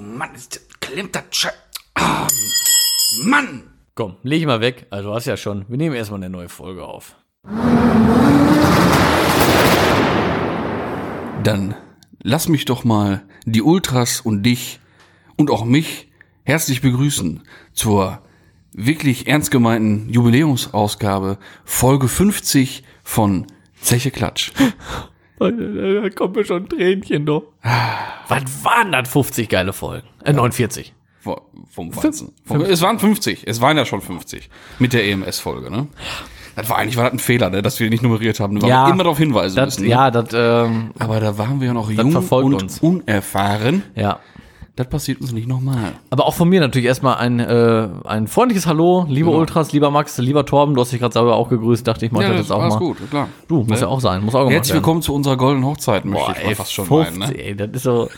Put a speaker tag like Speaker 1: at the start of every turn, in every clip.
Speaker 1: Mann, ist das klemmt das Scheiß. Ah, Mann!
Speaker 2: Komm, leg ich mal weg. Also du hast ja schon. Wir nehmen erstmal eine neue Folge auf.
Speaker 1: Dann lass mich doch mal die Ultras und dich und auch mich herzlich begrüßen zur wirklich ernst gemeinten Jubiläumsausgabe Folge 50 von Zeche Klatsch.
Speaker 2: Da kommen mir schon Tränchen doch. Was waren das 50 geile Folgen? Äh, 49.
Speaker 1: Vom, vom Weizen. Vom, es waren 50. Es waren ja schon 50 mit der EMS-Folge, ne? Das war eigentlich war das ein Fehler, ne, dass wir nicht nummeriert haben. Wir
Speaker 2: Ja.
Speaker 1: haben immer darauf hinweisen
Speaker 2: Das,
Speaker 1: müssen. ne?
Speaker 2: ja, das, ähm,
Speaker 1: Aber da waren wir ja noch jung
Speaker 2: verfolgt
Speaker 1: und
Speaker 2: uns.
Speaker 1: unerfahren.
Speaker 2: ja.
Speaker 1: Das passiert uns nicht nochmal.
Speaker 2: Aber auch von mir natürlich erstmal ein, äh, ein freundliches Hallo, liebe
Speaker 1: Genau.
Speaker 2: Ultras, lieber Max, lieber Torben. Du hast dich gerade selber auch gegrüßt, dachte ich, mach das jetzt auch mal.
Speaker 1: gut, Ne? klar.
Speaker 2: Du, muss ja auch sein, muss auch gemacht
Speaker 1: Herzlich willkommen zu unserer goldenen Hochzeit, möchte
Speaker 2: Boah,
Speaker 1: ich
Speaker 2: ey,
Speaker 1: mal fast schon
Speaker 2: 50,
Speaker 1: meinen. Ne?
Speaker 2: ey, das ist so.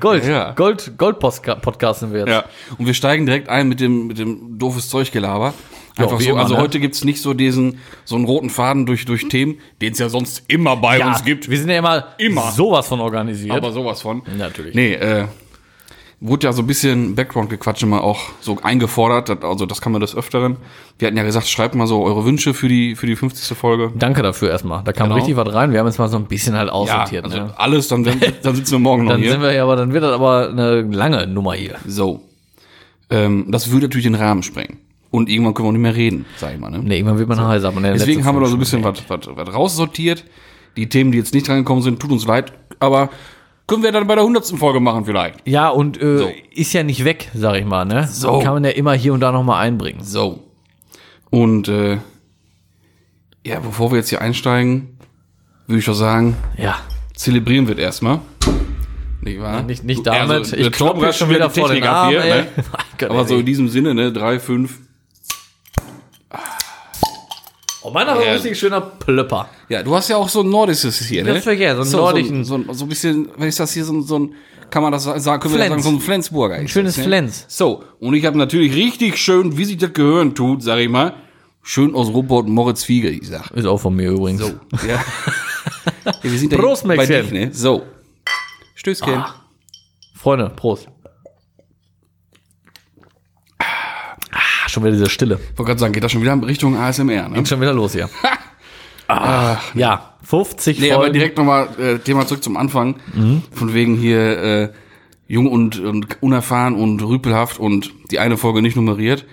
Speaker 2: Gold,
Speaker 1: Ja.
Speaker 2: Gold, Gold podcasten wir jetzt.
Speaker 1: Ja. Und wir steigen direkt ein mit dem, mit dem doofes Zeuggelaber. Einfach
Speaker 2: wie
Speaker 1: so.
Speaker 2: immer,
Speaker 1: also
Speaker 2: ne?
Speaker 1: heute gibt's nicht so diesen, so einen roten Faden durch, durch Themen, den es ja sonst immer bei uns gibt.
Speaker 2: Wir sind ja immer,
Speaker 1: Immer.
Speaker 2: sowas von organisiert.
Speaker 1: Aber sowas von.
Speaker 2: Natürlich.
Speaker 1: Nee, äh, wurde ja so ein bisschen Background-Gequatsch immer auch so eingefordert. Das- Also das kann man des Öfteren. Wir hatten ja gesagt, schreibt mal so eure Wünsche für die, für die 50. Folge.
Speaker 2: Danke dafür erstmal. Da kam
Speaker 1: Genau.
Speaker 2: richtig was rein. Wir haben jetzt mal so ein bisschen halt aussortiert.
Speaker 1: also
Speaker 2: ne?
Speaker 1: alles, dann, dann dann sitzen wir morgen noch
Speaker 2: Dann
Speaker 1: hier.
Speaker 2: sind wir ja aber, dann wird das aber eine lange Nummer hier.
Speaker 1: So. Ähm, das würde natürlich den Rahmen sprengen. Und irgendwann können wir auch nicht mehr reden, sag ich mal. Ne?
Speaker 2: Ne, irgendwann wird man heiß, aber ne,
Speaker 1: Deswegen
Speaker 2: letzte
Speaker 1: haben wir da so
Speaker 2: Folge
Speaker 1: ein bisschen was, was, was raussortiert. Die Themen, die jetzt nicht rangekommen sind, tut uns leid. Aber können wir dann bei der 100. Folge machen vielleicht.
Speaker 2: schon. Ja, und äh, ist ja nicht weg, sag ich mal, ne?
Speaker 1: So.
Speaker 2: Kann man ja immer hier und da nochmal einbringen.
Speaker 1: So. Und äh, ja, bevor wir jetzt hier einsteigen, würde ich doch sagen,
Speaker 2: Ja.
Speaker 1: zelebrieren wir erstmal. Nicht wahr?
Speaker 2: Nicht, nicht
Speaker 1: Du-
Speaker 2: damit.
Speaker 1: Also, ich
Speaker 2: klopp
Speaker 1: glaube,
Speaker 2: jetzt
Speaker 1: schon wieder die Technik ab hier.
Speaker 2: ey.
Speaker 1: Ne? Aber so in diesem Sinne, ne? Drei, fünf.
Speaker 2: Oh, meiner war ein
Speaker 1: Ja.
Speaker 2: richtig schöner Plöpper.
Speaker 1: Ja, du hast ja auch so ein nordisches hier, ne?
Speaker 2: Das war ja so ein nordischen-
Speaker 1: So, so, so ein bisschen, wenn ich das hier so, ein- so ein, kann man das sagen, können wir das
Speaker 2: Flens.
Speaker 1: sagen, so ein Flensburger. Ein
Speaker 2: schönes Flens.
Speaker 1: So, und ich habe natürlich richtig schön, wie sich das gehören tut, sag ich mal, schön aus Robert Moritz Fiege, ich sag.
Speaker 2: Ist auch von mir übrigens.
Speaker 1: So, ja. ja wir sind ja
Speaker 2: Oh. Prost,
Speaker 1: bei
Speaker 2: Maxchen.
Speaker 1: dich, ne? So. Ah. Stößchen.
Speaker 2: Freunde, Prost. Ah, schon wieder diese Stille.
Speaker 1: Ich wollte gerade sagen, geht das schon wieder in Richtung ASMR, ne?
Speaker 2: Geht schon wieder los hier. Ach, ja, 50
Speaker 1: Nee, aber
Speaker 2: Folgen. Mhm.
Speaker 1: direkt nochmal äh, Thema zurück zum Anfang. Von wegen hier äh, jung und, und unerfahren und rüpelhaft und die eine Folge nicht nummeriert.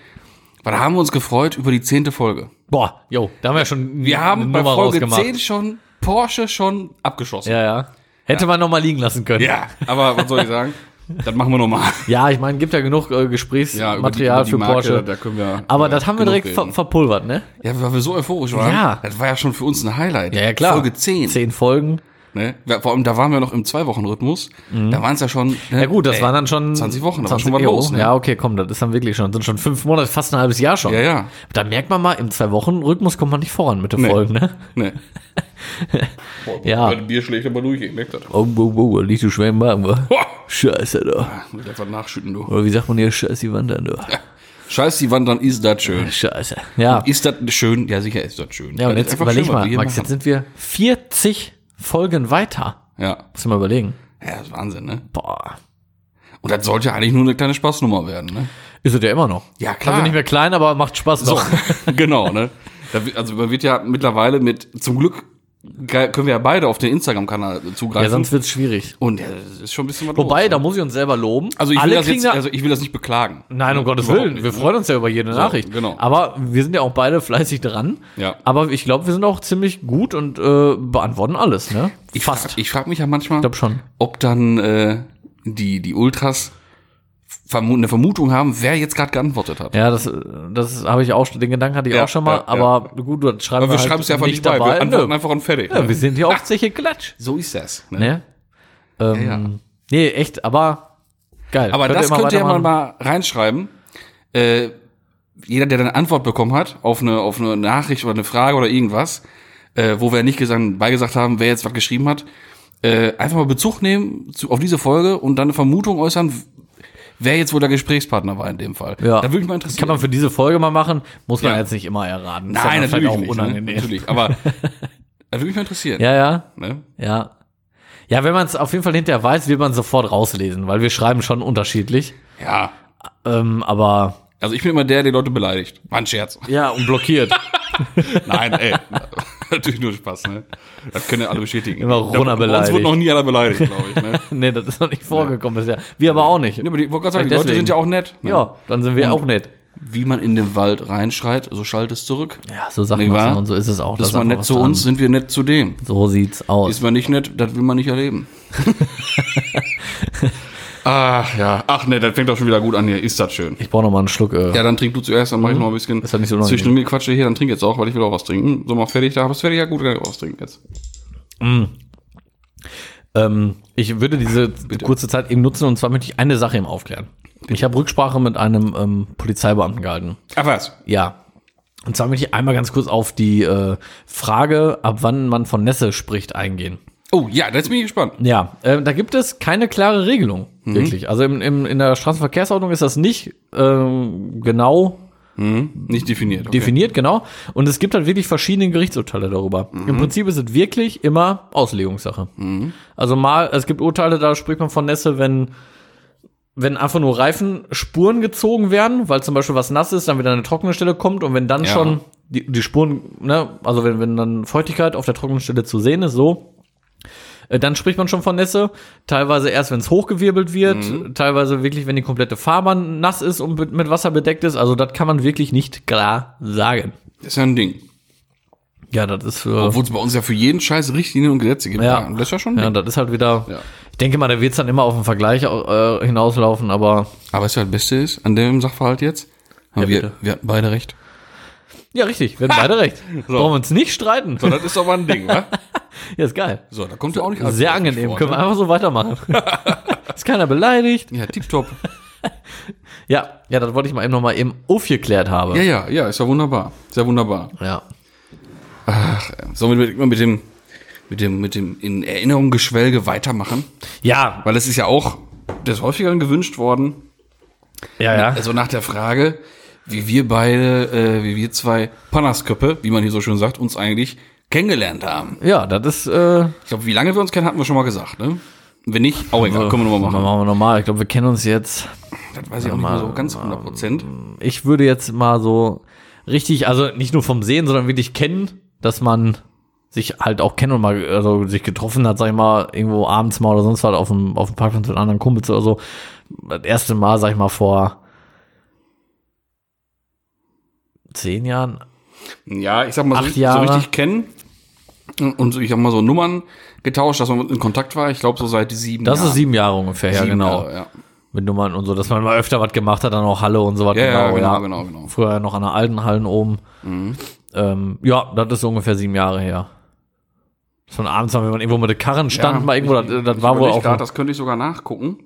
Speaker 1: Weil da haben wir uns gefreut über die zehnte Folge.
Speaker 2: Boah, jo, da haben wir schon
Speaker 1: Wir haben bei Folge
Speaker 2: rausgemacht.
Speaker 1: 10 schon Porsche schon abgeschossen.
Speaker 2: Ja, ja. Hätte man noch mal liegen lassen können.
Speaker 1: Ja, aber was soll ich sagen? Das machen wir nochmal.
Speaker 2: Ja, ich meine, gibt ja genug äh,
Speaker 1: Ja, über die-
Speaker 2: Gesprächsmaterial
Speaker 1: über die
Speaker 2: für
Speaker 1: Marke,
Speaker 2: Porsche.
Speaker 1: da können wir,
Speaker 2: Aber
Speaker 1: äh,
Speaker 2: das haben wir
Speaker 1: genug
Speaker 2: direkt ver
Speaker 1: reden.
Speaker 2: verpulvert, ne?
Speaker 1: Ja, weil wir so euphorisch waren.
Speaker 2: Ja.
Speaker 1: Das war ja schon für uns ein Highlight. Folge 10.
Speaker 2: Zehn Folgen.
Speaker 1: Ne? Ja, Vor allem, da waren wir noch im Zwei-Wochen-Rhythmus. Da waren es ja schon. Ne?
Speaker 2: Mhm. Ja gut, das waren dann schon
Speaker 1: 20 Wochen, da war
Speaker 2: 20
Speaker 1: schon was
Speaker 2: Jo,
Speaker 1: los, ne?
Speaker 2: Ja, okay, komm, das ist dann wirklich schon, sind schon fünf Monate, fast ein halbes Jahr schon.
Speaker 1: Ja, ja.
Speaker 2: Da merkt man mal, im zwei Wochen Rhythmus kommt man nicht voran mit den
Speaker 1: Nee.
Speaker 2: Folgen, ne?
Speaker 1: Ne?
Speaker 2: Ja.
Speaker 1: Wenn Bier schlägt, aber durch. Ich merke das.
Speaker 2: Oh, oh, oh, liegt du schwer im Magen, wa? Scheiße, da.
Speaker 1: Muss ich einfach nachschütten, du.
Speaker 2: Oder wie sagt man hier, scheiß die Wand an, du.
Speaker 1: Scheiß die Wand, dann ist das schön.
Speaker 2: Scheiße. Ja.
Speaker 1: Ist das schön? Ja, sicher ist das schön.
Speaker 2: Ja, und
Speaker 1: Das ist
Speaker 2: jetzt
Speaker 1: Äh, einfach
Speaker 2: überleg
Speaker 1: schön, was
Speaker 2: mal,
Speaker 1: wir hier
Speaker 2: Max, jetzt
Speaker 1: machen.
Speaker 2: sind wir 40 Folgen weiter.
Speaker 1: Ja.
Speaker 2: Muss ich mal überlegen.
Speaker 1: ja, das ist Wahnsinn, ne?
Speaker 2: Boah.
Speaker 1: Und das sollte ja eigentlich nur eine kleine Spaßnummer werden, ne?
Speaker 2: Ist es ja immer noch.
Speaker 1: Ja, klar.
Speaker 2: Also nicht mehr klein, aber macht Spaß noch.
Speaker 1: genau, ne? Da, wi- also man wird ja mittlerweile mit, zum Glück ge- können wir ja beide auf den Instagram-Kanal zugreifen.
Speaker 2: Ja, sonst wird's schwierig.
Speaker 1: und ja, das ist schon ein bisschen was
Speaker 2: Wobei,
Speaker 1: los.
Speaker 2: da muss ich uns selber loben.
Speaker 1: Oh, Also ich, will
Speaker 2: Alle
Speaker 1: das
Speaker 2: kriegen
Speaker 1: jetzt,
Speaker 2: da,
Speaker 1: also ich will das nicht beklagen.
Speaker 2: Nein, um Gottes
Speaker 1: Überhaupt
Speaker 2: Willen.
Speaker 1: nicht,
Speaker 2: wir
Speaker 1: ne?
Speaker 2: freuen uns ja über jede Nachricht.
Speaker 1: genau.
Speaker 2: Aber wir sind ja auch beide fleißig dran.
Speaker 1: Ja.
Speaker 2: Aber ich glaube, wir sind auch ziemlich gut und äh, beantworten alles, ne?
Speaker 1: Ich Frag, ich frage mich ja manchmal,
Speaker 2: glaub schon.
Speaker 1: ob dann äh, die, die Ultras vermu eine Vermutung haben, wer jetzt gerade geantwortet hat.
Speaker 2: Ja, das, äh, das habe ich auch schon, den Gedanken hatte ich
Speaker 1: Ja,
Speaker 2: auch schon mal,
Speaker 1: ja,
Speaker 2: aber gut, du schreiben
Speaker 1: Aber wir
Speaker 2: halt
Speaker 1: schreiben es ja einfach nicht bei, wir antworten
Speaker 2: Nö.
Speaker 1: einfach und fertig. ne?
Speaker 2: Ja, wir sind hier auch Zeche Klatsch.
Speaker 1: so ist das. Ne?
Speaker 2: Ne? Ähm,
Speaker 1: Ja, ja.
Speaker 2: Nee, echt, aber geil.
Speaker 1: Aber das könnt ihr mal,
Speaker 2: weitermachen.
Speaker 1: mal reinschreiben. Äh, jeder, der eine Antwort bekommen hat auf eine, auf eine Nachricht oder eine Frage oder irgendwas, äh, wo wir nicht gesagt, beigesagt haben, wer jetzt was geschrieben hat, äh, einfach mal Bezug nehmen zu, auf diese Folge und dann eine Vermutung äußern, wer jetzt wohl der Gesprächspartner war in dem Fall.
Speaker 2: Ja.
Speaker 1: Da würde mich mal
Speaker 2: Kann
Speaker 1: interessieren.
Speaker 2: man für diese Folge mal machen, muss man
Speaker 1: Ja.
Speaker 2: jetzt nicht immer erraten. Ist
Speaker 1: Nein, ne?
Speaker 2: ja dann vielleicht
Speaker 1: natürlich nicht.
Speaker 2: unangenehm.
Speaker 1: Ne? Natürlich, aber da würde mich mal interessieren.
Speaker 2: Ja, ja,
Speaker 1: Ne?
Speaker 2: ja. Ja, wenn man es auf jeden Fall hinterher weiß, will man sofort rauslesen, weil wir schreiben schon unterschiedlich.
Speaker 1: Ja.
Speaker 2: Ähm, aber
Speaker 1: Also ich bin immer der, der Leute beleidigt. War ein Scherz.
Speaker 2: ja, und blockiert.
Speaker 1: Nein, ey. Natürlich nur Spaß, ne? Das können ja alle bestätigen.
Speaker 2: Immer Rona
Speaker 1: Bei Uns
Speaker 2: beleidigt.
Speaker 1: wurde noch nie einer beleidigt, glaube ich. Ne?
Speaker 2: nee, das ist noch nicht vorgekommen bisher. Wir aber auch nicht.
Speaker 1: Ja, aber die, wollte gerade sagen, die Leute
Speaker 2: Deswegen.
Speaker 1: sind ja auch nett. Ne?
Speaker 2: Ja, dann sind wir auch nett.
Speaker 1: Wie man in den Wald reinschreit, so schallt es zurück.
Speaker 2: Ja, so Sachen
Speaker 1: Nicht wahr?
Speaker 2: machen und so ist es auch.
Speaker 1: Das
Speaker 2: Lass
Speaker 1: ist man
Speaker 2: einfach
Speaker 1: nett
Speaker 2: was
Speaker 1: zu
Speaker 2: dran.
Speaker 1: uns, sind wir nett zu dem.
Speaker 2: So sieht's aus.
Speaker 1: Ist man nicht nett, das will man nicht erleben. Ach ja, ach ne, das fängt doch schon wieder gut an hier. Ist das schön.
Speaker 2: Ich brauche noch mal einen Schluck. Äh.
Speaker 1: Ja, dann trink du zuerst, dann mach ich noch ein bisschen.
Speaker 2: Ist halt nicht so unangenehm.
Speaker 1: Zwischen mir quatsche hier, dann trink jetzt auch, weil ich will auch was trinken. So, mach fertig, da hab's fertig, ja gut, dann was trinken jetzt.
Speaker 2: Ähm, ich würde diese kurze Zeit eben nutzen und zwar möchte ich eine Sache eben aufklären. Ich habe Rücksprache mit einem ähm, Polizeibeamten gehalten.
Speaker 1: Ach was?
Speaker 2: Ja. Und zwar möchte ich einmal ganz kurz auf die äh, Frage, ab wann man von Nässe spricht, eingehen.
Speaker 1: Oh ja, jetzt bin ich gespannt.
Speaker 2: Ja, äh, da gibt es keine klare Regelung, wirklich. Also im, im, in der Straßenverkehrsordnung ist das nicht ähm, genau
Speaker 1: Nicht definiert. Okay.
Speaker 2: definiert, genau. Und es gibt halt wirklich verschiedene Gerichtsurteile darüber.
Speaker 1: Mhm.
Speaker 2: Im Prinzip ist es wirklich immer Auslegungssache. Also mal, es gibt Urteile, da spricht man von Nässe, wenn, wenn einfach nur Reifenspuren gezogen werden, weil zum Beispiel was nass ist, dann wieder eine trockene Stelle kommt und wenn dann
Speaker 1: Ja.
Speaker 2: schon die, die Spuren, ne, also wenn, wenn dann Feuchtigkeit auf der trockenen Stelle zu sehen ist, so. äh, Dann spricht man schon von Nässe. Teilweise erst, wenn es hochgewirbelt wird.
Speaker 1: Mhm.
Speaker 2: Teilweise wirklich, wenn die komplette Fahrbahn nass ist und mit- mit Wasser bedeckt ist. Also, das kann man wirklich nicht klar sagen.
Speaker 1: Das ist ja ein Ding.
Speaker 2: Ja, das ist für.
Speaker 1: Obwohl es bei uns ja für jeden Scheiß Richtlinien und Gesetze gibt.
Speaker 2: Ja.
Speaker 1: Das ist ja schon ein
Speaker 2: ja,
Speaker 1: Ding.
Speaker 2: das ist halt wieder.
Speaker 1: Ja.
Speaker 2: Ich denke mal, da wird's dann immer auf den Vergleich äh, hinauslaufen, aber.
Speaker 1: Aber weißt du, was das Beste ist an dem Sachverhalt jetzt? Haben
Speaker 2: Ja,
Speaker 1: wir,
Speaker 2: bitte.
Speaker 1: wir hatten beide recht.
Speaker 2: Ja, richtig, wir haben beide recht. Brauchen wir uns nicht streiten.
Speaker 1: So, das ist doch mal ein Ding, wa?
Speaker 2: Ja, ist geil.
Speaker 1: So, da kommt ja auch nicht alles
Speaker 2: Sehr
Speaker 1: richtig
Speaker 2: angenehm.
Speaker 1: vor,
Speaker 2: Können wir
Speaker 1: ne?
Speaker 2: einfach so weitermachen. ist keiner beleidigt.
Speaker 1: Ja, tipptopp.
Speaker 2: Ja, ja, das wollte ich mal eben nochmal eben aufgeklärt habe.
Speaker 1: Ja, ja, ja, ist ja wunderbar. Ist ja wunderbar.
Speaker 2: ja.
Speaker 1: Sollen wir mit, mit dem, mit dem, mit dem in Erinnerung Geschwelge weitermachen?
Speaker 2: Ja,
Speaker 1: Weil das ist ja auch des häufigeren gewünscht worden.
Speaker 2: ja, ja.
Speaker 1: Also nach der Frage, wie wir beide, äh, wie wir zwei Panasköppe, wie man hier so schön sagt, uns eigentlich kennengelernt haben.
Speaker 2: Ja, das ist. Äh,
Speaker 1: Ich glaube, wie lange wir uns kennen, hatten wir schon mal gesagt, ne? Wenn nicht, auch egal, können wir nochmal
Speaker 2: Dann
Speaker 1: machen.
Speaker 2: machen wir nochmal. Ich glaube, wir kennen uns jetzt.
Speaker 1: Das weiß ich auch nicht mehr so ganz 100 Prozent.
Speaker 2: Ich würde jetzt mal so richtig, also nicht nur vom Sehen, sondern wirklich kennen, dass man sich halt auch kennt und mal also sich getroffen hat, sag ich mal, irgendwo abends mal oder sonst was auf dem, auf dem Parkplatz mit anderen Kumpels oder so. Das erste Mal, sag ich mal, vor zehn Jahren.
Speaker 1: Ja, ich sag mal, so,
Speaker 2: Acht
Speaker 1: richtig- so
Speaker 2: Jahre.
Speaker 1: richtig kennen. Und so, ich sag mal so Nummern getauscht, dass man in Kontakt war. Ich glaube, so seit sieben
Speaker 2: Das
Speaker 1: Jahren.
Speaker 2: ist sieben Jahre ungefähr, ja,
Speaker 1: Sieben
Speaker 2: genau.
Speaker 1: Jahre, ja.
Speaker 2: Mit Nummern und so, dass man mal öfter was gemacht hat, dann auch Halle und so was.
Speaker 1: Ja, ja, genau, genau, genau. Mhm.
Speaker 2: Früher ja noch an der alten Hallen oben. Ähm, ja, das ist ungefähr sieben Jahre her. Von abends haben wir mal irgendwo mit der Karren standen, mal irgendwo, das, das
Speaker 1: Ich
Speaker 2: war wohl
Speaker 1: überleg
Speaker 2: auch.
Speaker 1: grad, das könnte ich sogar nachgucken.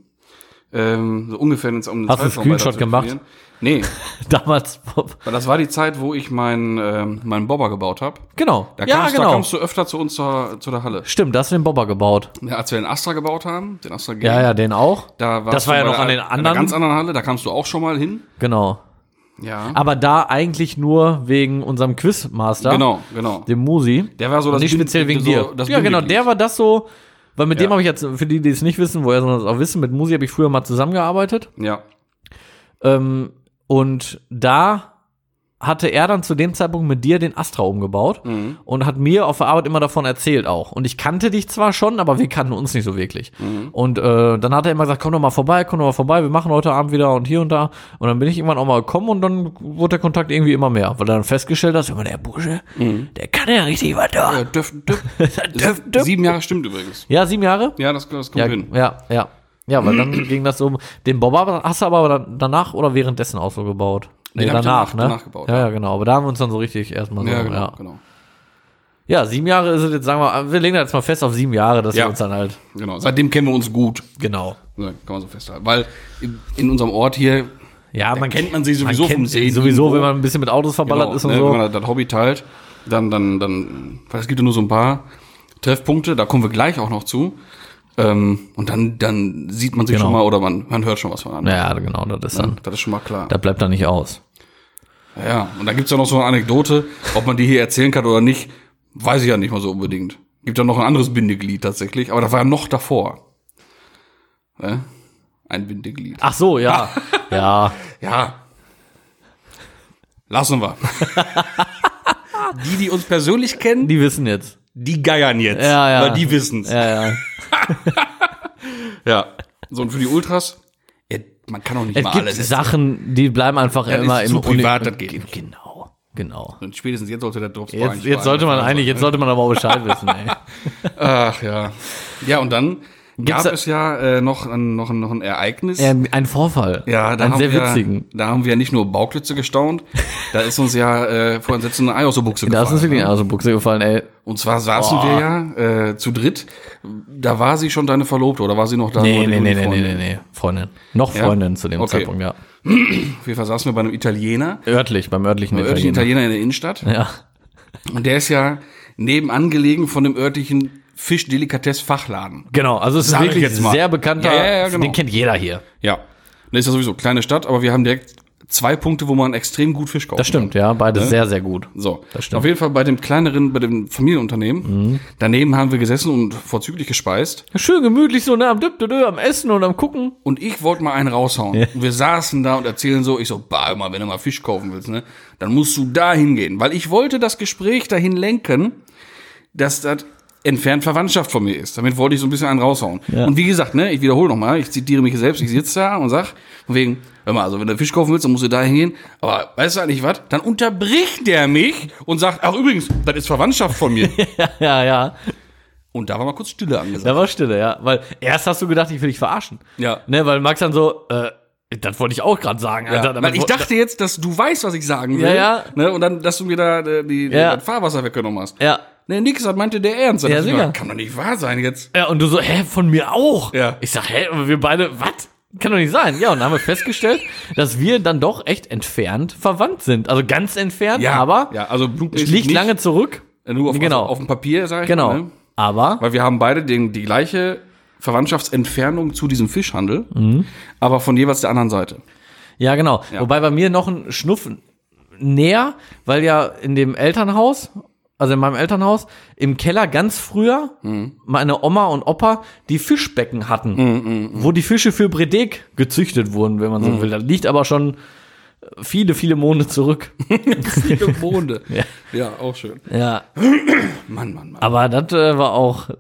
Speaker 1: Ähm, so ungefähr ins um den
Speaker 2: Hast du einen
Speaker 1: Zeitraum weiter
Speaker 2: Screenshot
Speaker 1: zu
Speaker 2: gemacht?
Speaker 1: definieren. Nee,
Speaker 2: damals.
Speaker 1: weil das war die Zeit, wo ich meinen ähm, meinen Bobber gebaut habe.
Speaker 2: Genau.
Speaker 1: Da,
Speaker 2: ja,
Speaker 1: kamst- da
Speaker 2: genau.
Speaker 1: kamst du öfter zu uns zur, zu der Halle.
Speaker 2: Stimmt, da hast du den Bobber gebaut.
Speaker 1: Ja, als wir den Astra gebaut haben, den Astra G,
Speaker 2: Ja, ja, den auch.
Speaker 1: da warst
Speaker 2: das war
Speaker 1: du
Speaker 2: ja
Speaker 1: bei
Speaker 2: noch
Speaker 1: der-
Speaker 2: an den
Speaker 1: An einer
Speaker 2: anderen.
Speaker 1: ganz anderen Halle, da kamst du auch schon mal hin.
Speaker 2: Genau.
Speaker 1: Ja.
Speaker 2: Aber da eigentlich nur wegen unserem Quizmaster,
Speaker 1: Genau, genau.
Speaker 2: dem Musi.
Speaker 1: Der war so
Speaker 2: Und nicht
Speaker 1: Bin-
Speaker 2: speziell wegen
Speaker 1: so
Speaker 2: dir.
Speaker 1: das
Speaker 2: ja, genau,
Speaker 1: Bindeglied.
Speaker 2: der war das so, weil mit
Speaker 1: Ja.
Speaker 2: dem habe ich jetzt, für die, die es nicht wissen, woher sondern das auch wissen, mit Musi habe ich früher mal zusammengearbeitet.
Speaker 1: Ja.
Speaker 2: Ähm, und da hatte er dann zu dem Zeitpunkt mit dir den Astra umgebaut und hat mir auf der Arbeit immer davon erzählt auch. Und ich kannte dich zwar schon, aber wir kannten uns nicht so wirklich. Und äh, dann hat er immer gesagt, komm doch mal vorbei, komm doch mal vorbei, wir machen heute Abend wieder und hier und da. Und dann bin ich irgendwann auch mal gekommen und dann wurde der Kontakt irgendwie immer mehr, weil er dann festgestellt hat, immer der Bursche, der kann ja richtig was da.
Speaker 1: Äh, döf, döf.
Speaker 2: Döf, döf.
Speaker 1: Sieben Jahre stimmt übrigens.
Speaker 2: Ja, sieben Jahre?
Speaker 1: Ja, das, das kommt
Speaker 2: Ja,
Speaker 1: hin.
Speaker 2: ja, ja. Ja, weil dann ging das so. Den Bobber hast du aber dann, danach oder währenddessen auch so gebaut? Nee,
Speaker 1: den hab ich
Speaker 2: danach,
Speaker 1: danach-
Speaker 2: ne?
Speaker 1: danach gebaut,
Speaker 2: ja, ja, genau. Aber da haben wir uns dann so richtig erstmal so.
Speaker 1: Ja,
Speaker 2: Ja,
Speaker 1: genau,
Speaker 2: ja.
Speaker 1: genau.
Speaker 2: ja, sieben Jahre ist es jetzt, sagen wir, wir legen das jetzt mal fest auf sieben Jahre, dass
Speaker 1: Ja.
Speaker 2: wir uns dann halt.
Speaker 1: genau. Seitdem kennen wir uns gut.
Speaker 2: Genau.
Speaker 1: Ja, kann man so festhalten. Weil in- in unserem Ort hier
Speaker 2: Ja, man
Speaker 1: kennt man sie sowieso
Speaker 2: kennt
Speaker 1: vom Sehen
Speaker 2: Sowieso,
Speaker 1: irgendwo.
Speaker 2: wenn man ein bisschen mit Autos verballert
Speaker 1: Genau,
Speaker 2: ist und
Speaker 1: ne,
Speaker 2: so.
Speaker 1: Wenn man das Hobby teilt, dann, dann, dann, weil es gibt ja nur so ein paar Treffpunkte, da kommen wir gleich auch noch zu. Ähm, und dann, dann sieht man sich
Speaker 2: Genau.
Speaker 1: schon mal oder man, man hört schon was voneinander.
Speaker 2: ja, genau, das ist dann.
Speaker 1: Das ist schon mal klar.
Speaker 2: Da bleibt dann nicht aus.
Speaker 1: Ja, ja, und da gibt's ja noch so eine Anekdote, ob man die hier erzählen kann oder nicht, weiß ich ja nicht mal so unbedingt. Gibt dann noch ein anderes Bindeglied tatsächlich, aber das war ja noch davor. Ne? Ein Bindeglied.
Speaker 2: Ach so, ja. ja.
Speaker 1: Ja. Lassen wir. die, die uns persönlich kennen,
Speaker 2: Die wissen jetzt.
Speaker 1: die geiern jetzt.
Speaker 2: Ja, ja.
Speaker 1: Weil die wissen's.
Speaker 2: Ja, ja.
Speaker 1: Ja. So, und für die Ultras, ja, man kann auch nicht
Speaker 2: Es
Speaker 1: mal
Speaker 2: gibt
Speaker 1: alles. essen.
Speaker 2: Sachen, die bleiben einfach
Speaker 1: ist
Speaker 2: immer
Speaker 1: zu
Speaker 2: im
Speaker 1: privat,
Speaker 2: Uni-
Speaker 1: das geht nicht.
Speaker 2: Genau, genau.
Speaker 1: Und spätestens jetzt sollte der Drops Also,
Speaker 2: Jetzt, jetzt sollte man eigentlich,
Speaker 1: ne?
Speaker 2: jetzt sollte man aber auch Bescheid wissen, ey.
Speaker 1: Ach ja. Ja, und dann gab
Speaker 2: Gibt's da-
Speaker 1: es ja äh, noch, ein, noch, ein, noch ein Ereignis.
Speaker 2: Ja, ein Vorfall.
Speaker 1: Ja, da
Speaker 2: Einen
Speaker 1: haben,
Speaker 2: sehr
Speaker 1: wir,
Speaker 2: witzigen.
Speaker 1: da haben wir nicht nur Bauklötze gestaunt, da ist uns ja äh, vor entsetzen eine Ei aus der Buchse
Speaker 2: Da ist uns
Speaker 1: gefallen.
Speaker 2: wirklich
Speaker 1: ne?
Speaker 2: eine Buchse gefallen, ey.
Speaker 1: Und zwar saßen
Speaker 2: Boah.
Speaker 1: wir ja äh, zu dritt, da war sie schon deine Verlobte oder war sie noch da?
Speaker 2: Nee,
Speaker 1: Nur die-
Speaker 2: nee,
Speaker 1: nur
Speaker 2: nee,
Speaker 1: die
Speaker 2: nee, nee,
Speaker 1: Freundin?
Speaker 2: nee, nee. Freundin. Noch
Speaker 1: Ja?
Speaker 2: Freundin zu dem
Speaker 1: Okay.
Speaker 2: Zeitpunkt, ja.
Speaker 1: Auf jeden Fall saßen wir bei einem Italiener,
Speaker 2: Örtlich, beim örtlichen
Speaker 1: einem örtlichen
Speaker 2: Italiener.
Speaker 1: Italiener in der Innenstadt.
Speaker 2: Ja.
Speaker 1: Und der ist ja nebenan gelegen von dem örtlichen Fischdelikatess-Fachladen.
Speaker 2: Genau, also es ist
Speaker 1: Sag ich
Speaker 2: wirklich
Speaker 1: jetzt mal.
Speaker 2: sehr bekannter,
Speaker 1: Ja, ja, ja, genau.
Speaker 2: den kennt jeder hier.
Speaker 1: Ja. Und das ist ja sowieso kleine Stadt, aber wir haben direkt zwei Punkte, wo man extrem gut Fisch kauft.
Speaker 2: Das stimmt, ja, beide sehr, sehr gut.
Speaker 1: So,
Speaker 2: Das stimmt. Mhm.
Speaker 1: auf jeden Fall bei dem kleineren, bei dem Familienunternehmen. Daneben haben wir gesessen und vorzüglich gespeist.
Speaker 2: Schön gemütlich so, ne, am, Dip, Dip, Dip, am Essen und am Gucken.
Speaker 1: Und ich wollte mal einen raushauen. Und wir saßen da und erzählen so, ich so, bah, immer, wenn du mal Fisch kaufen willst, ne, dann musst du da hingehen. Weil ich wollte das Gespräch dahin lenken, dass das entfernt Verwandtschaft von mir ist. Damit wollte ich so ein bisschen einen raushauen.
Speaker 2: Ja.
Speaker 1: Und wie gesagt, ne, ich wiederhole nochmal, ich zitiere mich selbst, ich sitze da und sag, von wegen, hör mal, also wenn du Fisch kaufen willst, dann musst du da hingehen. Aber weißt du eigentlich was? Dann unterbricht der mich und sagt, ach übrigens, das ist Verwandtschaft von mir.
Speaker 2: Ja, ja.
Speaker 1: Und da war mal kurz Stille angesagt.
Speaker 2: Da war Stille, ja. Weil erst hast du gedacht, ich will dich verarschen.
Speaker 1: Ja.
Speaker 2: Ne, weil Max dann so, äh, das wollte ich auch gerade sagen, Alter.
Speaker 1: Ja,
Speaker 2: damit
Speaker 1: weil ich
Speaker 2: wo-
Speaker 1: dachte jetzt, dass du weißt, was ich sagen will.
Speaker 2: Ja, ja.
Speaker 1: Ne, und dann, dass du mir da äh, die,
Speaker 2: Ja.
Speaker 1: die, das Fahrwasser weggenommen hast.
Speaker 2: Ja.
Speaker 1: Nee, nix, das meinte der ernst. Dann
Speaker 2: Ja,
Speaker 1: dachte ich
Speaker 2: sicher.
Speaker 1: mir, Kann doch nicht wahr sein jetzt.
Speaker 2: Ja, und du so, hä, von mir auch?
Speaker 1: Ja.
Speaker 2: Ich sag, hä, aber wir beide, was? Kann doch nicht sein. Ja, und dann haben wir festgestellt, dass wir dann doch echt entfernt verwandt sind. Also ganz entfernt, aber
Speaker 1: ja, also
Speaker 2: es
Speaker 1: blutmäßig
Speaker 2: liegt
Speaker 1: nicht, äh,
Speaker 2: lange zurück.
Speaker 1: nur auf,
Speaker 2: genau.
Speaker 1: auf, auf dem Papier, sag ich
Speaker 2: Genau.
Speaker 1: mal, ne?
Speaker 2: Aber
Speaker 1: Weil wir haben beide den, die gleiche Verwandtschaftsentfernung zu diesem Fischhandel,
Speaker 2: Mhm.
Speaker 1: aber von jeweils der anderen Seite.
Speaker 2: Ja, genau. Wobei bei mir noch ein Schnuffen näher, weil ja in dem Elternhaus, also in meinem Elternhaus, im Keller ganz früher
Speaker 1: Mhm.
Speaker 2: meine Oma und Opa die Fischbecken hatten,
Speaker 1: mhm,
Speaker 2: wo die Fische für Bredek gezüchtet wurden, wenn man so will. Das liegt aber schon viele, viele Monate zurück.
Speaker 1: Viele Monde.
Speaker 2: Ja.
Speaker 1: ja. ja, auch schön.
Speaker 2: ja,
Speaker 1: Mann, Mann, Mann.
Speaker 2: aber das äh, war auch äh,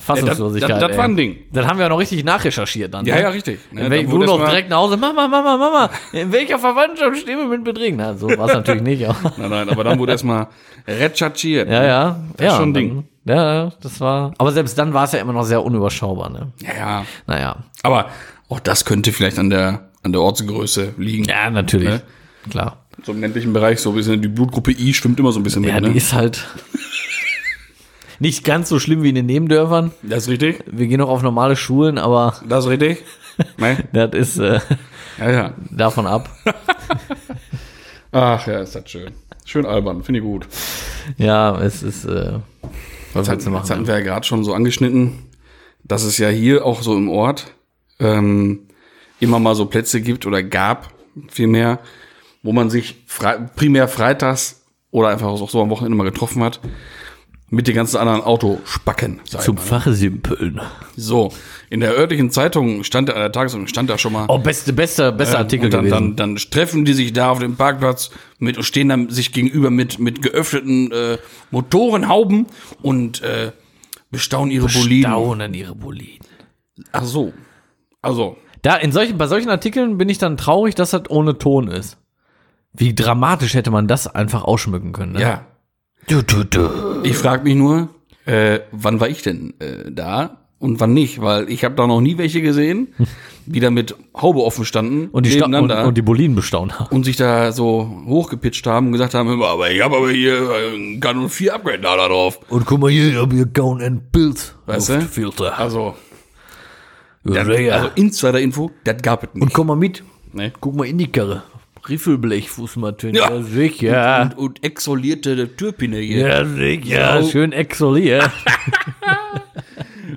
Speaker 2: Fassungslosigkeit.
Speaker 1: das- das
Speaker 2: ey.
Speaker 1: war ein Ding.
Speaker 2: Das haben wir auch noch richtig nachrecherchiert dann.
Speaker 1: Ja,
Speaker 2: ne?
Speaker 1: ja, richtig. Ne,
Speaker 2: In welchem
Speaker 1: da wurde
Speaker 2: du noch
Speaker 1: erst mal-
Speaker 2: direkt nach Hause, Mama, Mama, Mama, in welcher Verwandtschaft stehen wir mit Beträgen? Na, so war es natürlich nicht. Aber,
Speaker 1: Nein, nein, aber dann wurde erstmal recherchiert.
Speaker 2: ja, ja. ja,
Speaker 1: ist schon ein
Speaker 2: dann-
Speaker 1: Ding.
Speaker 2: Ja, ja, das war. Aber selbst dann war es ja immer noch sehr unüberschaubar, ne?
Speaker 1: ja, ja.
Speaker 2: Naja.
Speaker 1: Aber auch das könnte vielleicht an der, an der Ortsgröße liegen.
Speaker 2: Ja, natürlich.
Speaker 1: Ne?
Speaker 2: Klar.
Speaker 1: So im ländlichen Bereich, so ein bisschen, die Blutgruppe I schwimmt immer so ein bisschen
Speaker 2: Ja,
Speaker 1: mit,
Speaker 2: die
Speaker 1: ne?
Speaker 2: ist halt nicht ganz so schlimm wie in den Nebendörfern.
Speaker 1: Das ist richtig.
Speaker 2: Wir gehen noch auf normale Schulen, aber
Speaker 1: Das ist richtig. Nein?
Speaker 2: das ist äh,
Speaker 1: Ja, ja.
Speaker 2: davon ab.
Speaker 1: Ach ja, ist das schön. Schön albern, finde ich gut.
Speaker 2: Ja, es ist. Äh, was
Speaker 1: Das
Speaker 2: willst du
Speaker 1: hatten,
Speaker 2: machen?
Speaker 1: das hatten wir ja gerade schon so angeschnitten, dass es ja hier auch so im Ort ähm, immer mal so Plätze gibt oder gab, vielmehr, wo man sich frei, primär freitags oder einfach auch so am Wochenende mal getroffen hat, mit den ganzen anderen Autospacken. sag ich
Speaker 2: Zum
Speaker 1: mal.
Speaker 2: Fachsimpeln.
Speaker 1: So, in der örtlichen Zeitung stand, äh, der Tageszeitung stand da schon mal.
Speaker 2: Oh, beste, bester, bester Artikel
Speaker 1: Und dann, dann,
Speaker 2: gewesen.
Speaker 1: dann treffen die sich da auf dem Parkplatz mit und stehen dann sich gegenüber mit, mit geöffneten äh, Motorenhauben und äh, bestaunen ihre Boliden.
Speaker 2: Staunen ihre Boliden.
Speaker 1: Ach so. Also,
Speaker 2: Da, in solchen, bei solchen Artikeln bin ich dann traurig, dass das ohne Ton ist. Wie dramatisch hätte man das einfach ausschmücken können. Ne?
Speaker 1: ja.
Speaker 2: Du, du, du.
Speaker 1: Ich frage mich nur, äh, wann war ich denn äh, da und wann nicht? Weil ich habe da noch nie welche gesehen, die da mit Haube offen standen
Speaker 2: Und, die Sta- und,
Speaker 1: nebeneinander
Speaker 2: und die Bolinen bestaunen haben.
Speaker 1: und sich da so hochgepitcht haben und gesagt haben, hör mal, aber ich habe aber hier äh, einen Canon 4 Upgrade da drauf.
Speaker 2: Und guck mal hier, ich hab hier Gown and Pilz.
Speaker 1: Weißt du?
Speaker 2: Filter.
Speaker 1: Also,
Speaker 2: Ja,
Speaker 1: also Insider-Info, das gab es nicht.
Speaker 2: Und komm mal mit.
Speaker 1: Nee.
Speaker 2: Guck mal in die Karre. Riffelblech, Fußmatten.
Speaker 1: Ja.
Speaker 2: sicher.
Speaker 1: Und, und exolierte Türpinne hier.
Speaker 2: Ja, sicher.
Speaker 1: Sau.
Speaker 2: Schön exoliert.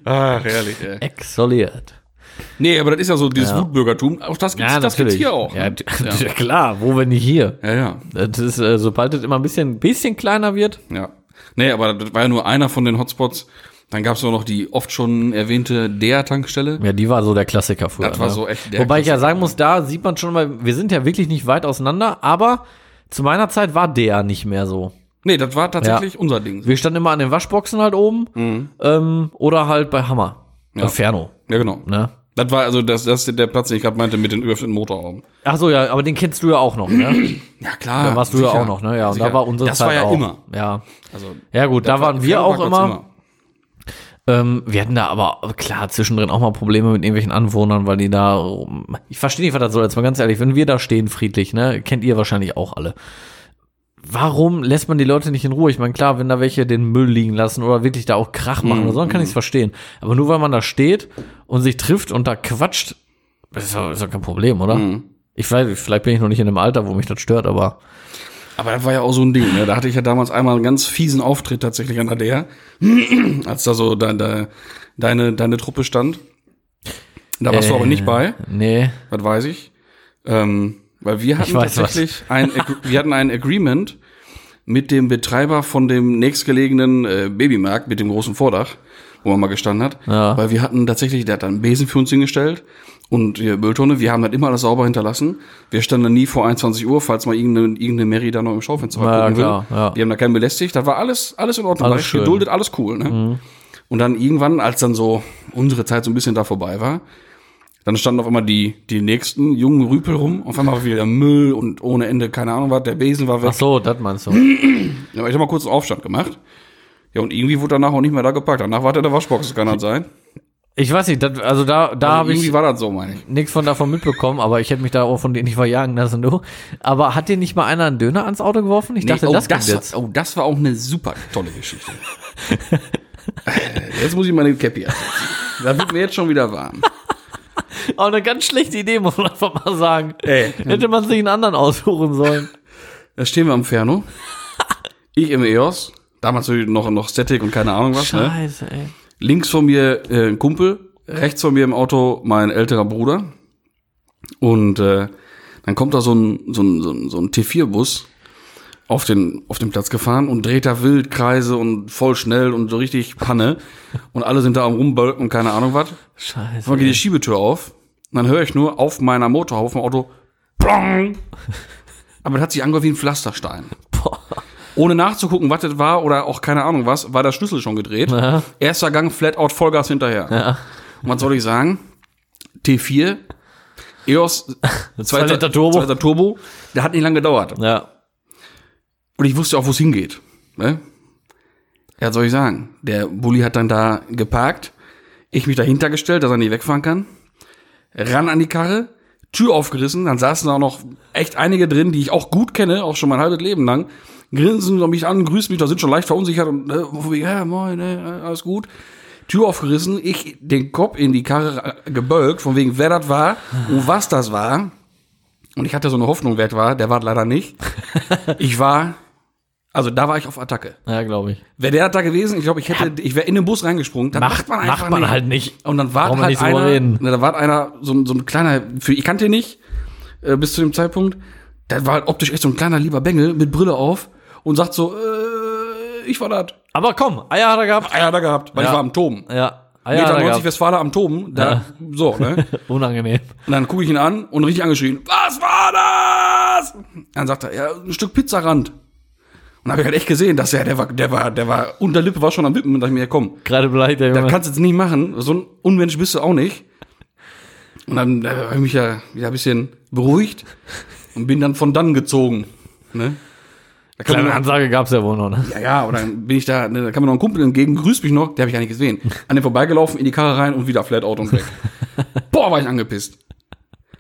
Speaker 1: Ach, herrlich, ey.
Speaker 2: exoliert.
Speaker 1: Nee, aber das ist ja so dieses Wutbürgertum. Auch das gibt's, das gibt's hier auch.
Speaker 2: Ja,
Speaker 1: ne?
Speaker 2: ja. klar, wo wenn nicht hier.
Speaker 1: ja, ja.
Speaker 2: Das ist, äh, sobald es immer ein bisschen, bisschen kleiner wird,
Speaker 1: ja. Nee, aber das war ja nur einer von den Hotspots. Dann gab's auch noch die oft schon erwähnte DEA-Tankstelle.
Speaker 2: Ja, die war so der Klassiker früher.
Speaker 1: Das war
Speaker 2: ne?
Speaker 1: so echt der
Speaker 2: Wobei ich ja
Speaker 1: Klassiker,
Speaker 2: sagen muss, da sieht man schon mal, wir sind ja wirklich nicht weit auseinander, aber zu meiner Zeit war der nicht mehr so.
Speaker 1: Nee, das war tatsächlich unser Ding.
Speaker 2: Wir standen immer an den Waschboxen halt oben ähm, oder halt bei Hammer. Inferno,
Speaker 1: Mhm. Ja, genau.
Speaker 2: ne?
Speaker 1: Das war also das, das ist der Platz, den ich gerade meinte, mit den überfüllten Motorraum.
Speaker 2: Ach so, ja, aber den kennst du ja auch noch, ne?
Speaker 1: Ja, klar.
Speaker 2: Da warst du ja auch noch, ne? Ja, und da war unsere
Speaker 1: Das
Speaker 2: Zeit
Speaker 1: war ja
Speaker 2: auch.
Speaker 1: immer.
Speaker 2: Ja.
Speaker 1: Also,
Speaker 2: Ja gut, da
Speaker 1: das war-
Speaker 2: waren wir
Speaker 1: Inferno
Speaker 2: auch
Speaker 1: war kurz
Speaker 2: immer. Ähm, wir hatten da aber klar zwischendrin auch mal Probleme mit irgendwelchen Anwohnern, weil die da. rum- Ich verstehe nicht, was das soll. Jetzt mal ganz ehrlich, wenn wir da stehen friedlich, ne, kennt ihr wahrscheinlich auch alle. Warum lässt man die Leute nicht in Ruhe? Ich meine, klar, wenn da welche den Müll liegen lassen oder wirklich da auch Krach machen oder so, dann kann ich's
Speaker 1: Mhm.
Speaker 2: verstehen. Aber nur weil man da steht und sich trifft und da quatscht, das ist doch, ist doch kein Problem, oder?
Speaker 1: Mhm.
Speaker 2: Ich weiß, vielleicht bin ich noch nicht in einem Alter, wo mich das stört, aber
Speaker 1: Aber das war ja auch so ein Ding. Ne? Da hatte ich ja damals einmal einen ganz fiesen Auftritt tatsächlich an der DR, als da so de, de, deine, deine Truppe stand. Da warst du
Speaker 2: Äh.
Speaker 1: aber nicht bei,
Speaker 2: nee.
Speaker 1: das weiß ich. Ähm, weil wir hatten
Speaker 2: weiß was.
Speaker 1: tatsächlich ein, Agre- wir hatten ein Agreement mit dem Betreiber von dem nächstgelegenen äh, Babymarkt mit dem großen Vordach, wo man mal gestanden hat.
Speaker 2: Ja.
Speaker 1: Weil wir hatten tatsächlich, der hat dann einen Besen für uns hingestellt und die Mülltonne. Wir haben das immer alles sauber hinterlassen. Wir standen nie vor 21 Uhr, falls mal irgendeine, irgendeine Mary da noch im Schaufenster
Speaker 2: Ja,
Speaker 1: gucken
Speaker 2: klar,
Speaker 1: will.
Speaker 2: ja.
Speaker 1: Die haben da keinen belästigt. Da war alles, alles in Ordnung.
Speaker 2: Alles
Speaker 1: Alles
Speaker 2: schön. Mhm.
Speaker 1: geduldet, alles cool. Ne? Und dann irgendwann, als dann so unsere Zeit so ein bisschen da vorbei war, dann standen auf einmal die, die nächsten jungen Rüpel rum. Auf einmal war wieder Müll und ohne Ende, keine Ahnung was, der Besen war weg.
Speaker 2: Ach so, das meinst du.
Speaker 1: Ja, aber ich habe mal kurz einen Aufstand gemacht. Ja, und irgendwie wurde danach auch nicht mehr da gepackt. Danach war der in der Waschbox, das kann das sein.
Speaker 2: Ich weiß nicht, das, also da, da
Speaker 1: Also
Speaker 2: habe ich
Speaker 1: irgendwie war das so, meine ich.
Speaker 2: nichts von davon mitbekommen, aber ich hätte mich da auch von denen nicht verjagen lassen, du. Aber hat dir nicht mal einer einen Döner ans Auto geworfen? Ich dachte,
Speaker 1: Nee, oh,
Speaker 2: das, kommt jetzt.
Speaker 1: war, oh, das war auch eine super tolle Geschichte. Äh, jetzt muss ich mal den Cappy absetzen. Da wird mir jetzt schon wieder warm.
Speaker 2: Auch eine ganz schlechte Idee, muss man einfach mal sagen.
Speaker 1: Ey. Ne?
Speaker 2: Hätte man sich einen anderen aussuchen sollen.
Speaker 1: Da stehen wir am Ferno. Ich im EOS. Damals natürlich noch, noch Static und keine Ahnung was. Ne?
Speaker 2: Scheiße, ey.
Speaker 1: Links von mir äh, ein Kumpel, rechts von mir im Auto mein älterer Bruder. Und äh, dann kommt da so ein, so ein, so ein, so ein T4-Bus auf den, auf den Platz gefahren und dreht da Wildkreise und voll schnell und so richtig Panne. Und alle sind da am Rumbölken und keine Ahnung was.
Speaker 2: Scheiße.
Speaker 1: Dann geht die Schiebetür auf und dann höre ich nur auf meiner Motorhaube vom Auto Plong! Aber das hat sich angehört wie ein Pflasterstein. Ohne nachzugucken, was das war oder auch keine Ahnung was, war der Schlüssel schon gedreht.
Speaker 2: Aha.
Speaker 1: Erster Gang, Flat Out, Vollgas hinterher. Und was soll ich sagen? T4, EOS,
Speaker 2: Zwei Liter Turbo.
Speaker 1: zweiter Turbo. Der hat nicht lange gedauert.
Speaker 2: Ja.
Speaker 1: Und ich wusste auch, wo es hingeht. Ne? Ja, was soll ich sagen? Der Bulli hat dann da geparkt, ich mich dahinter gestellt, dass er nicht wegfahren kann, ran an die Karre, Tür aufgerissen, dann saßen da auch noch echt einige drin, die ich auch gut kenne, auch schon mein halbes Leben lang, grinsen mich an, grüßen mich, da sind schon leicht verunsichert und äh, wo wir, ja, moin, äh, alles gut. Tür aufgerissen, ich den Kopf in die Karre äh, gebölkt, von wegen, wer das war und was das war. Und ich hatte so eine Hoffnung, wer das war, der war das leider nicht. Ich war, also da war ich auf Attacke.
Speaker 2: Ja, glaube ich.
Speaker 1: Wäre der da gewesen, ich glaube, ich hätte, ich wäre in den Bus reingesprungen. Dann macht man einfach
Speaker 2: macht man
Speaker 1: nicht.
Speaker 2: halt nicht.
Speaker 1: Und dann war
Speaker 2: Brauchen wir
Speaker 1: halt
Speaker 2: nicht drüber
Speaker 1: einer,
Speaker 2: reden.
Speaker 1: na, da war einer, so, ein- so ein kleiner, für, ich kannte ihn nicht, äh, bis zu dem Zeitpunkt, der war halt optisch echt so ein kleiner lieber Bengel mit Brille auf und sagt so, äh, ich war da,
Speaker 2: Aber komm, Eier hat er gehabt.
Speaker 1: Eier da gehabt, weil
Speaker 2: Ja.
Speaker 1: ich war am Toben.
Speaker 2: Ja. Eier
Speaker 1: Meter
Speaker 2: hat
Speaker 1: 90
Speaker 2: er
Speaker 1: Westfalen am Toben, da, so, ne?
Speaker 2: gehabt. Unangenehm.
Speaker 1: Und dann gucke ich ihn an und richtig angeschrien, was war das? Dann sagt er, ja, ein Stück Pizzarand. Und habe ich halt echt gesehen, dass er, der war, der war, der war, Unterlippe war schon am Wippen. Und dachte ich mir, ja, komm,
Speaker 2: Gerade beleidigt der
Speaker 1: das
Speaker 2: Junge.
Speaker 1: kannst du jetzt nicht machen. So ein Unmensch bist du auch nicht. Und dann äh, habe ich mich ja wieder ein bisschen beruhigt und bin dann von dann gezogen. Ne? Da kann man
Speaker 2: Kleine
Speaker 1: noch-
Speaker 2: Ansage gab's ja wohl noch, ne?
Speaker 1: ja, ja, und dann bin ich da, ne, da kam mir noch ein Kumpel entgegen, grüßt mich noch, der habe ich gar nicht gesehen. An dem vorbeigelaufen, in die Karre rein und wieder Flat Out und weg. Boah, war ich angepisst.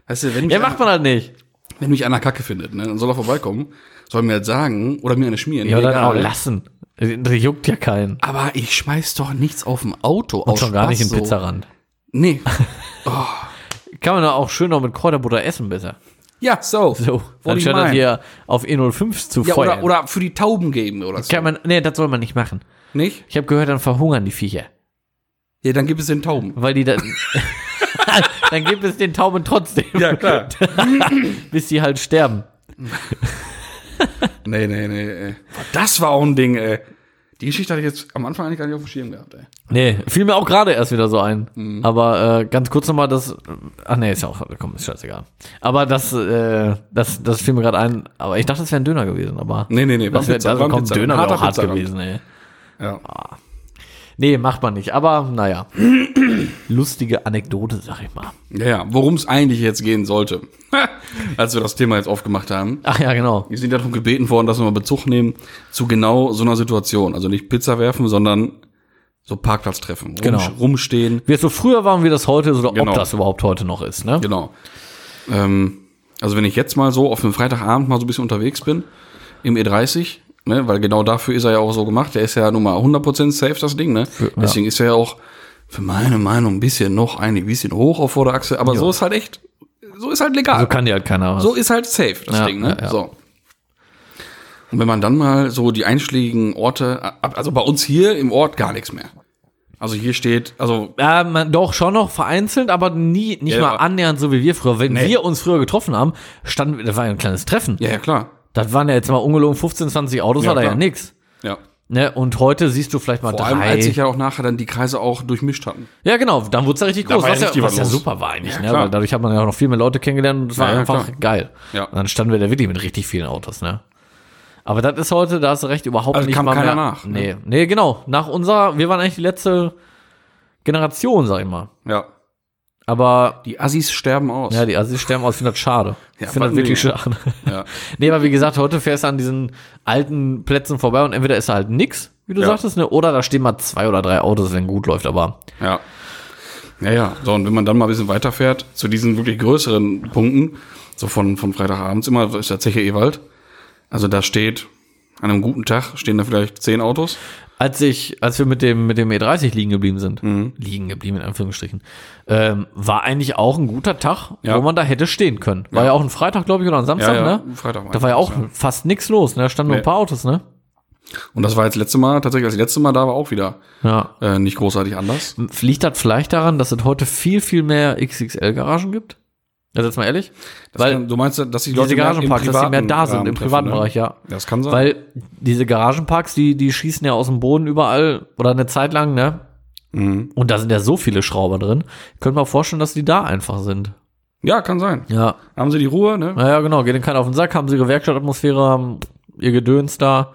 Speaker 1: Weißt du, wenn mich,
Speaker 2: Ja, macht man halt nicht.
Speaker 1: einer, wenn mich einer Kacke findet, ne, dann soll er vorbeikommen, soll er mir halt sagen oder mir eine schmieren.
Speaker 2: Ja,
Speaker 1: mir
Speaker 2: dann auch
Speaker 1: egal.
Speaker 2: lassen. Das juckt ja keinen.
Speaker 1: Aber ich schmeiß doch nichts auf dem Auto aus
Speaker 2: Schon gar
Speaker 1: Spaß
Speaker 2: nicht in
Speaker 1: so.
Speaker 2: Pizzarand.
Speaker 1: Nee.
Speaker 2: Kann man da auch schön noch mit Kräuterbutter essen, besser.
Speaker 1: Ja, so.
Speaker 2: So,
Speaker 1: Wollte ich
Speaker 2: anstatt das
Speaker 1: meinen.
Speaker 2: hier auf E05 zu
Speaker 1: Ja,
Speaker 2: feuern.
Speaker 1: oder, oder für die Tauben geben oder so.
Speaker 2: Kann man, nee, das soll man nicht machen.
Speaker 1: Nicht?
Speaker 2: Ich habe gehört, dann verhungern die Viecher.
Speaker 1: Ja, dann gibt es den Tauben.
Speaker 2: Weil die dann. dann gibt es den Tauben trotzdem,
Speaker 1: klar.
Speaker 2: bis sie halt sterben.
Speaker 1: nee, nee, nee. Ey. Das war auch ein Ding, ey. Die Geschichte hatte ich jetzt am Anfang eigentlich gar nicht auf dem Schirm gehabt, ey.
Speaker 2: Nee, fiel mir auch gerade erst wieder so ein.
Speaker 1: Mhm.
Speaker 2: Aber äh, ganz kurz nochmal das. Ach nee, ist ja auch. Komm, ist scheißegal. Aber das, äh, das, das fiel mir gerade ein. Aber ich dachte, das wäre ein Döner gewesen, aber.
Speaker 1: Nee, nee, nee, war
Speaker 2: Das wäre
Speaker 1: Pizza,
Speaker 2: also,
Speaker 1: war
Speaker 2: komm,
Speaker 1: Pizza,
Speaker 2: Döner
Speaker 1: ein
Speaker 2: wäre
Speaker 1: harter
Speaker 2: auch hart
Speaker 1: Pizzagang.
Speaker 2: gewesen, ey.
Speaker 1: Ja.
Speaker 2: Nee, macht man nicht. Aber naja. Lustige Anekdote, sag ich mal.
Speaker 1: Ja, ja. worum es eigentlich jetzt gehen sollte, als wir das Thema jetzt aufgemacht haben.
Speaker 2: Ach ja, genau.
Speaker 1: Wir sind darum gebeten worden, dass wir mal Bezug nehmen zu genau so einer Situation. Also nicht Pizza werfen, sondern so Parkplatz treffen. Rum,
Speaker 2: Genau.
Speaker 1: Rumstehen.
Speaker 2: Wie es so früher waren, wie das heute ist oder
Speaker 1: Genau.
Speaker 2: ob das überhaupt heute noch ist, ne?
Speaker 1: Genau. Ähm, also wenn ich jetzt mal so auf einem Freitagabend mal so ein bisschen unterwegs bin, im E30, ne, weil genau dafür ist er ja auch so gemacht, der ist ja nun mal 100% safe, das Ding, ne? Deswegen ist er ja auch für meine Meinung ein bisschen noch ein bisschen hoch auf Vorderachse, aber so ist halt echt, so ist halt legal.
Speaker 2: So kann dir halt keiner was.
Speaker 1: So ist halt safe, das
Speaker 2: Ja,
Speaker 1: Ding, ne?
Speaker 2: ja, ja.
Speaker 1: So. Und wenn man dann mal so die einschlägigen Orte, ab- also bei uns hier im Ort gar nichts mehr. Also hier steht, also
Speaker 2: Ja, man, doch, schon noch vereinzelt, aber nie, nicht
Speaker 1: Ja,
Speaker 2: mal
Speaker 1: aber-
Speaker 2: annähernd so wie wir früher. Wenn
Speaker 1: Nee.
Speaker 2: wir uns früher getroffen haben, stand, das war ja ein kleines Treffen.
Speaker 1: ja, ja, klar.
Speaker 2: Das waren ja jetzt mal ungelogen 15, 20 Autos,
Speaker 1: Ja,
Speaker 2: war da
Speaker 1: klar.
Speaker 2: ja nix.
Speaker 1: Ja.
Speaker 2: Ne? Und heute siehst du vielleicht mal
Speaker 1: Vor
Speaker 2: drei.
Speaker 1: allem, als sich ja auch nachher dann die Kreise auch durchmischt hatten.
Speaker 2: ja, genau, dann wurde es ja richtig
Speaker 1: Da
Speaker 2: groß,
Speaker 1: war ja
Speaker 2: was, ja,
Speaker 1: richtig was
Speaker 2: was ja
Speaker 1: los.
Speaker 2: super war eigentlich.
Speaker 1: Ja,
Speaker 2: ne?
Speaker 1: klar.
Speaker 2: Weil dadurch hat man ja auch noch viel mehr Leute kennengelernt und es war
Speaker 1: Ja, ja,
Speaker 2: einfach
Speaker 1: klar.
Speaker 2: geil.
Speaker 1: Ja.
Speaker 2: Und dann standen wir da wirklich mit richtig vielen Autos, ne? Aber das ist heute, da hast du recht, überhaupt
Speaker 1: Also
Speaker 2: nicht
Speaker 1: kam
Speaker 2: mal
Speaker 1: keiner
Speaker 2: mehr.
Speaker 1: nach, ne?
Speaker 2: Nee, nee, genau. Nach unserer, wir waren eigentlich die letzte Generation, sag ich mal.
Speaker 1: Ja.
Speaker 2: Aber
Speaker 1: Die Assis sterben aus.
Speaker 2: Ja, die Assis sterben aus. Ich finde das schade.
Speaker 1: Ja,
Speaker 2: ich finde das
Speaker 1: fanden
Speaker 2: wirklich
Speaker 1: die-
Speaker 2: schade.
Speaker 1: Ja.
Speaker 2: Nee, aber wie gesagt, heute fährst du an diesen alten Plätzen vorbei und entweder ist da halt nix, wie du
Speaker 1: Ja.
Speaker 2: sagtest, ne? oder da stehen mal zwei oder drei Autos, wenn gut läuft, aber
Speaker 1: Ja. Naja, so, und wenn man dann mal ein bisschen weiterfährt, zu diesen wirklich größeren Punkten, so von, von Freitagabends immer, ist der Zeche Ewald. Also da steht, an einem guten Tag stehen da vielleicht zehn Autos.
Speaker 2: als ich, als wir mit dem, mit dem E30 liegen geblieben sind,
Speaker 1: Mhm.
Speaker 2: liegen geblieben in Anführungsstrichen, ähm, war eigentlich auch ein guter Tag,
Speaker 1: Ja.
Speaker 2: wo man da hätte stehen können. War ja, auch ein Freitag, glaube ich, oder ein Samstag,
Speaker 1: Ja, ja,
Speaker 2: ne?
Speaker 1: Freitag war
Speaker 2: Da war ja
Speaker 1: das,
Speaker 2: auch fast nix los, ne? Da standen nur
Speaker 1: Nee.
Speaker 2: ein paar Autos, ne?
Speaker 1: Und das war jetzt letzte Mal, tatsächlich, als ich letzte Mal da war, auch wieder
Speaker 2: Ja.
Speaker 1: äh, nicht großartig anders.
Speaker 2: Liegt das vielleicht daran, dass es heute viel, viel mehr XXL-Garagen gibt? Also jetzt mal ehrlich.
Speaker 1: Das kann, du meinst, dass die
Speaker 2: diese
Speaker 1: Leute mehr
Speaker 2: Garagenparks, dass die mehr da sind,
Speaker 1: Rahmen
Speaker 2: im
Speaker 1: treffen,
Speaker 2: privaten
Speaker 1: ne?
Speaker 2: Bereich, ja.
Speaker 1: Das kann sein.
Speaker 2: Weil diese Garagenparks, die, die schießen ja aus dem Boden überall oder eine Zeit lang, ne?
Speaker 1: mhm.
Speaker 2: Und da sind ja so viele Schrauber drin. Können wir vorstellen, dass die da einfach sind.
Speaker 1: Ja, kann sein.
Speaker 2: Ja.
Speaker 1: Haben sie die Ruhe, ne?
Speaker 2: Naja, genau. Geht denen keiner auf den Sack, haben sie ihre Werkstattatmosphäre, haben ihr Gedöns da.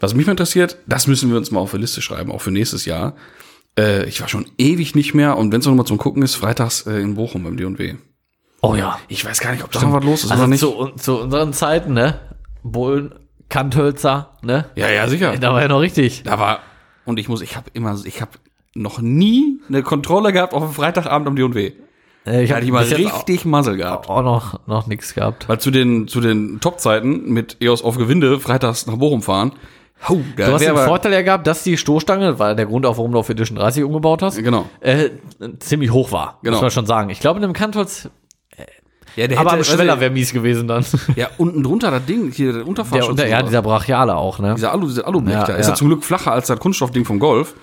Speaker 1: Was mich mal interessiert, das müssen wir uns mal auf eine Liste schreiben, auch für nächstes Jahr. Äh, ich war schon ewig nicht mehr und wenn es nochmal zum Gucken ist, freitags äh, in Bochum beim D&W.
Speaker 2: Oh ja.
Speaker 1: Ich weiß gar nicht, ob da noch was los ist
Speaker 2: Also
Speaker 1: oder nicht.
Speaker 2: Zu, un- zu unseren Zeiten, ne? Bullen, Kanthölzer, ne?
Speaker 1: Ja, ja, sicher.
Speaker 2: Da war ja noch richtig.
Speaker 1: Da war und ich muss, ich habe immer, ich habe noch nie eine Kontrolle gehabt auf einem Freitagabend am D&W.
Speaker 2: Äh, Ich
Speaker 1: Da
Speaker 2: hab
Speaker 1: hatte ich mal
Speaker 2: bis jetzt
Speaker 1: richtig Muzzle gehabt.
Speaker 2: auch noch, noch nichts gehabt.
Speaker 1: Weil zu den, zu den Top-Zeiten mit EOS auf Gewinde freitags nach Bochum fahren. Hau, da
Speaker 2: Du hast
Speaker 1: wär
Speaker 2: den
Speaker 1: aber-
Speaker 2: Vorteil ja gehabt, dass die Stoßstange, das war der Grund auch, warum du auf Edition 30 umgebaut hast,
Speaker 1: Genau.
Speaker 2: äh, ziemlich hoch war.
Speaker 1: Genau.
Speaker 2: Muss man schon sagen. Ich glaube, in einem Kantholz,
Speaker 1: Ja, der
Speaker 2: aber am
Speaker 1: hätte-
Speaker 2: Schweller wäre mies gewesen dann.
Speaker 1: Ja, unten drunter das Ding, hier der Unterfahrschutz.
Speaker 2: Der unter,
Speaker 1: und
Speaker 2: ja,
Speaker 1: sowas.
Speaker 2: dieser Brachiale auch, ne?
Speaker 1: Dieser Alu, dieser Alublech
Speaker 2: Ja,
Speaker 1: da. Ist
Speaker 2: ja.
Speaker 1: ja zum Glück flacher als das Kunststoffding vom Golf.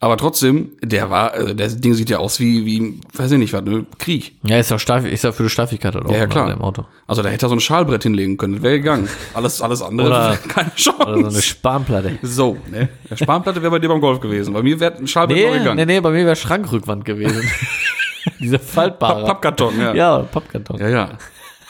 Speaker 1: Aber trotzdem, der war, äh, das Ding sieht ja aus wie, wie, weiß ich nicht, was, ne, Krieg.
Speaker 2: ja, ist ja, steif, ist ja für die Steifigkeit halt auch
Speaker 1: Ja, ja,
Speaker 2: ne,
Speaker 1: klar.
Speaker 2: im Auto.
Speaker 1: Also da hätte er so ein Schalbrett hinlegen können, das wäre gegangen. Alles, alles andere,
Speaker 2: Oder-
Speaker 1: keine Chance.
Speaker 2: Oder so eine Spanplatte.
Speaker 1: so, ne? Der Spanplatte wäre bei dir beim Golf gewesen. Bei mir wäre ein Schalbrett noch
Speaker 2: Nee,
Speaker 1: gegangen.
Speaker 2: nee, nee, bei mir wäre Schrankrückwand gewesen. Diese faltbare.
Speaker 1: Pappkarton, ja.
Speaker 2: ja, Pappkarton.
Speaker 1: Ja, ja.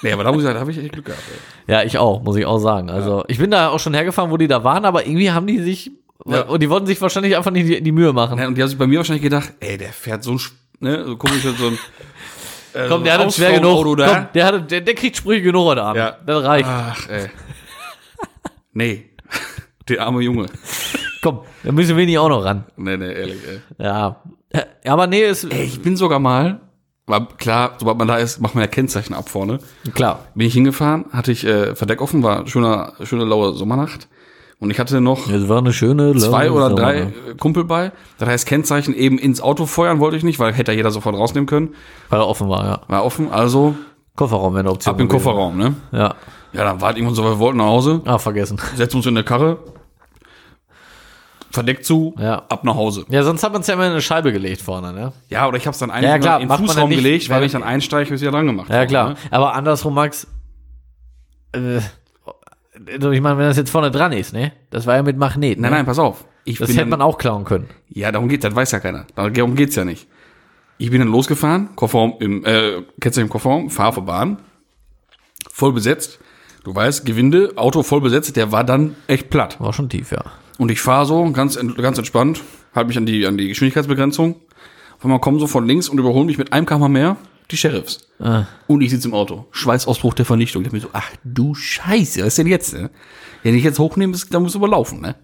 Speaker 1: Nee, aber da muss ich sagen, da habe ich echt Glück gehabt. Ey.
Speaker 2: Ja, ich auch, muss ich auch sagen. Also, ich bin da auch schon hergefahren, wo die da waren, aber irgendwie haben die sich,
Speaker 1: Ja.
Speaker 2: und die wollten sich wahrscheinlich einfach nicht die, die Mühe machen.
Speaker 1: Ja, Und die haben sich bei mir wahrscheinlich gedacht, ey, der fährt so ein, Sch- ne, so komisch, so ein, äh, so
Speaker 2: Komm,
Speaker 1: ein
Speaker 2: der hat es schwer genug.
Speaker 1: Hausfrauenauto
Speaker 2: Komm,
Speaker 1: da.
Speaker 2: der, hat, der, der kriegt Sprüche genug heute Abend.
Speaker 1: Ja. Ah.
Speaker 2: Das reicht.
Speaker 1: Ach, ey. Nee. Der arme Junge.
Speaker 2: Komm, da müssen wir nicht auch noch ran.
Speaker 1: Nee, nee, ehrlich, ey.
Speaker 2: Ja. Äh, Aber nee, ist
Speaker 1: Ich bin sogar mal, war klar, sobald man da ist, macht man ja Kennzeichen ab vorne.
Speaker 2: klar.
Speaker 1: Bin ich hingefahren, hatte ich äh, Verdeck offen, war schöner, schöne laue Sommernacht. Und ich hatte noch
Speaker 2: Es war eine schöne
Speaker 1: zwei oder drei äh, Kumpel bei. Das heißt, Kennzeichen eben ins Auto feuern wollte ich nicht, weil hätte ja jeder sofort rausnehmen können.
Speaker 2: Weil er offen war, ja.
Speaker 1: War offen, also
Speaker 2: Kofferraum wäre eine Option.
Speaker 1: ab in den
Speaker 2: gewesen.
Speaker 1: Kofferraum, ne?
Speaker 2: Ja.
Speaker 1: Ja, dann wart irgendwann so, wir wollten nach Hause,
Speaker 2: Ah, vergessen.
Speaker 1: setzen uns in eine Karre, Verdeck zu,
Speaker 2: Ja.
Speaker 1: ab nach Hause.
Speaker 2: Ja, sonst hat man es ja immer in eine Scheibe gelegt vorne, ne?
Speaker 1: Ja, oder ich hab's dann eigentlich
Speaker 2: Ja,
Speaker 1: ja,
Speaker 2: klar,
Speaker 1: in den
Speaker 2: macht man
Speaker 1: Fußraum
Speaker 2: ja nicht,
Speaker 1: gelegt, weil
Speaker 2: wenn-
Speaker 1: wenn ich dann ne?
Speaker 2: ne?
Speaker 1: einsteige, hab ich's ja dran gemacht.
Speaker 2: Ja, klar.
Speaker 1: Ne?
Speaker 2: Aber andersrum, Max, äh, Also ich meine, wenn das jetzt vorne dran ist, ne? Das war ja mit Magnet.
Speaker 1: Nein,
Speaker 2: ne?
Speaker 1: nein, pass auf. Ich
Speaker 2: Das
Speaker 1: bin
Speaker 2: hätte
Speaker 1: dann,
Speaker 2: man auch klauen können.
Speaker 1: ja, darum geht's, das weiß ja keiner. Darum geht's ja nicht. Ich bin dann losgefahren, Kofferraum im, äh, Kennzeichen im Kofferraum, fahr auf der Bahn, voll besetzt. Du weißt, Gewinde, Auto voll besetzt, der war dann echt platt.
Speaker 2: War schon tief, ja.
Speaker 1: Und ich fahre so ganz, ent- ganz entspannt, halte mich an die, an die Geschwindigkeitsbegrenzung. Auf einmal kommen so von links und überholen mich mit einem km mehr die Sheriffs.
Speaker 2: Ah.
Speaker 1: Und ich sitze im Auto. Schweißausbruch der Vernichtung. Ich hab mir so, ach du Scheiße, was ist denn jetzt? Ne? Wenn ich jetzt hochnehme, ist- dann muss überlaufen, ne?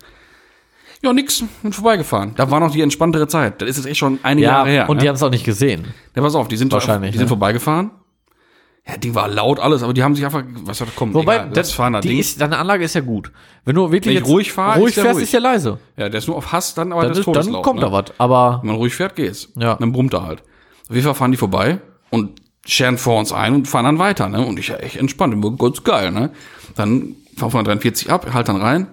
Speaker 1: Ja, nix, bin vorbeigefahren. Da war noch die entspanntere Zeit. Das ist jetzt echt schon einige
Speaker 2: Ja,
Speaker 1: Jahre her.
Speaker 2: und
Speaker 1: ne?
Speaker 2: die haben es auch nicht gesehen.
Speaker 1: ja, pass auf, die sind,
Speaker 2: Wahrscheinlich,
Speaker 1: die sind
Speaker 2: ne?
Speaker 1: vorbeigefahren. Ja, Ding war laut alles, aber die haben sich einfach, was hat kommen?
Speaker 2: Wobei,
Speaker 1: das fahren da
Speaker 2: die
Speaker 1: Ding.
Speaker 2: ist, deine Anlage ist ja gut. Wenn du wirklich
Speaker 1: Wenn ich
Speaker 2: jetzt
Speaker 1: ruhig fahr,
Speaker 2: ruhig
Speaker 1: ist ja
Speaker 2: fährst,
Speaker 1: ruhig.
Speaker 2: ist ja leise.
Speaker 1: ja, der ist nur auf Hass, dann aber
Speaker 2: Dann,
Speaker 1: das
Speaker 2: ist,
Speaker 1: Todeslaut.
Speaker 2: dann kommt
Speaker 1: ne?
Speaker 2: da was. Aber
Speaker 1: Wenn man ruhig fährt, geht's.
Speaker 2: Ja.
Speaker 1: Dann brummt er halt. Auf jeden Fall fahren die vorbei und scheren vor uns ein und fahren dann weiter, ne? Und ich ja echt entspannt, immer ganz geil, ne? Dann fahren wir 43 ab, halt dann rein,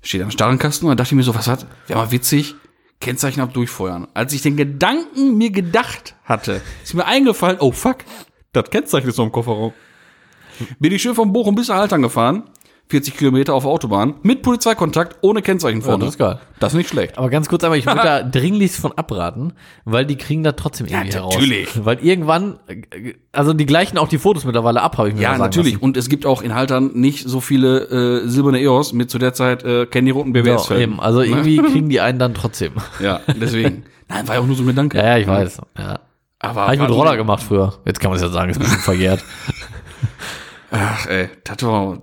Speaker 1: steht am Starrenkasten und dann dachte ich mir so, was hat, wäre mal witzig, Kennzeichen ab durchfeuern. Als ich den Gedanken mir gedacht hatte, ist mir eingefallen, oh fuck, das Kennzeichen ist noch im Kofferraum. Bin ich schön von Bochum bis Haltern gefahren, 40 Kilometer auf der Autobahn, mit Polizeikontakt, ohne Kennzeichen vorne.
Speaker 2: das ist geil.
Speaker 1: Das ist nicht schlecht.
Speaker 2: Aber ganz kurz einmal, ich würde da dringlichst von abraten, weil die kriegen da trotzdem irgendwie heraus.
Speaker 1: natürlich.
Speaker 2: Weil irgendwann, äh, also die gleichen auch die Fotos mittlerweile ab, habe ich mir mal
Speaker 1: Ja,
Speaker 2: sagen
Speaker 1: natürlich.
Speaker 2: lassen.
Speaker 1: Und es gibt auch in Haltern nicht so viele äh, silberne EOS mit zu der Zeit äh, kennen die roten BBS.
Speaker 2: So,
Speaker 1: -Felgen.
Speaker 2: eben. Also irgendwie kriegen die einen dann trotzdem.
Speaker 1: Ne? Ja, deswegen. Nein, war ja auch nur so ein Gedanke.
Speaker 2: Ja, ja, ich weiß. Ja.
Speaker 1: Aber
Speaker 2: Habe ich mit Roller gemacht früher. Jetzt kann man es ja sagen, ist ein bisschen verjährt.
Speaker 1: Ach, ey, Tattoo.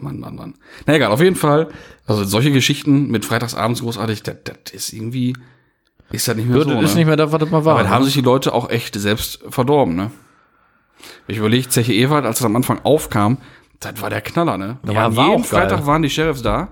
Speaker 1: Mann, Mann, Mann. Na egal, auf jeden Fall. Also solche Geschichten mit freitagsabends großartig, das, das ist irgendwie, ist das nicht mehr
Speaker 2: Das
Speaker 1: so.
Speaker 2: ist
Speaker 1: ne?
Speaker 2: nicht mehr das, was das mal war.
Speaker 1: Aber da haben sich die Leute auch echt selbst verdorben, ne? Wenn ich überlege, Zeche Ewald, als das am Anfang aufkam, das war der Knaller, ne? Da
Speaker 2: Ja,
Speaker 1: waren
Speaker 2: war
Speaker 1: jeden
Speaker 2: auch geil.
Speaker 1: Freitag waren die Sheriffs da.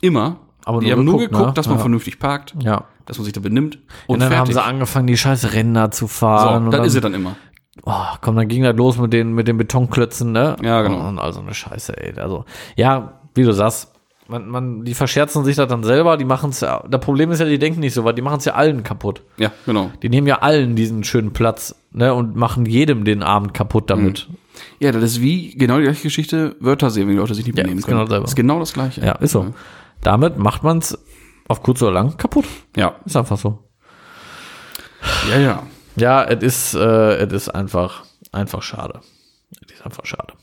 Speaker 1: Immer.
Speaker 2: Aber
Speaker 1: die
Speaker 2: nur
Speaker 1: haben nur
Speaker 2: geguckt,
Speaker 1: geguckt,
Speaker 2: ne?
Speaker 1: dass man
Speaker 2: Ja.
Speaker 1: vernünftig parkt,
Speaker 2: ja.
Speaker 1: dass man sich da benimmt. Und,
Speaker 2: Und dann haben
Speaker 1: fertig.
Speaker 2: sie angefangen, die scheiß Ränder zu fahren.
Speaker 1: so,
Speaker 2: und
Speaker 1: dann ist es dann immer.
Speaker 2: oh, komm, dann ging das los mit den, mit den Betonklötzen, ne?
Speaker 1: Ja, genau.
Speaker 2: Und also eine Scheiße, ey. Also, ja, wie du sagst, man, man, die verscherzen sich das dann selber, die machen's ja, das Problem ist ja, die denken nicht so, weil die machen's ja allen kaputt.
Speaker 1: Ja, genau.
Speaker 2: Die nehmen ja allen diesen schönen Platz, ne? Und machen jedem den Abend kaputt damit.
Speaker 1: Mhm. Ja, das ist wie genau die gleiche Geschichte Wörter sehen, wenn die Leute sich nicht benehmen
Speaker 2: ist
Speaker 1: können.
Speaker 2: genau selber.
Speaker 1: ist genau das gleiche.
Speaker 2: Ja, ist so. Damit macht man's auf kurz oder lang kaputt.
Speaker 1: Ja,
Speaker 2: Ist einfach so.
Speaker 1: ja, ja.
Speaker 2: Ja, es ist, äh, es ist einfach, einfach schade. Es ist einfach schade.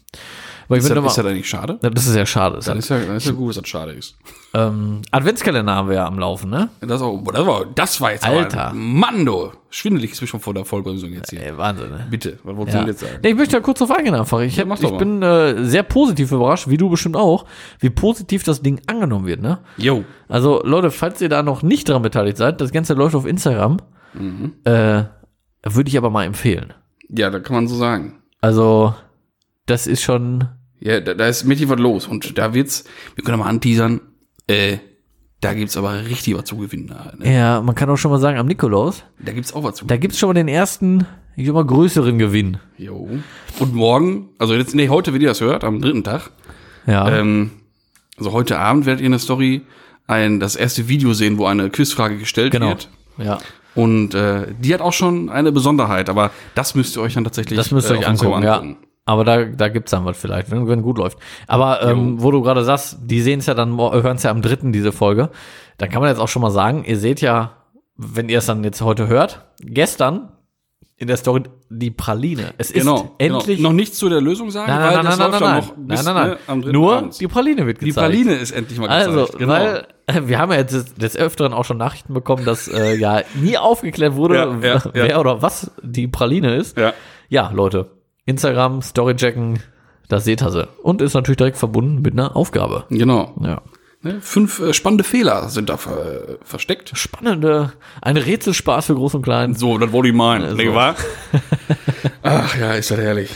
Speaker 2: Aber ich
Speaker 1: Ist
Speaker 2: bin
Speaker 1: das, ist
Speaker 2: nochmal,
Speaker 1: das eigentlich schade?
Speaker 2: Ja, das ist ja schade. Ist ja,
Speaker 1: Dann ist ja, dann ist ja gut, dass das schade ist.
Speaker 2: ähm, Adventskalender haben wir ja am Laufen, ne?
Speaker 1: Das, auch, boah, das, war, das war jetzt
Speaker 2: Alter.
Speaker 1: Aber, Mann, du. Schwindelig ist mich schon vor der Vollbremsung jetzt hier.
Speaker 2: Ey, Wahnsinn, ne?
Speaker 1: Bitte, was wolltest
Speaker 2: Ja.
Speaker 1: du denn jetzt sagen?
Speaker 2: Nee, ich möchte da kurz drauf eingehen einfach. Ich, hab,
Speaker 1: mach doch
Speaker 2: ich
Speaker 1: mal.
Speaker 2: bin äh, sehr positiv überrascht, wie du bestimmt auch, wie positiv das Ding angenommen wird, ne?
Speaker 1: Yo.
Speaker 2: Also, Leute, falls ihr da noch nicht dran beteiligt seid, das Ganze läuft auf Instagram,
Speaker 1: Mhm.
Speaker 2: äh, würde ich aber mal empfehlen.
Speaker 1: Ja, da kann man so sagen.
Speaker 2: Also, das ist schon,
Speaker 1: Ja, da, da ist mächtig was los. Und da wird's, wir können mal anteasern, äh, da gibt's aber richtig was zu gewinnen. da, Ne?
Speaker 2: ja, man kann auch schon mal sagen, am Nikolaus,
Speaker 1: Da gibt's auch was zu
Speaker 2: da gibt's schon mal den ersten, ich sag mal, größeren Gewinn.
Speaker 1: Jo. Und morgen, also jetzt, nee, heute, wenn ihr das hört, am dritten Tag,
Speaker 2: Ja.
Speaker 1: ähm, also heute Abend werdet ihr in der Story ein, das erste Video sehen, wo eine Quizfrage gestellt
Speaker 2: genau.
Speaker 1: wird.
Speaker 2: Ja.
Speaker 1: Und äh, die hat auch schon eine Besonderheit, aber das müsst ihr euch dann tatsächlich
Speaker 2: Das müsst ihr
Speaker 1: äh,
Speaker 2: euch
Speaker 1: auf Instagram
Speaker 2: angucken, ja. Aber da, da gibt's dann was vielleicht, wenn, wenn gut läuft. Aber ähm, wo du gerade sagst, die sehen's ja dann, hören's ja am dritten diese Folge. Dann kann man jetzt auch schon mal sagen, ihr seht ja, wenn ihr es dann jetzt heute hört, gestern in der Story die Praline. Es
Speaker 1: Genau.
Speaker 2: ist endlich.
Speaker 1: Genau. Noch nichts zu der Lösung sagen,
Speaker 2: Nein, nein, nein,
Speaker 1: das
Speaker 2: nein, nein,
Speaker 1: läuft ja
Speaker 2: nein,
Speaker 1: noch
Speaker 2: nein,
Speaker 1: bis,
Speaker 2: nein,
Speaker 1: ne, am dritten
Speaker 2: Nur
Speaker 1: Abends.
Speaker 2: die Praline wird
Speaker 1: Die
Speaker 2: gezeigt.
Speaker 1: Praline ist endlich mal gezeigt.
Speaker 2: Also, weil äh, wir haben ja jetzt des Öfteren auch schon Nachrichten bekommen, dass äh, ja nie aufgeklärt wurde,
Speaker 1: Ja, ja, ja.
Speaker 2: wer oder was die Praline ist.
Speaker 1: ja.
Speaker 2: Ja, Leute, Instagram, Storyjacken, das seht ihr sie. Und ist natürlich direkt verbunden mit einer Aufgabe.
Speaker 1: Genau.
Speaker 2: Ja.
Speaker 1: Ne? Fünf äh, spannende Fehler sind da ver versteckt.
Speaker 2: Spannende, ein Rätselspaß für Groß und Klein.
Speaker 1: So, das wollte ich meinen.
Speaker 2: so.
Speaker 1: Ne, wahr? Ach ja, ist das herrlich.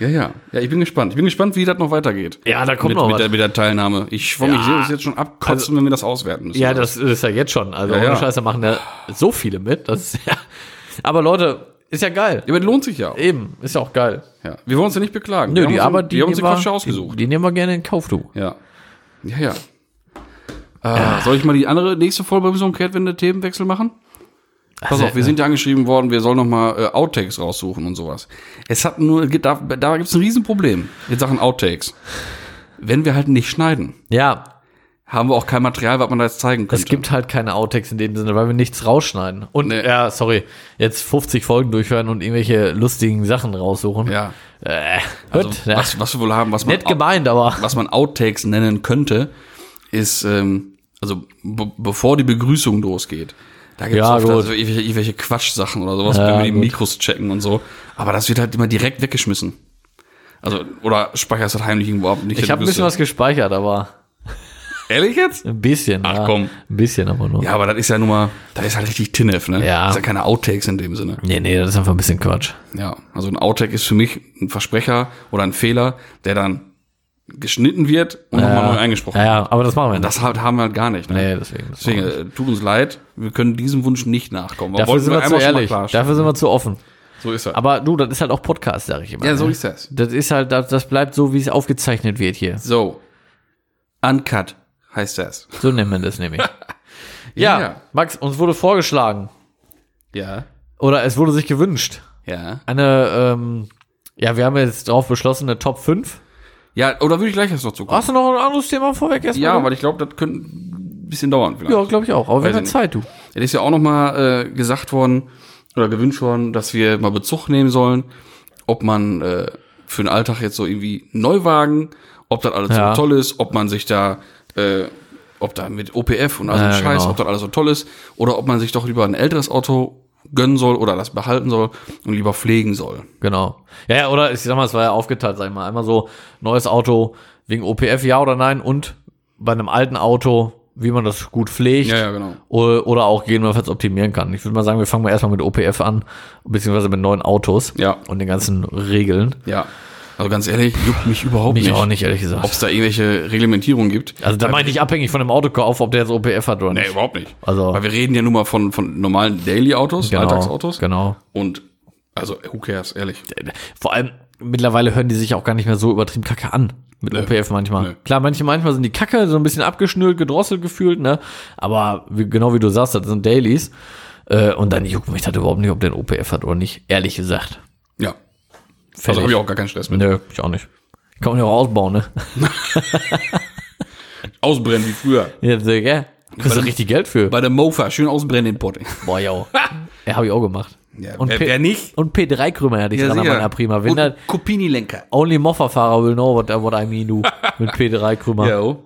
Speaker 1: Ja, ja. Ja, ich bin gespannt. Ich bin gespannt, wie das noch weitergeht.
Speaker 2: Ja, da kommt
Speaker 1: mit,
Speaker 2: noch
Speaker 1: mit,
Speaker 2: was.
Speaker 1: der, mit der Teilnahme. Ich schwöre,
Speaker 2: Ja. Also
Speaker 1: ich sehe uns jetzt schon abkotzen, wenn wir das auswerten müssen.
Speaker 2: Ja, das ist ja jetzt schon. Also
Speaker 1: Ja,
Speaker 2: ohne
Speaker 1: ja.
Speaker 2: Scheiße machen da so viele mit. Das ist ja. Aber Leute, ist ja geil.
Speaker 1: Ja, aber das lohnt sich ja. auch.
Speaker 2: Eben, ist ja auch geil.
Speaker 1: ja. Wir wollen uns ja nicht beklagen.
Speaker 2: Nö,
Speaker 1: wir
Speaker 2: die
Speaker 1: haben uns,
Speaker 2: Arbeit, die,
Speaker 1: wir haben uns die
Speaker 2: nehmen
Speaker 1: Quatsche
Speaker 2: wir,
Speaker 1: ausgesucht.
Speaker 2: die, die nehmen wir gerne in Kauf, du.
Speaker 1: Ja. Ja, ja. Äh, soll ich mal die andere nächste Vollbremsung Kehrtwende Themenwechsel machen?
Speaker 2: Also,
Speaker 1: Pass auf, wir
Speaker 2: äh,
Speaker 1: sind ja angeschrieben worden, wir sollen noch mal äh, Outtakes raussuchen und sowas. Es hat nur, da, da gibt es ein Riesenproblem in Sachen Outtakes. wenn wir halt nicht schneiden,
Speaker 2: Ja,
Speaker 1: haben wir auch kein Material, was man da jetzt zeigen könnte.
Speaker 2: es gibt halt keine Outtakes in dem Sinne, weil wir nichts rausschneiden. Und
Speaker 1: Nee.
Speaker 2: ja, sorry, jetzt 50 Folgen durchhören und irgendwelche lustigen Sachen raussuchen.
Speaker 1: ja,
Speaker 2: Äh,
Speaker 1: also,
Speaker 2: gut, ja.
Speaker 1: was, was wir wohl haben, was man,
Speaker 2: nett gemeint, aber
Speaker 1: was man Outtakes nennen könnte, ist, ähm, also be bevor die Begrüßung losgeht, da gibt es
Speaker 2: Ja,
Speaker 1: oft
Speaker 2: gut.
Speaker 1: also irgendwelche, irgendwelche Quatschsachen oder sowas,
Speaker 2: Ja,
Speaker 1: wenn wir die
Speaker 2: gut.
Speaker 1: Mikros checken und so. Aber das wird halt immer direkt weggeschmissen. Also, oder speicherst das heimlich irgendwo ab. Nicht,
Speaker 2: ich
Speaker 1: dass
Speaker 2: habe ein
Speaker 1: du wüsstest.
Speaker 2: bisschen was gespeichert, aber
Speaker 1: Ehrlich jetzt?
Speaker 2: ein bisschen.
Speaker 1: Ach,
Speaker 2: ja.
Speaker 1: komm.
Speaker 2: Ein bisschen aber nur.
Speaker 1: Ja, aber das ist ja nun mal, das ist halt richtig Tinnef, ne?
Speaker 2: Ja.
Speaker 1: Das ist ja keine Outtakes in dem Sinne.
Speaker 2: Nee, nee, das ist einfach ein bisschen Quatsch.
Speaker 1: Ja, also ein Outtake ist für mich ein Versprecher oder ein Fehler, der dann geschnitten wird und nochmal neu eingesprochen
Speaker 2: Ja, ja, aber das machen wir nicht.
Speaker 1: Das halt- haben wir halt gar nicht. Ne?
Speaker 2: nee, deswegen. Das
Speaker 1: Deswegen, äh, tut uns leid, wir können diesem Wunsch nicht nachkommen. Aber
Speaker 2: Dafür
Speaker 1: wollten
Speaker 2: sind wir zu
Speaker 1: einmal schon mal
Speaker 2: ehrlich.
Speaker 1: klarstellen.
Speaker 2: Dafür sind wir zu offen.
Speaker 1: So ist das.
Speaker 2: Aber du, das ist halt auch Podcast, sag ich immer.
Speaker 1: ja, so
Speaker 2: ne?
Speaker 1: ist das.
Speaker 2: Das ist halt, das, das bleibt so, wie es aufgezeichnet wird hier.
Speaker 1: So. Uncut heißt das.
Speaker 2: So nennt man das nämlich. ja,
Speaker 1: Ja.
Speaker 2: Max, uns wurde vorgeschlagen.
Speaker 1: Ja.
Speaker 2: Oder es wurde sich gewünscht.
Speaker 1: Ja.
Speaker 2: Eine, ähm, ja, wir haben jetzt drauf beschlossen, eine Top 5.
Speaker 1: Ja, oder würde ich gleich erst noch zukommen?
Speaker 2: Hast du noch ein anderes Thema vorweg erstmal?
Speaker 1: Ja, weil ich glaube, das könnte ein bisschen dauern vielleicht.
Speaker 2: Ah, ja glaube ich auch. Aber wir
Speaker 1: Weiß
Speaker 2: haben
Speaker 1: ich
Speaker 2: Zeit, du.
Speaker 1: Es ist ja auch nochmal äh, gesagt worden oder gewünscht worden, dass wir mal Bezug nehmen sollen, ob man äh, für den Alltag jetzt so irgendwie Neuwagen, ob das alles
Speaker 2: Ja.
Speaker 1: so toll ist, ob man sich da, äh, ob da mit OPF und all so
Speaker 2: Ja,
Speaker 1: ein Scheiß,
Speaker 2: genau.
Speaker 1: ob das alles so toll ist, oder ob man sich doch lieber ein älteres Auto gönnen soll oder das behalten soll und lieber pflegen soll.
Speaker 2: Genau. Ja, ja, oder ich sag mal, es war ja aufgeteilt, sag ich mal. Einmal so, neues Auto wegen OPF, ja oder nein. Und bei einem alten Auto, wie man das gut pflegt.
Speaker 1: genau.
Speaker 2: O- Oder auch gegebenenfalls optimieren kann. Ich würde mal sagen, wir fangen mal erstmal mit OPF an, beziehungsweise mit neuen Autos
Speaker 1: Ja.
Speaker 2: und den ganzen Regeln.
Speaker 1: Ja. Also ganz ehrlich, juckt mich überhaupt
Speaker 2: Mich
Speaker 1: nicht,
Speaker 2: auch nicht, ehrlich
Speaker 1: ob
Speaker 2: gesagt.
Speaker 1: es da irgendwelche Reglementierungen gibt.
Speaker 2: Also da meine ich nicht abhängig von dem Autokauf, ob der jetzt OPF hat oder
Speaker 1: Nee,
Speaker 2: nicht.
Speaker 1: überhaupt nicht.
Speaker 2: Also-
Speaker 1: Weil wir reden ja nun mal von, von normalen Daily-Autos, Alltagsautos.
Speaker 2: Genau.
Speaker 1: Und also, who cares, ehrlich.
Speaker 2: Vor allem, mittlerweile hören die sich auch gar nicht mehr so übertrieben kacke an. Mit OPF manchmal.
Speaker 1: Nö.
Speaker 2: Klar, manche manchmal sind die Kacke so ein bisschen abgeschnürt, gedrosselt gefühlt, ne? Aber wie, genau wie du sagst, das sind Dailies. Äh, Und dann juckt mich das überhaupt nicht, ob der einen OPF hat oder nicht. Ehrlich gesagt.
Speaker 1: Ja. Also
Speaker 2: Fertig.
Speaker 1: habe Also ich auch gar keinen Stress mit.
Speaker 2: Nö, ich auch nicht. Kann man ja auch ausbauen, ne?
Speaker 1: Ausbrennen wie früher.
Speaker 2: Ja, sehr äh, gell? Kriegst du richtig Geld für.
Speaker 1: Bei der Mofa, schön ausbrennen den Pott.
Speaker 2: Boah, ja. ja, hab ich auch gemacht.
Speaker 1: Ja,
Speaker 2: Und
Speaker 1: wer-
Speaker 2: P-
Speaker 1: wer nicht?
Speaker 2: Und P3-Krümmer hatte ich dran an meiner Prima. Wenn das-
Speaker 1: Cupini-Lenker.
Speaker 2: only Moffa-Fahrer will know what, what I mean, du. Mit P3-Krümmer.
Speaker 1: Ja.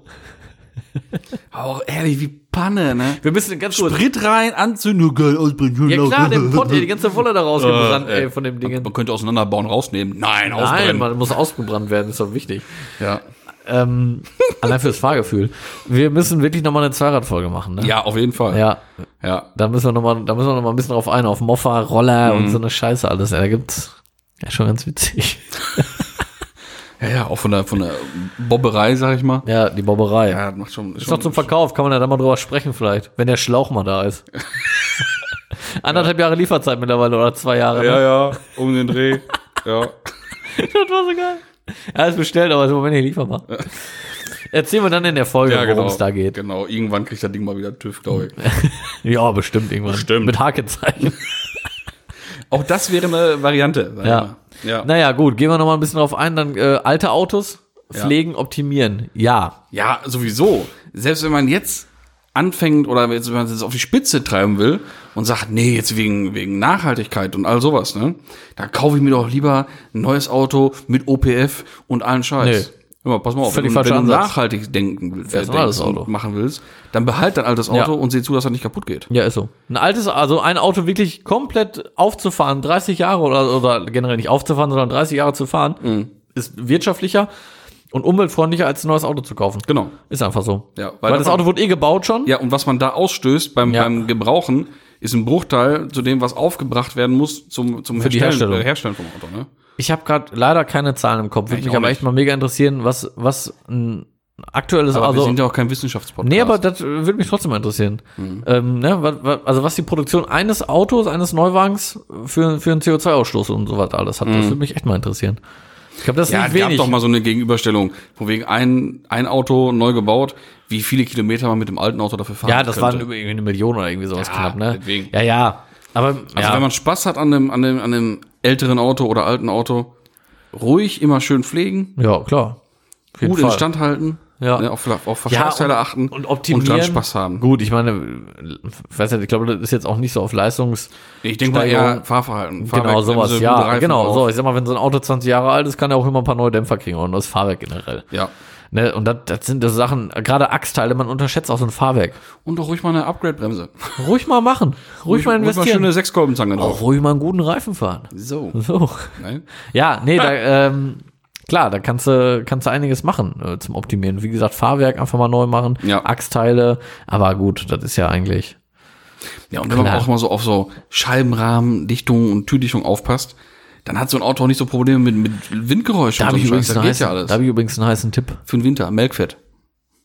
Speaker 1: Auch ehrlich, wie Panne, ne?
Speaker 2: Wir müssen ganz kurz.
Speaker 1: Sprit rein, anzünden, oh, geil, ausbrennen.
Speaker 2: Ja klar, den Pott, ey, die ganze Wolle da rausgebrannt,
Speaker 1: Äh,
Speaker 2: ey, von dem Ding.
Speaker 1: Man könnte auseinanderbauen, rausnehmen. Nein,
Speaker 2: Nein,
Speaker 1: ausbrennen.
Speaker 2: man muss ausgebrannt werden, ist doch wichtig.
Speaker 1: ja.
Speaker 2: Ähm, allein fürs Fahrgefühl. Wir müssen wirklich nochmal eine Zweiradfolge machen, ne?
Speaker 1: ja, auf jeden Fall.
Speaker 2: Ja,
Speaker 1: ja.
Speaker 2: da müssen wir nochmal, da müssen wir noch mal ein bisschen drauf ein, auf Moffa, Roller
Speaker 1: Mhm.
Speaker 2: und so eine Scheiße alles. ey, Da gibt's, ja, schon ganz witzig.
Speaker 1: Ja, ja, auch von der, von der Bobberei, sag ich mal.
Speaker 2: Ja, die Bobberei.
Speaker 1: Ja, das macht schon.
Speaker 2: Ist noch zum Verkauf, kann man ja da mal drüber sprechen vielleicht, wenn der Schlauch mal da ist. Anderthalb Jahre Lieferzeit mittlerweile oder zwei Jahre. ne?
Speaker 1: ja, um den Dreh. ja.
Speaker 2: Das war so geil. Er ist bestellt, aber ist im Moment nicht lieferbar. Erzählen wir dann in der Folge, worum es da geht.
Speaker 1: Genau, irgendwann kriegt das Ding mal wieder TÜV, glaube ich.
Speaker 2: Ja, bestimmt irgendwann.
Speaker 1: Bestimmt.
Speaker 2: Mit Hakezeichen.
Speaker 1: Auch das wäre eine Variante. sag ich
Speaker 2: Ja.
Speaker 1: mal. Ja.
Speaker 2: Naja, gut, gehen wir nochmal ein bisschen drauf ein. Dann äh, alte Autos
Speaker 1: Ja.
Speaker 2: pflegen, optimieren. Ja.
Speaker 1: ja, sowieso. Selbst wenn man jetzt anfängt oder jetzt, wenn man es jetzt auf die Spitze treiben will und sagt, nee, jetzt wegen, wegen Nachhaltigkeit und all sowas, ne? Da kaufe ich mir doch lieber ein neues Auto mit OPF und allen Scheiß.
Speaker 2: Nee.
Speaker 1: Hör mal, pass mal auf,
Speaker 2: Völlig
Speaker 1: wenn, du-
Speaker 2: falscher
Speaker 1: wenn du
Speaker 2: Ansatz.
Speaker 1: nachhaltig denken willst,
Speaker 2: Fährst ein altes
Speaker 1: denkst und
Speaker 2: Auto.
Speaker 1: machen willst, dann behalt dein altes Auto
Speaker 2: Ja.
Speaker 1: und sieh zu, dass er nicht kaputt geht.
Speaker 2: Ja, ist so. Ein altes, also ein Auto wirklich komplett aufzufahren, 30 Jahre oder, oder generell nicht aufzufahren, sondern 30 Jahre zu fahren,
Speaker 1: Mhm.
Speaker 2: ist wirtschaftlicher und umweltfreundlicher als ein neues Auto zu kaufen.
Speaker 1: Genau.
Speaker 2: Ist einfach so.
Speaker 1: Ja, weil
Speaker 2: weil das
Speaker 1: davon-
Speaker 2: Auto wurde eh gebaut schon.
Speaker 1: Ja, und was man da ausstößt beim,
Speaker 2: Ja.
Speaker 1: beim Gebrauchen, ist ein Bruchteil zu dem, was aufgebracht werden muss zum, zum
Speaker 2: die Herstellung. Also
Speaker 1: äh, Herstellen vom Auto. Ne?
Speaker 2: Ich habe gerade leider keine Zahlen im Kopf. Würde
Speaker 1: ich
Speaker 2: mich
Speaker 1: auch
Speaker 2: aber
Speaker 1: nicht.
Speaker 2: echt mal mega interessieren, was, was ein aktuelles
Speaker 1: Aber wir
Speaker 2: Auto.
Speaker 1: sind ja auch kein Wissenschaftspodcast.
Speaker 2: also Nee, aber das äh, würde mich trotzdem mal interessieren.
Speaker 1: Mhm.
Speaker 2: Ähm, ne, wa- wa- also was die Produktion eines Autos, eines Neuwagens für, für einen CO2-Ausstoß und so was alles hat, das würde mich echt mal interessieren. Ich glaube, das ist
Speaker 1: Mhm. ja,
Speaker 2: nicht
Speaker 1: es gab
Speaker 2: wenig.
Speaker 1: doch mal so eine Gegenüberstellung, von wegen ein, ein Auto neu gebaut, wie viele Kilometer man mit dem alten Auto dafür fahren
Speaker 2: ja, das waren
Speaker 1: könnte.
Speaker 2: über irgendwie eine Million oder irgendwie sowas
Speaker 1: Ja,
Speaker 2: knapp, ne?
Speaker 1: deswegen.
Speaker 2: Ja, ja. Aber
Speaker 1: Also
Speaker 2: ja.
Speaker 1: wenn man Spaß hat an dem, an, dem, an dem älteren Auto oder alten Auto, ruhig immer schön pflegen
Speaker 2: ja, klar. jeden
Speaker 1: gut
Speaker 2: Fall.
Speaker 1: instand halten,
Speaker 2: Ja.
Speaker 1: ne, auf, auf Verschleißteile
Speaker 2: und-
Speaker 1: achten
Speaker 2: und optimieren.
Speaker 1: und dann Spaß haben.
Speaker 2: Gut, ich meine, ich weiß nicht, ich glaube, das ist jetzt auch nicht so auf Leistungs.
Speaker 1: Ich denke mal eher
Speaker 2: Steigerung.
Speaker 1: Fahrverhalten.
Speaker 2: genau,
Speaker 1: Fahrwerk,
Speaker 2: sowas,
Speaker 1: Bremse, gute
Speaker 2: ja.
Speaker 1: Reifen
Speaker 2: Genau,
Speaker 1: drauf.
Speaker 2: so. Ich sag mal, wenn so ein Auto 20 Jahre alt ist, kann er auch immer ein paar neue Dämpfer kriegen und das Fahrwerk generell.
Speaker 1: Ja.
Speaker 2: Ne, und das, das sind das Sachen, gerade Achsteile, man unterschätzt auch so ein Fahrwerk.
Speaker 1: Und doch ruhig mal eine Upgrade-Bremse.
Speaker 2: Ruhig mal machen. Ruhig, mal
Speaker 1: Ruhig mal
Speaker 2: investieren.
Speaker 1: schöne Sechskolbenzange
Speaker 2: auch Hm.
Speaker 1: drauf.
Speaker 2: ruhig mal einen guten Reifen fahren.
Speaker 1: So.
Speaker 2: So.
Speaker 1: Nein?
Speaker 2: Ja, nee, da, ähm, klar, da kannst du, kannst du einiges machen äh, zum Optimieren. Wie gesagt, Fahrwerk einfach mal neu machen,
Speaker 1: Ja.
Speaker 2: Achsteile, aber gut, das ist ja eigentlich.
Speaker 1: Ja, und wenn man
Speaker 2: Klar.
Speaker 1: auch mal so auf so Scheibenrahmen, Dichtung und Türdichtung aufpasst, dann hat so ein Auto auch nicht so Probleme mit, mit Windgeräuschen
Speaker 2: Da habe
Speaker 1: und
Speaker 2: ich,
Speaker 1: so einem
Speaker 2: übrigens
Speaker 1: Scheiß. Da
Speaker 2: einen
Speaker 1: geht
Speaker 2: heißen-
Speaker 1: ja
Speaker 2: da
Speaker 1: alles.
Speaker 2: hab ich übrigens einen heißen Tipp.
Speaker 1: Für den Winter, Melkfett.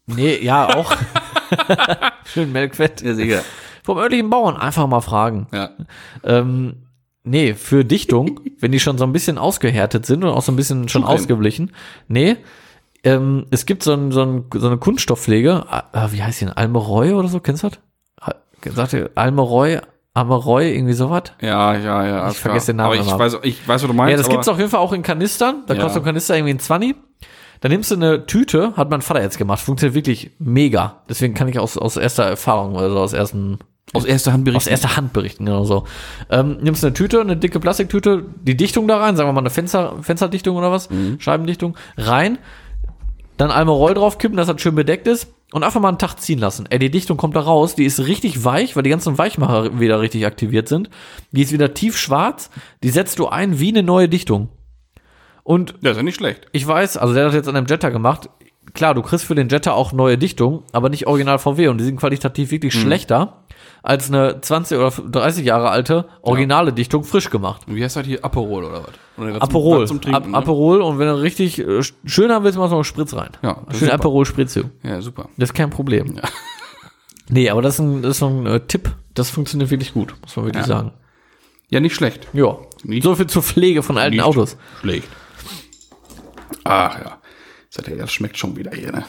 Speaker 2: Nee, ja, auch. Schön Melkfett.
Speaker 1: Ja, sicher.
Speaker 2: Vom örtlichen Bauern einfach mal fragen.
Speaker 1: Ja.
Speaker 2: Ähm, nee, für Dichtung, wenn die schon so ein bisschen ausgehärtet sind und auch so ein bisschen schon
Speaker 1: Schuhcreme.
Speaker 2: ausgeblichen. Nee, ähm, es gibt so, ein, so, ein, so eine Kunststoffpflege, äh, wie heißt die denn? Almeroy oder so, kennst du das? Ha- Sagt ihr Almeroy, Ameroy, irgendwie sowas?
Speaker 1: Ja, ja, ja. alles
Speaker 2: vergesse den
Speaker 1: klar.
Speaker 2: Namen
Speaker 1: Aber ich
Speaker 2: immer.
Speaker 1: weiß, ich weiß, was du meinst.
Speaker 2: Ja, das
Speaker 1: aber
Speaker 2: gibt's auf jeden Fall auch in Kanistern. Da
Speaker 1: Ja.
Speaker 2: kostet so ein Kanister irgendwie ein 20. Dann nimmst du eine Tüte, hat mein Vater jetzt gemacht, funktioniert wirklich mega. Deswegen kann ich aus, aus erster Erfahrung, also aus ersten
Speaker 1: aus erster Hand
Speaker 2: aus
Speaker 1: berichten.
Speaker 2: erster Hand berichten, genau so. Ähm, nimmst eine Tüte, eine dicke Plastiktüte, die Dichtung da rein, sagen wir mal eine Fenster, Fensterdichtung oder was, Scheibendichtung, rein, dann einmal Roll drauf kippen, dass das schön bedeckt ist und einfach mal einen Tag ziehen lassen. Ey, die Dichtung kommt da raus, die ist richtig weich, weil die ganzen Weichmacher wieder richtig aktiviert sind. Die ist wieder tiefschwarz, die setzt du ein wie eine neue Dichtung. Und
Speaker 1: Ja, ist ja nicht schlecht.
Speaker 2: ich weiß, also der hat das jetzt an einem Jetta gemacht. Klar, du kriegst für den Jetta auch neue Dichtung, aber nicht original VW und die sind qualitativ wirklich
Speaker 1: Mhm.
Speaker 2: schlechter als eine 20 oder 30 Jahre alte originale Dichtung frisch gemacht.
Speaker 1: Und wie heißt das hier? Aperol oder was? Oder was zum-
Speaker 2: Aperol,
Speaker 1: was Zum Trinken, ne?
Speaker 2: Ap Aperol und wenn du richtig äh, sch- schön haben willst, machst du noch einen Spritz rein.
Speaker 1: Ja, das ist
Speaker 2: schön
Speaker 1: super.
Speaker 2: Aperol Spritze.
Speaker 1: ne? Ja, super.
Speaker 2: Das ist kein Problem. Nee, aber das ist ein, das ist so ein äh, Tipp. Das funktioniert wirklich gut, muss man wirklich
Speaker 1: Ja.
Speaker 2: sagen.
Speaker 1: Ja, nicht schlecht.
Speaker 2: Ja.
Speaker 1: Nicht-
Speaker 2: So viel zur Pflege von alten
Speaker 1: Nicht
Speaker 2: Autos.
Speaker 1: Schlecht. Ach ja. Seht ihr, Das schmeckt schon wieder hier, ne?